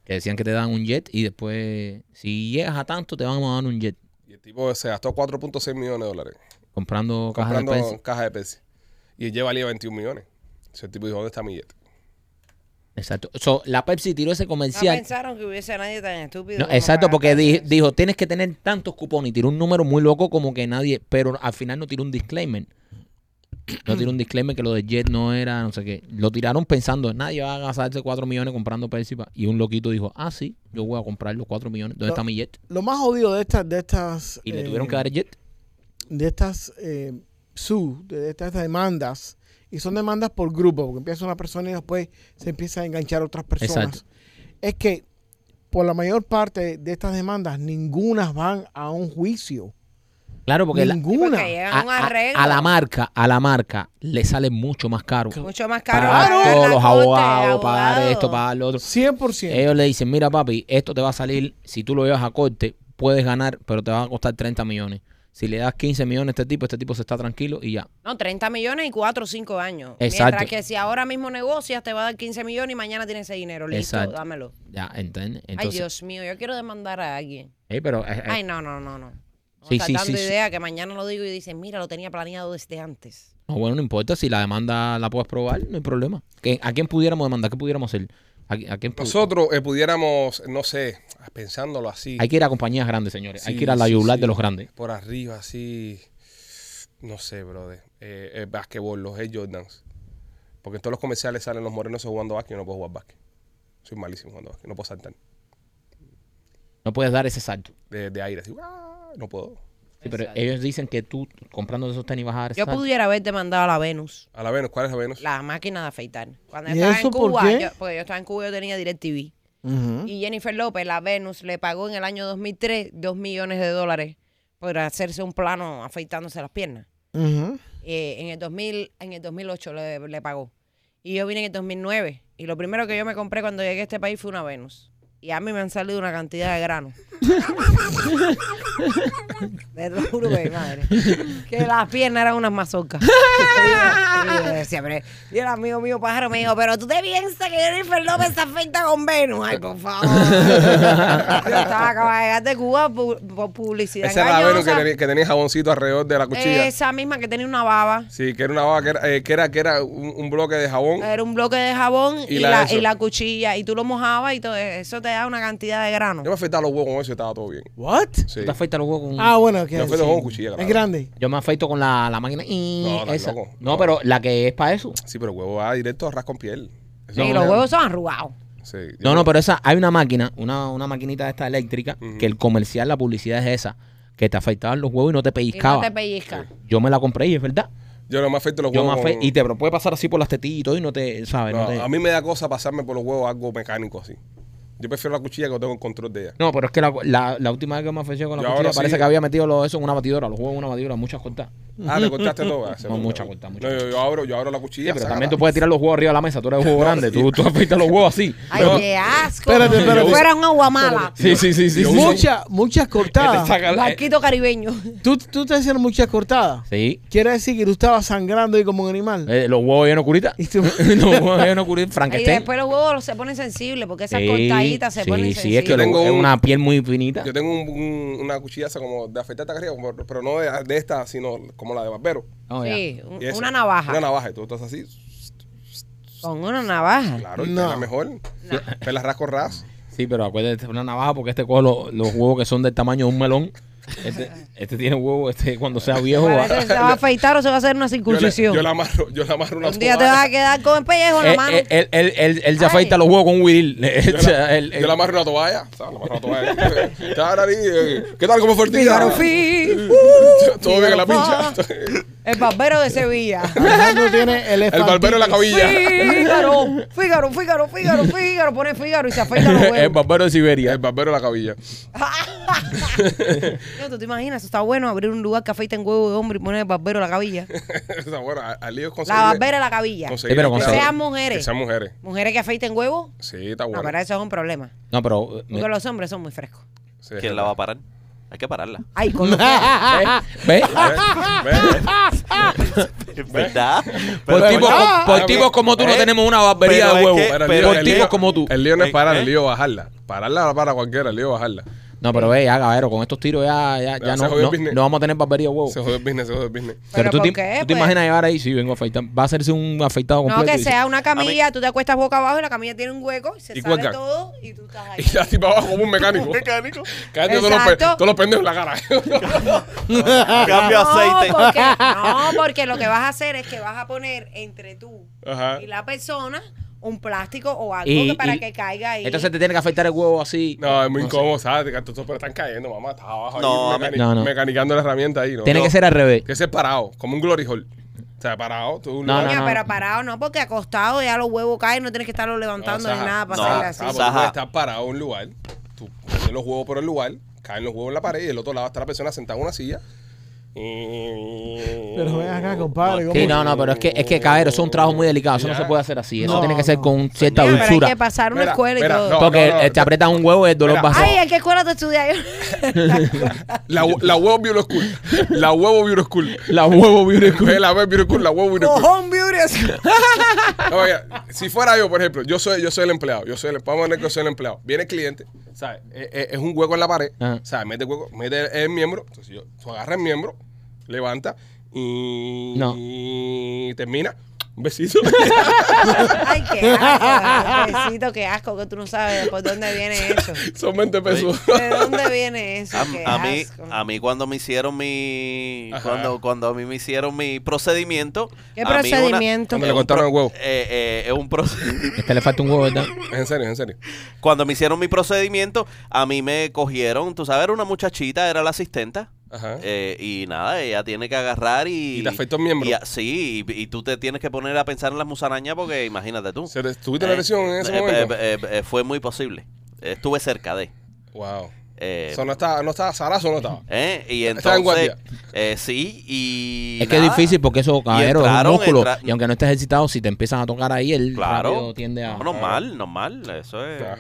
[SPEAKER 2] Que decían que te dan un jet y después, si llegas a tanto, te van a dar un jet.
[SPEAKER 1] Y el tipo se gastó 4.6 millones de dólares
[SPEAKER 2] Comprando, cajas de
[SPEAKER 1] comprando
[SPEAKER 2] Pepsi.
[SPEAKER 1] cajas de Pepsi. Y él valía 21 millones. Entonces el tipo dijo, ¿dónde está mi Jet?
[SPEAKER 2] Exacto. So, la Pepsi tiró ese
[SPEAKER 5] No
[SPEAKER 2] comercial.
[SPEAKER 5] pensaron que hubiese nadie tan estúpido.
[SPEAKER 2] No,
[SPEAKER 5] como
[SPEAKER 2] exacto,
[SPEAKER 5] para
[SPEAKER 2] porque
[SPEAKER 5] gastar
[SPEAKER 2] di-
[SPEAKER 5] en eso.
[SPEAKER 2] dijo, tienes que tener tantos cupones y tiró un número muy loco como que nadie, pero al final no tiró un <clears throat> disclaimer. No tiró un disclaimer que lo de Jet no era, no sé qué. Lo tiraron pensando, nadie va a gastarse 4 millones comprando Pepsi. pa-". Y un loquito dijo, ah, sí, yo voy a comprar los 4 millones. ¿Dónde
[SPEAKER 3] No.
[SPEAKER 2] está mi Jet?
[SPEAKER 3] Lo más jodido de estas, de estas.
[SPEAKER 2] Y le
[SPEAKER 3] eh,
[SPEAKER 2] tuvieron que dar el Jet.
[SPEAKER 3] de estas eh, su de estas demandas, y son demandas por grupo, porque empieza una persona y después se empieza a enganchar otras personas,
[SPEAKER 2] Exacto.
[SPEAKER 3] es que por la mayor parte de estas demandas, ninguna van a un juicio.
[SPEAKER 2] Claro, porque la-
[SPEAKER 5] Sí,
[SPEAKER 3] ninguna.
[SPEAKER 5] porque llegan
[SPEAKER 2] a,
[SPEAKER 5] un
[SPEAKER 2] a-
[SPEAKER 5] arreglo
[SPEAKER 2] a la marca, a la marca le sale mucho más caro.
[SPEAKER 5] mucho más caro.
[SPEAKER 2] Pagar
[SPEAKER 5] pagar
[SPEAKER 2] todos
[SPEAKER 5] la
[SPEAKER 2] los
[SPEAKER 5] corte,
[SPEAKER 2] abogados, pagar
[SPEAKER 5] abogado.
[SPEAKER 2] esto, pagar lo otro.
[SPEAKER 3] 100%.
[SPEAKER 2] Ellos le dicen, mira papi, esto te va a salir, si tú lo llevas a corte, puedes ganar, pero te va a costar 30 millones. Si le das 15 millones a este tipo, este tipo se está tranquilo y ya.
[SPEAKER 5] No, 30 millones y 4 o 5 años.
[SPEAKER 2] Exacto.
[SPEAKER 5] Mientras que si ahora mismo negocias, te va a dar 15 millones y mañana tienes ese dinero. Listo,
[SPEAKER 2] Exacto.
[SPEAKER 5] dámelo.
[SPEAKER 2] Ya, ¿entiendes?
[SPEAKER 5] Ay,
[SPEAKER 2] Entonces,
[SPEAKER 5] Dios mío, yo quiero demandar a alguien.
[SPEAKER 2] eh, pero, eh, eh,
[SPEAKER 5] Ay, no, no, no, no. No
[SPEAKER 2] Sí,
[SPEAKER 5] está
[SPEAKER 2] sí,
[SPEAKER 5] dando
[SPEAKER 2] sí, sí.
[SPEAKER 5] idea que mañana lo digo y dicen, mira, lo tenía planeado desde antes.
[SPEAKER 2] no, bueno, no importa, si la demanda la puedes probar, no hay problema. ¿Qué- ¿A quién pudiéramos demandar? ¿Qué pudiéramos hacer? ¿A, qui- a quién pu-
[SPEAKER 1] Nosotros eh, pudiéramos, no sé, pensándolo así.
[SPEAKER 2] Hay que ir a compañías grandes, señores. Hay
[SPEAKER 1] Sí,
[SPEAKER 2] que ir a la
[SPEAKER 1] sí,
[SPEAKER 2] yugular
[SPEAKER 1] sí.
[SPEAKER 2] de los grandes.
[SPEAKER 1] Por arriba, así. No sé, brother. Eh, eh, basquetbol, los Air Jordans. Porque en todos los comerciales salen los morenos jugando básquet y yo no puedo jugar básquet. Soy malísimo jugando básquet, no puedo saltar.
[SPEAKER 2] No puedes dar ese salto.
[SPEAKER 1] De, de aire, así. ¡ah! No puedo.
[SPEAKER 2] Sí, pero ellos dicen que tú comprando esos tenis vas a dar ese
[SPEAKER 5] Yo
[SPEAKER 2] salto.
[SPEAKER 5] pudiera haber demandado a la Venus,
[SPEAKER 1] A la Venus, ¿cuál es la Venus?
[SPEAKER 5] la máquina de afeitar. Cuando
[SPEAKER 3] ¿Y
[SPEAKER 5] yo estaba
[SPEAKER 3] eso
[SPEAKER 5] en
[SPEAKER 3] por
[SPEAKER 5] Cuba,
[SPEAKER 3] qué?
[SPEAKER 5] yo- porque yo estaba en Cuba, yo tenía DirecTV.
[SPEAKER 3] Ujú.
[SPEAKER 2] Eh,
[SPEAKER 5] Y Jennifer López, la Venus, le pagó en el año 2003 2 millones de dólares por hacerse un plano afeitándose las piernas.
[SPEAKER 3] Ujú.
[SPEAKER 5] Eh, en, el 2000, en el 2008 le, le pagó. Y yo vine en el 2009. Y lo primero que yo me compré cuando llegué a este país fue una Venus. Y a mí me han salido una cantidad de granos. Te lo juro por mi madre. Que las piernas eran unas mazorcas. Y yo- y yo decía, pero- y el amigo mío pájaro me dijo, pero tú te piensas que Jennifer López se afecta con Venus. Ay, por favor. Yo estaba acabada de llegar de Cuba por, por publicidad.
[SPEAKER 1] Esa era la Venus que,
[SPEAKER 5] engañosa.
[SPEAKER 1] tenía- que tenía jaboncito alrededor de la cuchilla.
[SPEAKER 5] Esa misma que tenía una baba.
[SPEAKER 1] Sí, que era una baba, que era, eh, que era, que era un, un bloque de jabón.
[SPEAKER 5] <laughs> Era un bloque de jabón
[SPEAKER 1] Y
[SPEAKER 5] y,
[SPEAKER 1] la
[SPEAKER 5] la,
[SPEAKER 1] eso.
[SPEAKER 5] y la cuchilla. Y tú lo mojabas y todo eso te da una cantidad de grano.
[SPEAKER 1] Yo me afectaba los huevos con eso y estaba todo bien.
[SPEAKER 3] What?
[SPEAKER 1] Sí.
[SPEAKER 2] Tú te afeitas los huevos con...
[SPEAKER 3] Ah, bueno, que
[SPEAKER 1] Me afecto con cuchilla,
[SPEAKER 3] es
[SPEAKER 1] claro.
[SPEAKER 3] grande.
[SPEAKER 2] Yo me afeito con la, la máquina. Y
[SPEAKER 1] No, estás
[SPEAKER 2] esa.
[SPEAKER 1] loco.
[SPEAKER 2] no,
[SPEAKER 1] No.
[SPEAKER 2] pero la que es para eso.
[SPEAKER 1] Sí, pero el huevo va directo a ras con piel. Eso
[SPEAKER 5] y
[SPEAKER 1] es
[SPEAKER 5] los
[SPEAKER 1] una-
[SPEAKER 5] huevos son arrugados.
[SPEAKER 1] Sí.
[SPEAKER 2] No, no, pero esa, hay una máquina, una, una maquinita de esta eléctrica, que el comercial, la publicidad es esa, que te afeitaban los huevos y no te
[SPEAKER 5] Y no
[SPEAKER 2] pellizcaba.
[SPEAKER 5] te pellizca.
[SPEAKER 2] Yo me la compré y es verdad.
[SPEAKER 1] Yo no me afecto los
[SPEAKER 2] Yo me
[SPEAKER 1] huevos.
[SPEAKER 2] afe-
[SPEAKER 1] con-
[SPEAKER 2] y te pero puede pasar así por las tetillas y todo y no te, ¿sabes? No,
[SPEAKER 1] No,
[SPEAKER 2] te-
[SPEAKER 1] A mí me da cosa pasarme por los huevos algo mecánico así. Yo prefiero la cuchilla que no tengo el control de ella.
[SPEAKER 2] No, pero es que la, la- la última vez que me afeché con la
[SPEAKER 1] Yo
[SPEAKER 2] cuchilla
[SPEAKER 1] ahora sí-
[SPEAKER 2] parece que había metido lo, eso en una batidora, los huevos en una batidora, muchas cortas.
[SPEAKER 1] Ah, te cortaste todo. Ah, seguro.
[SPEAKER 2] mucha corta, mucha
[SPEAKER 1] No, yo, yo abro, yo abro la cuchilla.
[SPEAKER 2] pero
[SPEAKER 1] sácala.
[SPEAKER 2] también tú puedes tirar los huevos arriba de la mesa, tú
[SPEAKER 1] <laughs>
[SPEAKER 2] eres huevo grande, tú, tú afeitas los huevos así.
[SPEAKER 5] Ay, qué asco.
[SPEAKER 3] Espérate, espérate.
[SPEAKER 5] Si fuera un aguamala.
[SPEAKER 2] Sí, sí, sí, sí. sí.
[SPEAKER 3] Muchas, muchas
[SPEAKER 2] Que te
[SPEAKER 3] cortadas.
[SPEAKER 2] saca la-
[SPEAKER 5] Barquito caribeño.
[SPEAKER 3] ¿Tú, tú estás diciendo muchas cortadas.
[SPEAKER 2] Sí.
[SPEAKER 3] Quiere decir que tú estabas sangrando ahí como un animal.
[SPEAKER 2] Eh, los huevos llenos de curita.
[SPEAKER 3] Y
[SPEAKER 2] <laughs>
[SPEAKER 3] tú-
[SPEAKER 2] los huevos llenos de curita.
[SPEAKER 5] Y
[SPEAKER 2] Frankenstein.
[SPEAKER 5] después los huevos se ponen sensibles porque esas
[SPEAKER 2] Sí,
[SPEAKER 5] cortaditas se
[SPEAKER 2] sí,
[SPEAKER 5] ponen
[SPEAKER 2] Sí, es
[SPEAKER 5] sensibles.
[SPEAKER 2] que lo-
[SPEAKER 1] Tengo
[SPEAKER 2] es
[SPEAKER 1] un-
[SPEAKER 2] una piel muy finita.
[SPEAKER 1] Yo tengo un- un- una cuchilla esa como de afeitar hasta arriba, como- pero no de, de esta, sino como la de barbero.
[SPEAKER 2] Oh, ya.
[SPEAKER 5] Sí,
[SPEAKER 1] Y
[SPEAKER 5] un-
[SPEAKER 1] esa.
[SPEAKER 5] una navaja.
[SPEAKER 1] Una navaja, y tú estás así,
[SPEAKER 5] Con una navaja.
[SPEAKER 1] claro, y
[SPEAKER 3] No.
[SPEAKER 1] es la mejor. Te la rasco ras.
[SPEAKER 2] Sí, pero acuérdate, una navaja porque este coge lo- los huevos que son del tamaño de un melón.
[SPEAKER 5] <laughs>
[SPEAKER 2] Este, este tiene huevo, este cuando sea viejo va-
[SPEAKER 5] Parece que se va a afeitar o se va a hacer una
[SPEAKER 1] Yo, le-
[SPEAKER 5] circuncisión.
[SPEAKER 1] yo la amarro, yo la amarro una
[SPEAKER 5] un día te
[SPEAKER 1] toalla.
[SPEAKER 5] vas a quedar con el pellejo en la
[SPEAKER 2] Eh,
[SPEAKER 5] mano.
[SPEAKER 2] eh, Él, él, él, él se
[SPEAKER 5] Ay.
[SPEAKER 2] afeita los huevos con un wiril. <laughs> Le
[SPEAKER 1] Yo
[SPEAKER 2] echa
[SPEAKER 1] la,
[SPEAKER 2] el-
[SPEAKER 1] yo la amarro una toalla, ¿sabes? La amarro una
[SPEAKER 5] <laughs>
[SPEAKER 1] toalla. Tarari, eh, ¿Qué tal? ¿Cómo fue el día?
[SPEAKER 5] Garofí.
[SPEAKER 1] <laughs> Todo bien en la pincha.
[SPEAKER 5] El barbero de Sevilla.
[SPEAKER 3] Alejandro tiene el
[SPEAKER 1] El barbero en la cabilla.
[SPEAKER 2] <laughs>
[SPEAKER 5] Fígaro, Fígaro, Fígaro, Fígaro, Fígaro, pone Fígaro y se afeita los
[SPEAKER 2] el
[SPEAKER 5] huevos.
[SPEAKER 2] barbero de
[SPEAKER 1] El
[SPEAKER 2] Siberia.
[SPEAKER 1] barbero en la cabilla. <laughs>
[SPEAKER 5] <laughs> Yo, ¿Tú te imaginas? Eso está bueno, abrir un lugar que afeiten huevo de hombre y poner el barbero en la cabilla.
[SPEAKER 1] Esa, bueno, a- al lío es
[SPEAKER 5] La
[SPEAKER 1] conseguir.
[SPEAKER 5] barbera en la cabilla.
[SPEAKER 1] conseguir
[SPEAKER 2] pero
[SPEAKER 1] empleados.
[SPEAKER 2] conseguir-
[SPEAKER 5] Que sean mujeres.
[SPEAKER 1] Que sean mujeres.
[SPEAKER 5] Mujeres que afeiten huevo,
[SPEAKER 1] Sí, está
[SPEAKER 5] no,
[SPEAKER 1] bueno.
[SPEAKER 5] para eso es un problema.
[SPEAKER 2] Ah, No, pero. eh, me-
[SPEAKER 5] Porque los hombres son muy frescos.
[SPEAKER 1] Sí,
[SPEAKER 4] ¿Quién la va a parar? Hay que <laughs> pararla.
[SPEAKER 5] Ay,
[SPEAKER 2] <laughs>
[SPEAKER 5] con los dedos.
[SPEAKER 2] ¿Ves?
[SPEAKER 1] Ah. a
[SPEAKER 5] <laughs>
[SPEAKER 1] parar?
[SPEAKER 4] ¿Verdad?
[SPEAKER 2] Por,
[SPEAKER 1] Pero-
[SPEAKER 2] tipos
[SPEAKER 4] <laughs>
[SPEAKER 1] Ah,
[SPEAKER 2] com- por
[SPEAKER 1] ah,
[SPEAKER 2] tipos como tú no
[SPEAKER 4] eh,
[SPEAKER 2] tenemos una barbería
[SPEAKER 4] pero
[SPEAKER 2] de
[SPEAKER 4] es
[SPEAKER 2] huevos.
[SPEAKER 4] que- pero
[SPEAKER 2] por
[SPEAKER 4] el
[SPEAKER 2] tipos
[SPEAKER 4] lío-
[SPEAKER 2] como tú.
[SPEAKER 1] El lío no es
[SPEAKER 4] Eh,
[SPEAKER 1] parar, el
[SPEAKER 4] eh.
[SPEAKER 1] lío es bajarla. Pararla la para cualquiera, el lío es bajarla.
[SPEAKER 2] No, pero ve, ya, caballero, con estos tiros ya, ya, ya
[SPEAKER 1] Ya se
[SPEAKER 2] no,
[SPEAKER 1] jodió el
[SPEAKER 2] no,
[SPEAKER 1] business.
[SPEAKER 2] no vamos a tener barbería de huevos.
[SPEAKER 1] Se jode el business, se jode el business.
[SPEAKER 2] Pero,
[SPEAKER 5] ¿Pero
[SPEAKER 2] tú,
[SPEAKER 5] por
[SPEAKER 2] te,
[SPEAKER 5] qué,
[SPEAKER 2] tú te
[SPEAKER 5] pues?
[SPEAKER 2] imaginas llevar ahí, sí, vengo a afeitar. Va a hacerse un afeitado
[SPEAKER 5] No,
[SPEAKER 2] completo.
[SPEAKER 5] que
[SPEAKER 2] y dice,
[SPEAKER 5] sea una camilla, tú te acuestas boca abajo y la camilla tiene un hueco y se
[SPEAKER 1] Y
[SPEAKER 5] sale
[SPEAKER 1] cuelga.
[SPEAKER 5] todo y tú
[SPEAKER 2] <laughs>
[SPEAKER 5] estás ahí.
[SPEAKER 1] Y la tipa abajo como un
[SPEAKER 5] <laughs>
[SPEAKER 1] mecánico.
[SPEAKER 4] mecánico.
[SPEAKER 1] Cállate todos los, pe-
[SPEAKER 5] Exacto.
[SPEAKER 1] todos los pendejos en la
[SPEAKER 5] <laughs>
[SPEAKER 1] cara.
[SPEAKER 4] Cambio aceite.
[SPEAKER 5] No
[SPEAKER 2] <laughs>
[SPEAKER 5] porque, no, porque lo que vas a hacer es que vas a poner entre tú
[SPEAKER 1] Ajá.
[SPEAKER 5] y la persona un plástico o algo
[SPEAKER 2] Y-
[SPEAKER 5] que para
[SPEAKER 2] y-
[SPEAKER 5] que caiga ahí.
[SPEAKER 2] Entonces te tiene que afectar el huevo así.
[SPEAKER 1] No, es muy incómodo, ¿sabes? Que Tus pero están cayendo, mamá. Estás abajo
[SPEAKER 4] No,
[SPEAKER 1] ahí mecani-
[SPEAKER 2] no, no.
[SPEAKER 1] mecanicando la herramienta ahí, ¿no?
[SPEAKER 2] tiene
[SPEAKER 1] No.
[SPEAKER 2] que ser al revés.
[SPEAKER 1] Que ser parado, como un glory hole. O sea, parado. Tú
[SPEAKER 2] No,
[SPEAKER 1] le-
[SPEAKER 2] no,
[SPEAKER 5] Coño,
[SPEAKER 2] no.
[SPEAKER 5] pero parado no, porque acostado ya los huevos caen, no tienes que estarlo levantando
[SPEAKER 1] No,
[SPEAKER 5] ni
[SPEAKER 1] Saja,
[SPEAKER 5] nada para
[SPEAKER 4] no,
[SPEAKER 5] hacerle
[SPEAKER 1] Ah,
[SPEAKER 5] así.
[SPEAKER 1] porque tú
[SPEAKER 4] Saja.
[SPEAKER 1] puedes estar parado en un lugar, tú pones los huevos por el lugar, caen los huevos en la pared y del otro lado está la persona sentada en una silla. Eh,
[SPEAKER 3] Pero
[SPEAKER 1] Pero
[SPEAKER 3] ven acá, compadre. ¿cómo-
[SPEAKER 2] Sí, no, no, pero es que, es que caer, eso es un trabajo muy delicado. Eso no
[SPEAKER 1] Ya.
[SPEAKER 2] se puede hacer así. Eso
[SPEAKER 3] No,
[SPEAKER 2] tiene que ser
[SPEAKER 3] no.
[SPEAKER 2] con cierta
[SPEAKER 5] Coño, pero
[SPEAKER 2] dulzura.
[SPEAKER 5] hay que pasar una
[SPEAKER 1] Mira,
[SPEAKER 5] escuela y
[SPEAKER 1] mira,
[SPEAKER 5] todo.
[SPEAKER 1] no.
[SPEAKER 2] Porque eh, te
[SPEAKER 1] no.
[SPEAKER 2] aprietan un huevo y el dolor
[SPEAKER 1] Mira.
[SPEAKER 2] va a ser-
[SPEAKER 5] Ay, ¿en qué escuela te estudias
[SPEAKER 1] <laughs>
[SPEAKER 5] yo?
[SPEAKER 1] La, hue- la huevo Beauty School. La huevo Beauty School.
[SPEAKER 2] <laughs> La huevo beauty
[SPEAKER 1] Ve La huevo Beauty School, la huevo Beauty School.
[SPEAKER 5] Cojón Beauty.
[SPEAKER 1] No, mira, si fuera yo, por ejemplo, yo soy, yo soy el empleado. Yo soy el, vamos a poner que yo soy el empleado. Viene el cliente, ¿sabes? Eh, eh, Es, un hueco en la pared,
[SPEAKER 2] Ajá.
[SPEAKER 1] ¿sabes? Mete el hueco, mete el, el miembro. Entonces yo, tú agarras el miembro, levanta y,
[SPEAKER 2] No.
[SPEAKER 1] y termina. Un
[SPEAKER 2] <laughs>
[SPEAKER 1] besito.
[SPEAKER 5] Ay, qué asco. Pobrecito, qué asco que tú no sabes por dónde viene eso.
[SPEAKER 1] Son 20 pesos.
[SPEAKER 5] ¿De dónde viene eso?
[SPEAKER 4] A,
[SPEAKER 5] Qué
[SPEAKER 4] a mí,
[SPEAKER 5] asco.
[SPEAKER 4] a mí cuando me hicieron mi
[SPEAKER 1] Ajá.
[SPEAKER 4] cuando, cuando a mí me hicieron mi procedimiento
[SPEAKER 5] ¿Qué
[SPEAKER 4] a mí una-
[SPEAKER 5] procedimiento?
[SPEAKER 1] Cuando le
[SPEAKER 4] eh, un
[SPEAKER 1] cortaron el huevo.
[SPEAKER 4] eh, eh, es un proce- <laughs>
[SPEAKER 2] Este le falta un huevo, ¿verdad?
[SPEAKER 1] En serio, en serio.
[SPEAKER 4] cuando me hicieron mi procedimiento a mí me cogieron tú sabes era una muchachita era la asistenta
[SPEAKER 1] Ajá.
[SPEAKER 4] eh, y nada ella tiene que agarrar y
[SPEAKER 1] Y te afectó el miembro.
[SPEAKER 4] y a- sí y, y tú te tienes que poner a pensar en las musarañas porque imagínate tú
[SPEAKER 1] ¿Se te- ¿Tuviste la lesión en ese
[SPEAKER 4] eh,
[SPEAKER 1] momento?
[SPEAKER 4] eh, eh, eh, fue muy posible estuve cerca de
[SPEAKER 1] wow.
[SPEAKER 4] eh,
[SPEAKER 1] Eso no estaba, no estaba, Sarazo no estaba.
[SPEAKER 4] ¿Eh? Y
[SPEAKER 1] Estaba en
[SPEAKER 4] entonces,
[SPEAKER 1] guardia.
[SPEAKER 4] eh, sí, y.
[SPEAKER 2] Es que es
[SPEAKER 4] nada.
[SPEAKER 2] difícil porque eso, caballero, es un
[SPEAKER 4] entraron,
[SPEAKER 2] músculo.
[SPEAKER 4] entra-
[SPEAKER 2] Y aunque no estés ejercitado, si te empiezan a tocar ahí, él
[SPEAKER 4] Claro.
[SPEAKER 2] rápido tiende a.
[SPEAKER 4] No, normal, normal. Eso es.
[SPEAKER 1] Ah,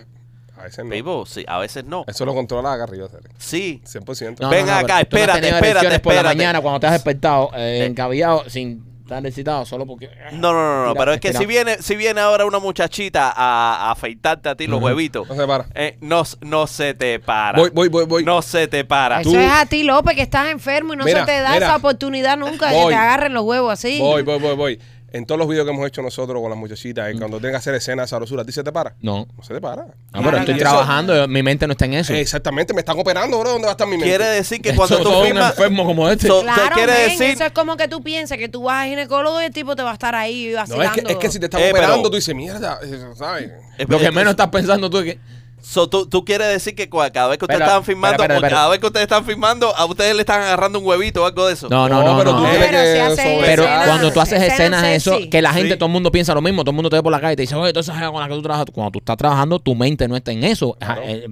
[SPEAKER 1] A veces no.
[SPEAKER 4] Vivo, sí, a veces no.
[SPEAKER 1] Eso lo controla acá arriba, serio.
[SPEAKER 4] Sí.
[SPEAKER 1] 100%.
[SPEAKER 2] No, no,
[SPEAKER 4] Ven
[SPEAKER 2] no, pero tú no
[SPEAKER 4] acá,
[SPEAKER 2] has
[SPEAKER 4] espérate,
[SPEAKER 2] tenido
[SPEAKER 4] espérate,
[SPEAKER 2] erecciones por la
[SPEAKER 4] espérate.
[SPEAKER 2] mañana cuando te has despertado, eh, encabillado, sin estar excitado, solo porque. eh,
[SPEAKER 4] No, no, no, no,
[SPEAKER 2] Tira,
[SPEAKER 4] pero es que
[SPEAKER 2] tira.
[SPEAKER 4] si viene, si viene ahora una muchachita a, a afeitarte a ti los huevitos,
[SPEAKER 1] No se para.
[SPEAKER 4] eh, no, s- no se te para.
[SPEAKER 1] Voy, voy, voy, voy.
[SPEAKER 4] No se te para.
[SPEAKER 5] Eso
[SPEAKER 1] Tú-
[SPEAKER 5] es a ti, López, que estás enfermo y no
[SPEAKER 1] Mira,
[SPEAKER 5] se te da
[SPEAKER 1] mira.
[SPEAKER 5] esa oportunidad nunca de que
[SPEAKER 1] Voy.
[SPEAKER 5] te agarren los huevos así.
[SPEAKER 1] Voy, voy, voy, voy. En todos los videos que hemos hecho nosotros con las muchachitas,
[SPEAKER 4] Mm.
[SPEAKER 1] eh, cuando tenga que hacer escenas de sabrosura, ¿a ti se te para?
[SPEAKER 2] No.
[SPEAKER 1] No se te para.
[SPEAKER 2] No, pero Ah, estoy
[SPEAKER 1] Y eso-
[SPEAKER 2] trabajando, yo- mi mente no está en eso.
[SPEAKER 1] Eh, exactamente, me están operando, bro. ¿Dónde va a estar mi mente?
[SPEAKER 4] Quiere decir que cuando
[SPEAKER 2] Eso-
[SPEAKER 4] tú
[SPEAKER 2] todo un
[SPEAKER 4] firmas.
[SPEAKER 2] enfermo como este.
[SPEAKER 4] So-
[SPEAKER 5] Claro,
[SPEAKER 4] so- quiere
[SPEAKER 5] men,
[SPEAKER 4] decir-
[SPEAKER 5] eso es como que tú piensas que tú vas al ginecólogo y el tipo te va a estar ahí
[SPEAKER 1] No,
[SPEAKER 5] vacilando.
[SPEAKER 1] es que, es que si te están
[SPEAKER 4] Eh, pero-
[SPEAKER 1] operando, tú dices, mierda, eh, ¿sabes?
[SPEAKER 4] eh,
[SPEAKER 2] Lo
[SPEAKER 4] eh,
[SPEAKER 2] que menos estás pensando tú es que.
[SPEAKER 4] so, tú, tú quieres decir que cua- cada vez que ustedes
[SPEAKER 2] Espera,
[SPEAKER 4] están firmando,
[SPEAKER 2] espera, espera,
[SPEAKER 4] cada vez que ustedes están firmando, a ustedes le están agarrando un huevito o algo de eso.
[SPEAKER 2] No, no, no.
[SPEAKER 1] pero
[SPEAKER 2] no.
[SPEAKER 1] tú
[SPEAKER 2] Eh,
[SPEAKER 1] tienes
[SPEAKER 5] Pero
[SPEAKER 1] que
[SPEAKER 5] si haces
[SPEAKER 1] sobrepasar.
[SPEAKER 2] Pero
[SPEAKER 5] Escenas-
[SPEAKER 2] cuando tú haces escenas
[SPEAKER 5] escenas
[SPEAKER 2] de eso,
[SPEAKER 5] sexy.
[SPEAKER 2] que la gente,
[SPEAKER 4] Pues Sí.
[SPEAKER 2] todo el mundo piensa lo mismo, todo el mundo te ve por la calle y te dice, oye, toda esa gente con la que tú trabajas, cuando tú estás trabajando, tu mente no está en eso.
[SPEAKER 1] Claro.
[SPEAKER 2] Eh,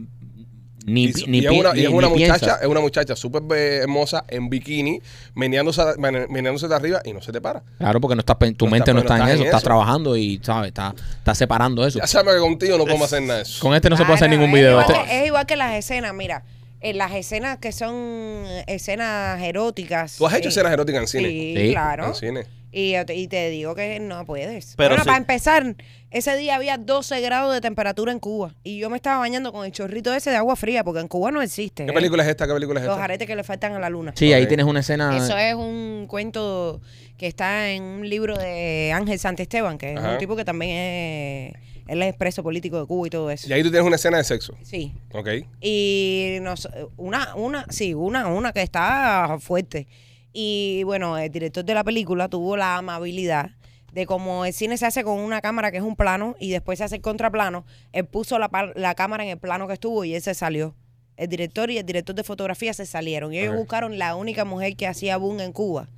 [SPEAKER 2] Ni,
[SPEAKER 1] y,
[SPEAKER 2] pi-
[SPEAKER 1] y
[SPEAKER 2] ni,
[SPEAKER 1] es
[SPEAKER 2] pi-
[SPEAKER 1] una, y
[SPEAKER 2] ni-
[SPEAKER 1] es una
[SPEAKER 2] ni
[SPEAKER 1] muchacha,
[SPEAKER 2] piensas.
[SPEAKER 1] es una muchacha súper eh, hermosa en bikini, meneándose, a- mene- meneándose de arriba y no se te para.
[SPEAKER 2] Claro, porque no estás, pen- tu
[SPEAKER 1] No
[SPEAKER 2] mente
[SPEAKER 1] está-
[SPEAKER 2] no
[SPEAKER 1] no
[SPEAKER 2] está en
[SPEAKER 1] estás
[SPEAKER 2] eso,
[SPEAKER 1] en
[SPEAKER 2] estás
[SPEAKER 1] eso.
[SPEAKER 2] trabajando y, ¿sabes? Estás está separando eso.
[SPEAKER 1] Ya sabes que contigo no podemos hacer nada de eso.
[SPEAKER 2] Con este no se puede hacer
[SPEAKER 5] Claro,
[SPEAKER 2] ningún
[SPEAKER 5] es
[SPEAKER 2] video.
[SPEAKER 5] igual
[SPEAKER 2] Este-
[SPEAKER 5] que- es igual que las escenas, mira. En las escenas que son escenas eróticas.
[SPEAKER 1] ¿Tú has hecho
[SPEAKER 5] eh,
[SPEAKER 1] escenas eróticas en cine? Ah,
[SPEAKER 5] Sí,
[SPEAKER 2] Sí.
[SPEAKER 5] claro.
[SPEAKER 1] En cine.
[SPEAKER 5] Y, yo te- y te digo que no puedes.
[SPEAKER 4] Pero
[SPEAKER 5] Pero
[SPEAKER 4] sí.
[SPEAKER 5] para empezar, ese día había 12 grados de temperatura en Cuba. Y yo me estaba bañando con el chorrito ese de agua fría, porque en Cuba no existe.
[SPEAKER 1] ¿Qué
[SPEAKER 5] ¿eh?
[SPEAKER 1] película es esta? ¿Qué película es
[SPEAKER 5] Los
[SPEAKER 1] esta?
[SPEAKER 5] aretes que le faltan a la luna.
[SPEAKER 2] Sí, ahí
[SPEAKER 1] Ok.
[SPEAKER 2] tienes una escena.
[SPEAKER 5] Eso es un cuento que está en un libro de Ángel Santesteban, que es
[SPEAKER 1] Ajá.
[SPEAKER 5] un tipo que también es, él es preso político de Cuba y todo eso.
[SPEAKER 1] Y ahí tú tienes una escena de sexo.
[SPEAKER 5] Sí.
[SPEAKER 1] ¿Ok?
[SPEAKER 5] Y nos, una, una, sí, una, una que está fuerte. Y bueno, el director de la película tuvo la amabilidad de como el cine se hace con una cámara que es un plano y después se hace el contraplano, él puso la, pa- la cámara en el plano que estuvo y él se salió. El director y el director de fotografía se salieron. Y ellos
[SPEAKER 1] Ok.
[SPEAKER 5] buscaron la única mujer que hacía boom en Cuba,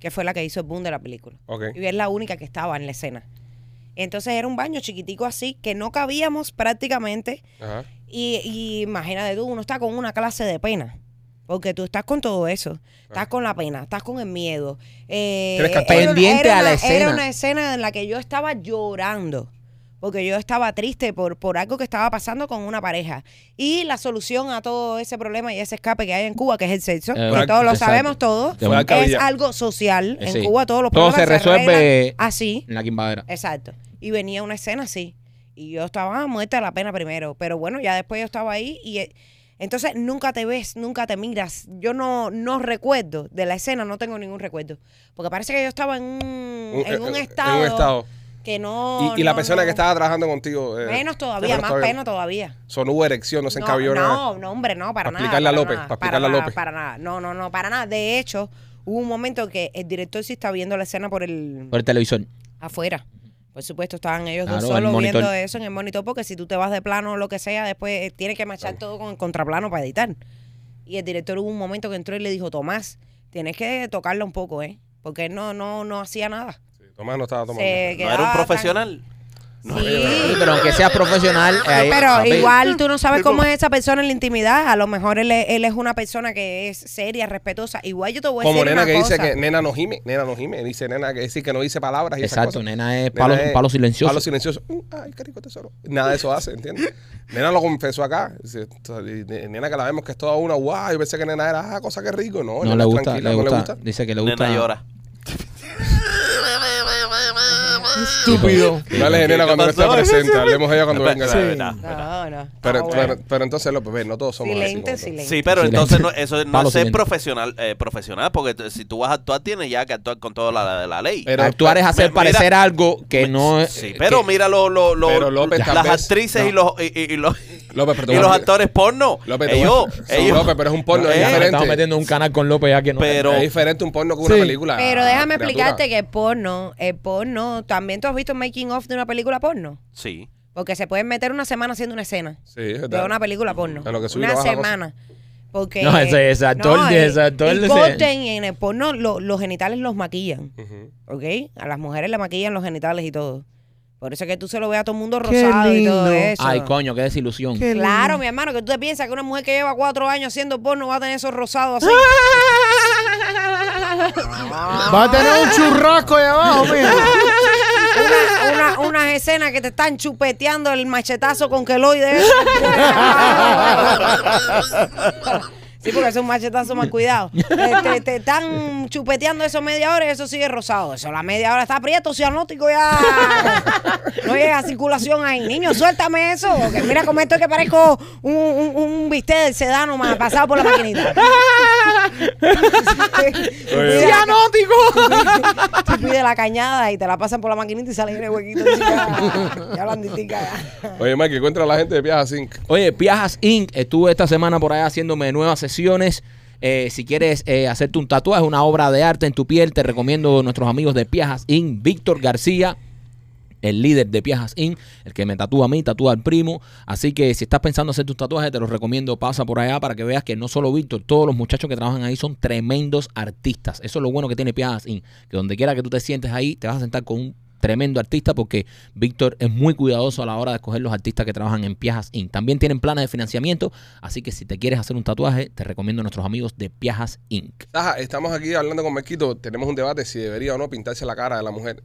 [SPEAKER 5] que fue la que hizo el boom de la película.
[SPEAKER 1] Ok.
[SPEAKER 5] Y es la única que estaba en la escena. Entonces era un baño chiquitico así, que no cabíamos prácticamente.
[SPEAKER 1] Ajá.
[SPEAKER 5] Y, y imagínate tú, uno está con una clase de pena. Porque tú estás con todo eso. Estás con la pena, estás con el miedo. Eh,
[SPEAKER 1] Tienes que estar
[SPEAKER 5] era una-
[SPEAKER 2] pendiente
[SPEAKER 5] era
[SPEAKER 2] a la
[SPEAKER 5] una-
[SPEAKER 2] escena.
[SPEAKER 5] Era una escena en la que yo estaba llorando. Porque yo estaba triste por, por algo que estaba pasando con una pareja. Y la solución a todo ese problema y ese escape que hay en Cuba, que es el sexo,
[SPEAKER 2] Eh,
[SPEAKER 5] que todos lo
[SPEAKER 2] exacto.
[SPEAKER 5] sabemos todos,
[SPEAKER 2] De
[SPEAKER 1] Fue al
[SPEAKER 5] es
[SPEAKER 1] cabilla.
[SPEAKER 5] algo social.
[SPEAKER 2] Eh,
[SPEAKER 5] En
[SPEAKER 2] sí.
[SPEAKER 5] Cuba todos los
[SPEAKER 2] Todo
[SPEAKER 5] problemas
[SPEAKER 2] se resuelve-
[SPEAKER 5] arreglan así.
[SPEAKER 2] En la quimbadera.
[SPEAKER 5] Exacto. Y venía una escena así. Y yo estaba ah, muerta de la pena primero. Pero bueno, ya después yo estaba ahí y eh, entonces nunca te ves, nunca te miras. Yo no, no recuerdo de la escena, no tengo ningún recuerdo. Porque parece que yo estaba en un, en un estado,
[SPEAKER 1] eh, En un estado.
[SPEAKER 5] que no.
[SPEAKER 1] y, y la
[SPEAKER 5] no,
[SPEAKER 1] persona
[SPEAKER 5] no.
[SPEAKER 1] que estaba trabajando contigo. eh,
[SPEAKER 5] Menos todavía,
[SPEAKER 1] no,
[SPEAKER 5] más
[SPEAKER 1] todavía.
[SPEAKER 5] pena todavía.
[SPEAKER 1] Son hubo erección, no se
[SPEAKER 5] No,
[SPEAKER 1] encabió nada.
[SPEAKER 5] no, no, hombre, no,
[SPEAKER 1] Para
[SPEAKER 5] para nada.
[SPEAKER 1] explicarle a
[SPEAKER 5] para
[SPEAKER 1] López,
[SPEAKER 5] nada,
[SPEAKER 1] para
[SPEAKER 5] para
[SPEAKER 1] explicarle a
[SPEAKER 5] nada,
[SPEAKER 1] López.
[SPEAKER 5] Para nada, no, no, no, para nada. De hecho, hubo un momento que el director sí está viendo la escena por el,
[SPEAKER 2] Por el televisor.
[SPEAKER 5] afuera. Por Por supuesto, estaban ellos
[SPEAKER 2] Claro,
[SPEAKER 5] dos
[SPEAKER 2] el
[SPEAKER 5] solos
[SPEAKER 2] monitor.
[SPEAKER 5] viendo eso en el monitor, porque si tú te vas de plano o lo que sea, después eh, tienes que marchar todo con el contraplano para editar. Y el director hubo un momento que entró y le dijo, Tomás, tienes que tocarla un poco, ¿eh? Porque él no, no, no hacía nada.
[SPEAKER 1] Tomás no estaba tomando.
[SPEAKER 5] Se
[SPEAKER 4] No era
[SPEAKER 5] quedaba
[SPEAKER 4] un
[SPEAKER 5] tan-
[SPEAKER 4] profesional.
[SPEAKER 2] Sí,
[SPEAKER 5] Sí,
[SPEAKER 2] pero aunque seas profesional. eh,
[SPEAKER 5] pero
[SPEAKER 2] papi,
[SPEAKER 5] igual tú no sabes cómo es esa persona en la intimidad. A lo mejor él, es- él es una persona que es seria, respetuosa. Igual yo te voy a
[SPEAKER 1] Como
[SPEAKER 5] decir
[SPEAKER 1] nena
[SPEAKER 5] una
[SPEAKER 1] que
[SPEAKER 5] cosa.
[SPEAKER 1] dice que nena no gime, nena no gime, dice nena que decir que no dice palabras y esas
[SPEAKER 2] Exacto,
[SPEAKER 1] cosas.
[SPEAKER 2] nena es
[SPEAKER 1] Nena
[SPEAKER 2] palo,
[SPEAKER 1] es
[SPEAKER 2] palo silencioso.
[SPEAKER 1] eh, Palo silencioso. Mm, ay, qué rico tesoro. Nada de eso hace, ¿entiendes? nena lo confesó acá. Dice, t- Nena que la vemos que es toda una, guau, yo pensé que nena era, ah, cosa que rico. No,
[SPEAKER 2] no
[SPEAKER 1] nena
[SPEAKER 2] le
[SPEAKER 1] es
[SPEAKER 2] gusta,
[SPEAKER 1] tranquila,
[SPEAKER 2] le
[SPEAKER 1] no
[SPEAKER 2] gusta, Dice que le gusta.
[SPEAKER 4] Nena llora.
[SPEAKER 2] pues.
[SPEAKER 3] Estúpido.
[SPEAKER 1] Dale, nena, cuando no
[SPEAKER 4] ¿Qué
[SPEAKER 1] está
[SPEAKER 4] pasó?
[SPEAKER 1] presente, hablemos de ella cuando venga.
[SPEAKER 4] Espera, espera,
[SPEAKER 3] Sí.
[SPEAKER 4] espera, espera.
[SPEAKER 5] No, no.
[SPEAKER 1] Pero,
[SPEAKER 5] Ah, bueno.
[SPEAKER 1] pero, pero entonces, López, ven, no todos somos así
[SPEAKER 5] Silente,
[SPEAKER 1] como tú.
[SPEAKER 5] silente.
[SPEAKER 4] Sí, pero
[SPEAKER 2] Silencio.
[SPEAKER 4] entonces no, eso no
[SPEAKER 2] Palo
[SPEAKER 4] es ser
[SPEAKER 2] silencio.
[SPEAKER 4] profesional, eh, profesional, porque t- si tú vas a actuar tienes ya que actuar con toda la, la ley.
[SPEAKER 1] Pero-
[SPEAKER 2] Actuar es hacer
[SPEAKER 4] Mira,
[SPEAKER 2] parecer algo que no es.
[SPEAKER 4] Pues, sí, pero
[SPEAKER 2] que-
[SPEAKER 4] mira lo, lo- lo-
[SPEAKER 1] Pero López, tal
[SPEAKER 4] las
[SPEAKER 1] vez-
[SPEAKER 4] actrices y los y, y-
[SPEAKER 1] <laughs>
[SPEAKER 4] y los,
[SPEAKER 1] López, pero te voy
[SPEAKER 4] y
[SPEAKER 1] a
[SPEAKER 4] los
[SPEAKER 1] decir-
[SPEAKER 4] actores porno.
[SPEAKER 1] López, te voy a-
[SPEAKER 4] ellos,
[SPEAKER 1] sí,
[SPEAKER 4] ellos-
[SPEAKER 1] López, pero es un porno,
[SPEAKER 2] ya
[SPEAKER 1] es
[SPEAKER 2] nos estamos
[SPEAKER 1] diferente.
[SPEAKER 2] metiendo en un canal con López ya que no.
[SPEAKER 4] Pero-
[SPEAKER 1] Es diferente un porno con una
[SPEAKER 3] Sí.
[SPEAKER 1] película.
[SPEAKER 5] Pero déjame
[SPEAKER 1] Ah, criatura.
[SPEAKER 5] explicarte que el porno, el porno, también tú has visto el making of de una película porno.
[SPEAKER 4] sí.
[SPEAKER 5] Porque se pueden meter una semana haciendo una escena
[SPEAKER 1] Sí, es
[SPEAKER 5] de
[SPEAKER 1] verdad.
[SPEAKER 5] una película porno.
[SPEAKER 1] A lo que sube y
[SPEAKER 5] una
[SPEAKER 1] no baja la cosa.
[SPEAKER 5] semana. Porque,
[SPEAKER 2] No, ese es actor,
[SPEAKER 5] no,
[SPEAKER 2] y
[SPEAKER 5] y-
[SPEAKER 2] es actor,
[SPEAKER 5] y
[SPEAKER 2] ese-
[SPEAKER 5] corten en el porno lo- los genitales los maquillan,
[SPEAKER 1] Ujú.
[SPEAKER 5] ¿ok? A las mujeres le maquillan los genitales y todo. Por eso es que tú se lo ves a todo el mundo
[SPEAKER 3] Qué
[SPEAKER 5] rosado y todo
[SPEAKER 3] lindo.
[SPEAKER 5] eso.
[SPEAKER 2] Ay, coño, qué desilusión.
[SPEAKER 3] Qué
[SPEAKER 5] Claro,
[SPEAKER 3] lindo.
[SPEAKER 5] mi hermano, que tú te piensas que una mujer que lleva cuatro años haciendo porno va a tener esos rosados así.
[SPEAKER 3] Va a tener un churrasco ahí abajo, mija.
[SPEAKER 5] una, una- unas escenas que te están chupeteando el machetazo con queloide. Sí, porque es un machetazo
[SPEAKER 2] <laughs>
[SPEAKER 5] más cuidado. Te, te- te están chupeteando eso media hora y eso sigue rosado. Eso, la media hora está prieto, cianótico ya. No llega circulación ahí. Niño, suéltame eso. Que mira como esto que parezco un, un, un bistec del sedano más pasado por la maquinita.
[SPEAKER 1] Oye,
[SPEAKER 5] Mira,
[SPEAKER 3] ¡Cianótico!
[SPEAKER 5] Tú pides la cañada y te la pasan por la maquinita y sale en el huequito. chica. Ya blanditica.
[SPEAKER 1] Oye, Mike, encuentra a la gente de Piaja Zinc.
[SPEAKER 2] Oye, Piajas Inc. Estuve esta semana por allá haciéndome nuevas sesiones. Eh, si quieres eh, hacerte un tatuaje, una obra de arte en tu piel, te recomiendo nuestros amigos de Piajas Inc. Víctor García, el líder de Piajas Inc., el que me tatúa a mí, tatúa al primo. Así que si estás pensando hacer tus tatuajes, te los recomiendo, pasa por allá para que veas que no solo Víctor, todos los muchachos que trabajan ahí son tremendos artistas. Eso es lo bueno que tiene Piajas Inc., que donde quiera que tú te sientes ahí, te vas a sentar con un tremendo artista porque Víctor es muy cuidadoso a la hora de escoger los artistas que trabajan en Piajas Inc. También tienen planes de financiamiento, así que si te quieres hacer un tatuaje, te recomiendo a nuestros amigos de Piajas Inc.
[SPEAKER 1] Taja, estamos aquí hablando con Mequito. Tenemos un debate si debería o no pintarse la cara de la mujer.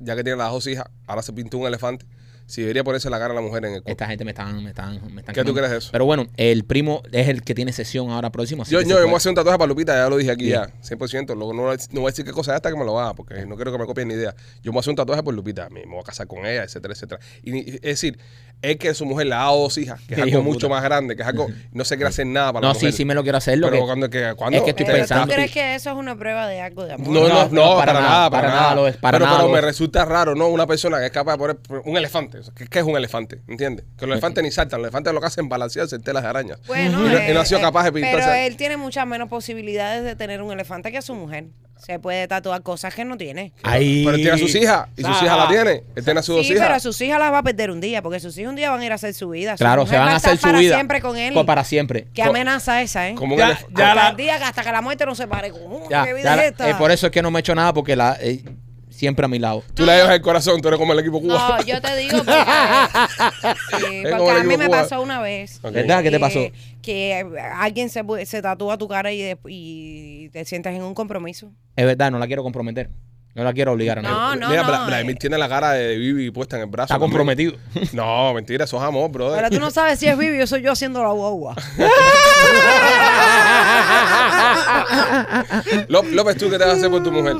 [SPEAKER 1] Ya que tiene las dos hijas, ahora se pintó un elefante. Si debería ponerse la cara de la mujer en el cuerpo.
[SPEAKER 2] Esta gente me están, me están, me están
[SPEAKER 1] ¿Qué tú
[SPEAKER 2] quemando.
[SPEAKER 1] crees de eso?
[SPEAKER 2] Pero bueno, el primo es el que tiene sesión ahora próximo. así
[SPEAKER 1] Yo,
[SPEAKER 2] que
[SPEAKER 1] yo,
[SPEAKER 2] se
[SPEAKER 1] me
[SPEAKER 2] puede.
[SPEAKER 1] voy a hacer un tatuaje para Lupita, ya lo dije aquí
[SPEAKER 2] Bien.
[SPEAKER 1] ya, 100%. Luego no, no voy a decir qué cosa es hasta que me lo haga, porque no quiero que me copien ni idea. Yo me voy a hacer un tatuaje por Lupita, me, me voy a casar con ella, etcétera, etcétera. Y, ni- es decir, es que su mujer la ha dado dos hijas, que es
[SPEAKER 2] <laughs> Hijo
[SPEAKER 1] algo
[SPEAKER 2] de
[SPEAKER 1] mucho
[SPEAKER 2] puta.
[SPEAKER 1] más grande, que es algo, no se quiere hacer nada para
[SPEAKER 2] No,
[SPEAKER 1] la mujer.
[SPEAKER 2] sí, sí me lo quiero hacer. Lo
[SPEAKER 1] Pero
[SPEAKER 2] que,
[SPEAKER 1] cuando, que, cuando
[SPEAKER 2] es que estoy
[SPEAKER 5] Pero
[SPEAKER 2] pensando.
[SPEAKER 5] ¿Tú crees que eso es una prueba de algo de amor?
[SPEAKER 1] No, no, no,
[SPEAKER 2] No,
[SPEAKER 1] para, nada, para, nada.
[SPEAKER 2] lo es, para
[SPEAKER 1] pero,
[SPEAKER 2] nada
[SPEAKER 1] pero
[SPEAKER 2] lo
[SPEAKER 1] me
[SPEAKER 2] es.
[SPEAKER 1] resulta raro, ¿no? Una persona que es capaz de poner un elefante. o sea, ¿Qué, qué es un elefante? ¿Entiendes? Que los elefantes ni saltan, los elefantes lo que hacen balancearse en telas de araña.
[SPEAKER 5] Bueno,
[SPEAKER 1] Y no- y no ha
[SPEAKER 5] eh,
[SPEAKER 1] sido
[SPEAKER 5] eh,
[SPEAKER 1] capaz de
[SPEAKER 5] Pero
[SPEAKER 1] pintarse.
[SPEAKER 5] él tiene muchas menos posibilidades de tener un elefante que su mujer. Se puede tatuar cosas que no tiene.
[SPEAKER 2] Ahí.
[SPEAKER 1] Pero él tiene a sus hijas, y sus
[SPEAKER 2] Ah.
[SPEAKER 1] hijas la tiene. Él tiene a sus dos
[SPEAKER 5] Sí, pero a
[SPEAKER 1] hijas.
[SPEAKER 5] sus hijas las va a perder un día, porque sus hijas un día van a ir a hacer su vida. Su
[SPEAKER 2] Claro,
[SPEAKER 5] mujer
[SPEAKER 2] se van
[SPEAKER 5] va
[SPEAKER 2] a
[SPEAKER 5] estar
[SPEAKER 2] hacer su
[SPEAKER 5] para
[SPEAKER 2] vida.
[SPEAKER 5] siempre con él.
[SPEAKER 2] Pues para siempre.
[SPEAKER 5] Qué amenaza esa, ¿eh?
[SPEAKER 1] Como un
[SPEAKER 2] Ya,
[SPEAKER 1] elefante.
[SPEAKER 2] ya la-
[SPEAKER 5] Hasta el día que- hasta que la muerte no se pare. Ujú,
[SPEAKER 2] Ya,
[SPEAKER 5] ¿Qué vida
[SPEAKER 2] ya la-
[SPEAKER 5] es esta?
[SPEAKER 2] eh, por eso es que no me he hecho nada porque la, eh, siempre a mi lado.
[SPEAKER 1] Tú le llevas el corazón, tú eres como el equipo cubano.
[SPEAKER 5] No, yo te
[SPEAKER 2] <laughs>
[SPEAKER 5] digo porque, sí,
[SPEAKER 1] Es como
[SPEAKER 5] porque
[SPEAKER 1] el
[SPEAKER 5] a mí
[SPEAKER 1] equipo
[SPEAKER 5] me
[SPEAKER 1] cubano.
[SPEAKER 5] pasó una vez.
[SPEAKER 1] Ok.
[SPEAKER 2] ¿Verdad? ¿Qué te
[SPEAKER 5] que-
[SPEAKER 2] pasó?
[SPEAKER 5] Que alguien se, pu- se tatúa tu cara y, de- y te sientas en un compromiso.
[SPEAKER 2] Es verdad, no la quiero comprometer. No la quiero obligar a nada.
[SPEAKER 5] No, no,
[SPEAKER 1] Mira,
[SPEAKER 5] no. eh.
[SPEAKER 1] Bla- Vladimir tiene la cara de Vivi puesta en el brazo.
[SPEAKER 2] Está
[SPEAKER 1] también.
[SPEAKER 2] comprometido.
[SPEAKER 1] No, mentira, eso es amor, brother.
[SPEAKER 5] Pero
[SPEAKER 2] <laughs>
[SPEAKER 5] tú no sabes si es vivo, yo soy yo haciendo la guagua.
[SPEAKER 1] <laughs> Ló- López, ¿tú qué te vas a hacer por tu
[SPEAKER 5] <laughs>
[SPEAKER 1] mujer?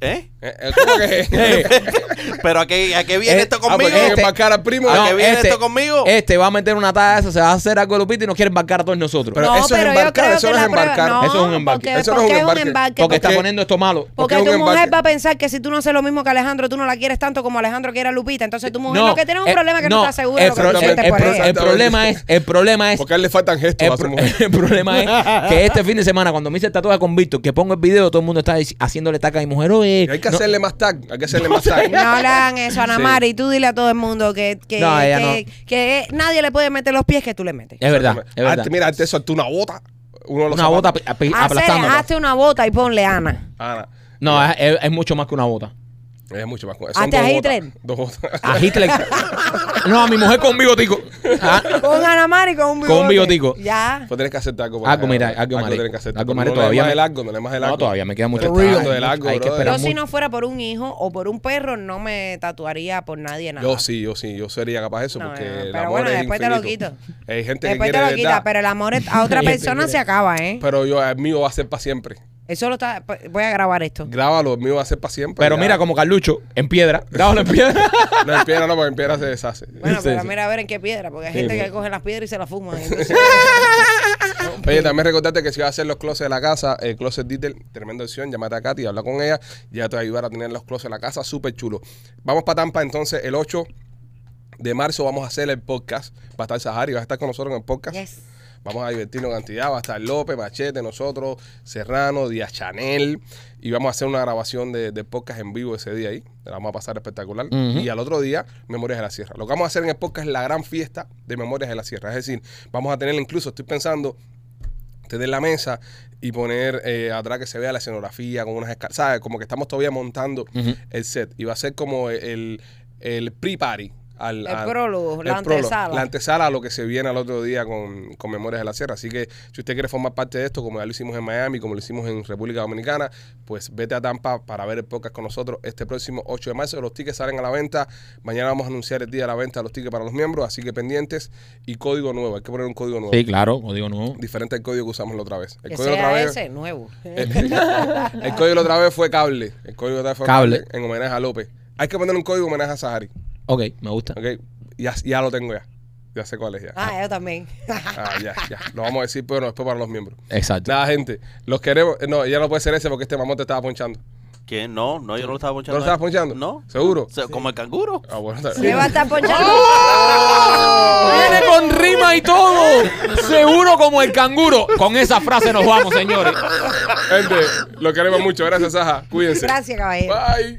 [SPEAKER 4] ¿Eh?
[SPEAKER 1] Eh, eh, ¿Cómo <laughs> que?
[SPEAKER 4] Pero a qué, a qué viene
[SPEAKER 2] Eh,
[SPEAKER 4] esto
[SPEAKER 1] Ah,
[SPEAKER 4] conmigo?
[SPEAKER 1] porque hay que embarcar al primo.
[SPEAKER 4] ¿A qué viene esto conmigo?
[SPEAKER 2] Este va a meter una talla de esa, se va a hacer algo de Lupita y nos quiere embarcar a todos nosotros.
[SPEAKER 1] Pero- eso es embarcar, eso no es
[SPEAKER 5] la prueba-
[SPEAKER 1] embarcar.
[SPEAKER 2] Eso es un embarque.
[SPEAKER 5] porque-
[SPEAKER 1] Eso no es un
[SPEAKER 5] porque es un
[SPEAKER 1] embarque.
[SPEAKER 5] embarque,
[SPEAKER 2] porque
[SPEAKER 5] porque-
[SPEAKER 2] está
[SPEAKER 1] qué?
[SPEAKER 2] poniendo esto malo.
[SPEAKER 5] Porque
[SPEAKER 1] Porque es
[SPEAKER 5] tu
[SPEAKER 1] un
[SPEAKER 5] mujer
[SPEAKER 1] embarque.
[SPEAKER 5] va a pensar que si tú no haces lo mismo que Alejandro, tú no la quieres tanto como Alejandro quiere a Lupita. Entonces tu mujer lo que tiene es un
[SPEAKER 2] eh,
[SPEAKER 5] problema que no, está segura
[SPEAKER 2] el,
[SPEAKER 5] de lo que
[SPEAKER 2] pro-
[SPEAKER 5] tú
[SPEAKER 2] el,
[SPEAKER 5] sientes
[SPEAKER 2] el
[SPEAKER 5] por
[SPEAKER 2] pro-
[SPEAKER 5] ella.
[SPEAKER 2] el problema es, el problema es,
[SPEAKER 1] Porque a él le faltan gestos
[SPEAKER 2] <laughs> el,
[SPEAKER 1] a su
[SPEAKER 2] pro-
[SPEAKER 1] mujer.
[SPEAKER 2] el problema es que este fin de semana, cuando me hice el tatuaje con Víctor, que pongo el video, todo el mundo está dic- haciéndole taca a mi mujer. Oye,
[SPEAKER 1] Hay que
[SPEAKER 2] no-
[SPEAKER 1] hacerle más tag, hay que hacerle más tag.
[SPEAKER 5] No le hagan eso, Ana
[SPEAKER 1] Sí.
[SPEAKER 5] Mari. Tú dile a todo el mundo que, que,
[SPEAKER 2] No, ella
[SPEAKER 5] que, que nadie le puede meter los pies que tú le metes.
[SPEAKER 2] Es verdad, es verdad.
[SPEAKER 1] Antes, mira, antes soltó una bota. Uno de los
[SPEAKER 2] Una
[SPEAKER 1] zapatos.
[SPEAKER 2] bota api- api-
[SPEAKER 5] Hacer-
[SPEAKER 2] aplastándola.
[SPEAKER 5] hazte una bota y ponle Ana.
[SPEAKER 1] Ana,
[SPEAKER 2] No, es, es- es mucho más que una bota.
[SPEAKER 1] es mucho más. Son dos
[SPEAKER 5] Hazte a
[SPEAKER 1] botas,
[SPEAKER 5] Hitler.
[SPEAKER 1] Dos botas.
[SPEAKER 2] A Hitler. <laughs> No, a mi mujer con un bigotico. Ah,
[SPEAKER 5] Con Ana Mari con un bigote.
[SPEAKER 2] Con un bigotico.
[SPEAKER 5] Ya.
[SPEAKER 1] Pues tienes que hacerte algo.
[SPEAKER 2] Algo, mira, algo, marico.
[SPEAKER 1] tienes que hacerte.
[SPEAKER 2] Algo,
[SPEAKER 1] No
[SPEAKER 2] marico,
[SPEAKER 1] le des
[SPEAKER 2] todavía
[SPEAKER 1] más
[SPEAKER 2] me-
[SPEAKER 1] el algo, no le des más el
[SPEAKER 2] No,
[SPEAKER 1] algo.
[SPEAKER 2] todavía me queda mucho
[SPEAKER 1] Pero
[SPEAKER 2] trabajo.
[SPEAKER 1] hablando del algo,
[SPEAKER 2] Hay que
[SPEAKER 1] brother.
[SPEAKER 2] esperar
[SPEAKER 5] Yo si
[SPEAKER 2] mucho.
[SPEAKER 5] no fuera por un hijo o por un perro, no me tatuaría por nadie nada.
[SPEAKER 1] Yo sí, yo sí, yo sería capaz de eso
[SPEAKER 5] No,
[SPEAKER 1] porque
[SPEAKER 5] no, no,
[SPEAKER 1] el
[SPEAKER 5] pero
[SPEAKER 1] amor
[SPEAKER 5] bueno,
[SPEAKER 1] es
[SPEAKER 5] después te lo
[SPEAKER 1] infinito. Hay gente
[SPEAKER 5] Después
[SPEAKER 1] que
[SPEAKER 5] te
[SPEAKER 1] quiere
[SPEAKER 5] lo
[SPEAKER 1] de
[SPEAKER 5] quita,
[SPEAKER 1] verdad,
[SPEAKER 5] pero el amor es- a otra
[SPEAKER 2] Hay gente
[SPEAKER 5] persona
[SPEAKER 2] que
[SPEAKER 5] se acaba, ¿eh?
[SPEAKER 1] pero yo el mío va a ser para siempre.
[SPEAKER 5] Eso lo está. pues, Voy a grabar esto.
[SPEAKER 1] Grábalo, el mío va a ser para siempre.
[SPEAKER 2] Pero
[SPEAKER 1] ya.
[SPEAKER 2] mira, como Carlucho, en piedra. Grábalo
[SPEAKER 1] <laughs>
[SPEAKER 2] en piedra.
[SPEAKER 1] no en piedra no, porque en piedra se deshace.
[SPEAKER 5] Bueno,
[SPEAKER 2] Sí,
[SPEAKER 5] pero
[SPEAKER 2] sí.
[SPEAKER 5] mira a ver en qué piedra, porque hay
[SPEAKER 2] Sí,
[SPEAKER 5] gente
[SPEAKER 2] sí.
[SPEAKER 5] que coge las piedras y se las fuma. entonces-
[SPEAKER 1] Oye, también recordarte que si vas a hacer los closets de la casa, el closet detail, tremenda opción, llámate a Katy, habla con ella, ya te va a ayudar a tener los closets de la casa, súper chulo. Vamos para Tampa entonces, el 8 de marzo vamos a hacer el podcast, va a estar Sahari, va a estar con nosotros en el podcast.
[SPEAKER 5] Yes.
[SPEAKER 1] Vamos a divertirnos cantidad. Va a estar López, Machete, nosotros, Serrano, Díaz Chanel. Y vamos a hacer una grabación de, de podcast en vivo ese día ahí. La vamos a pasar espectacular.
[SPEAKER 2] Ujú.
[SPEAKER 1] Y al otro día, Memorias de la Sierra. Lo que vamos a hacer en el podcast es la gran fiesta de Memorias de la Sierra. Es decir, vamos a tener incluso, estoy pensando, tener la mesa y poner eh, atrás que se vea la escenografía con unas escalas. ¿Sabes? Como que estamos todavía montando
[SPEAKER 2] Ujú.
[SPEAKER 1] el set. Y va a ser como el, el pre-party. Al,
[SPEAKER 5] El
[SPEAKER 1] al-
[SPEAKER 5] prólogo, la
[SPEAKER 1] el prólogo,
[SPEAKER 5] antesala.
[SPEAKER 1] La antesala a lo que se viene al otro día con, con Memorias de la Sierra. Así que si usted quiere formar parte de esto, como ya lo hicimos en Miami, como lo hicimos en República Dominicana, pues vete a Tampa para ver el podcast con nosotros este próximo 8 de marzo. Los tickets salen a la venta. Mañana vamos a anunciar el día de la venta de los tickets para los miembros, así que pendientes. Y código nuevo, hay que poner un código nuevo.
[SPEAKER 2] Sí, claro, como digo nuevo.
[SPEAKER 1] Diferente al código que usamos la otra vez. El
[SPEAKER 5] Que
[SPEAKER 1] código la
[SPEAKER 5] sea
[SPEAKER 1] otra vez.
[SPEAKER 5] ese nuevo.
[SPEAKER 1] El, <laughs> el código la otra vez fue cable. El código la otra vez fue
[SPEAKER 2] Cable.
[SPEAKER 1] cable. En homenaje a López. Hay que poner un código en homenaje a Sahari.
[SPEAKER 2] Ok, me gusta.
[SPEAKER 1] ¿ok? Ya, ya lo tengo ya. Ya sé cuál es ya.
[SPEAKER 5] Ah, yo también. <laughs>
[SPEAKER 1] Ah, ya, ya. Lo vamos a decir, pero después para los miembros.
[SPEAKER 2] Exacto.
[SPEAKER 1] Nada, gente. Los queremos. Eh, No, ya no puede ser ese porque este mamón te estaba ponchando.
[SPEAKER 4] ¿Quién? No, no, yo no lo estaba
[SPEAKER 1] ¿No
[SPEAKER 4] ponchando.
[SPEAKER 1] lo estabas ponchando?
[SPEAKER 4] No.
[SPEAKER 1] ¿Seguro?
[SPEAKER 4] O sea, Como el canguro.
[SPEAKER 1] Ah, bueno, está
[SPEAKER 5] Se
[SPEAKER 1] bien.
[SPEAKER 5] va a estar ponchando.
[SPEAKER 2] Viene con rima y todo. Seguro como el canguro. Con esa frase nos vamos, señores.
[SPEAKER 1] Gente, lo queremos mucho. Gracias, Saja. Cuídense.
[SPEAKER 5] Gracias, caballero.
[SPEAKER 1] Bye.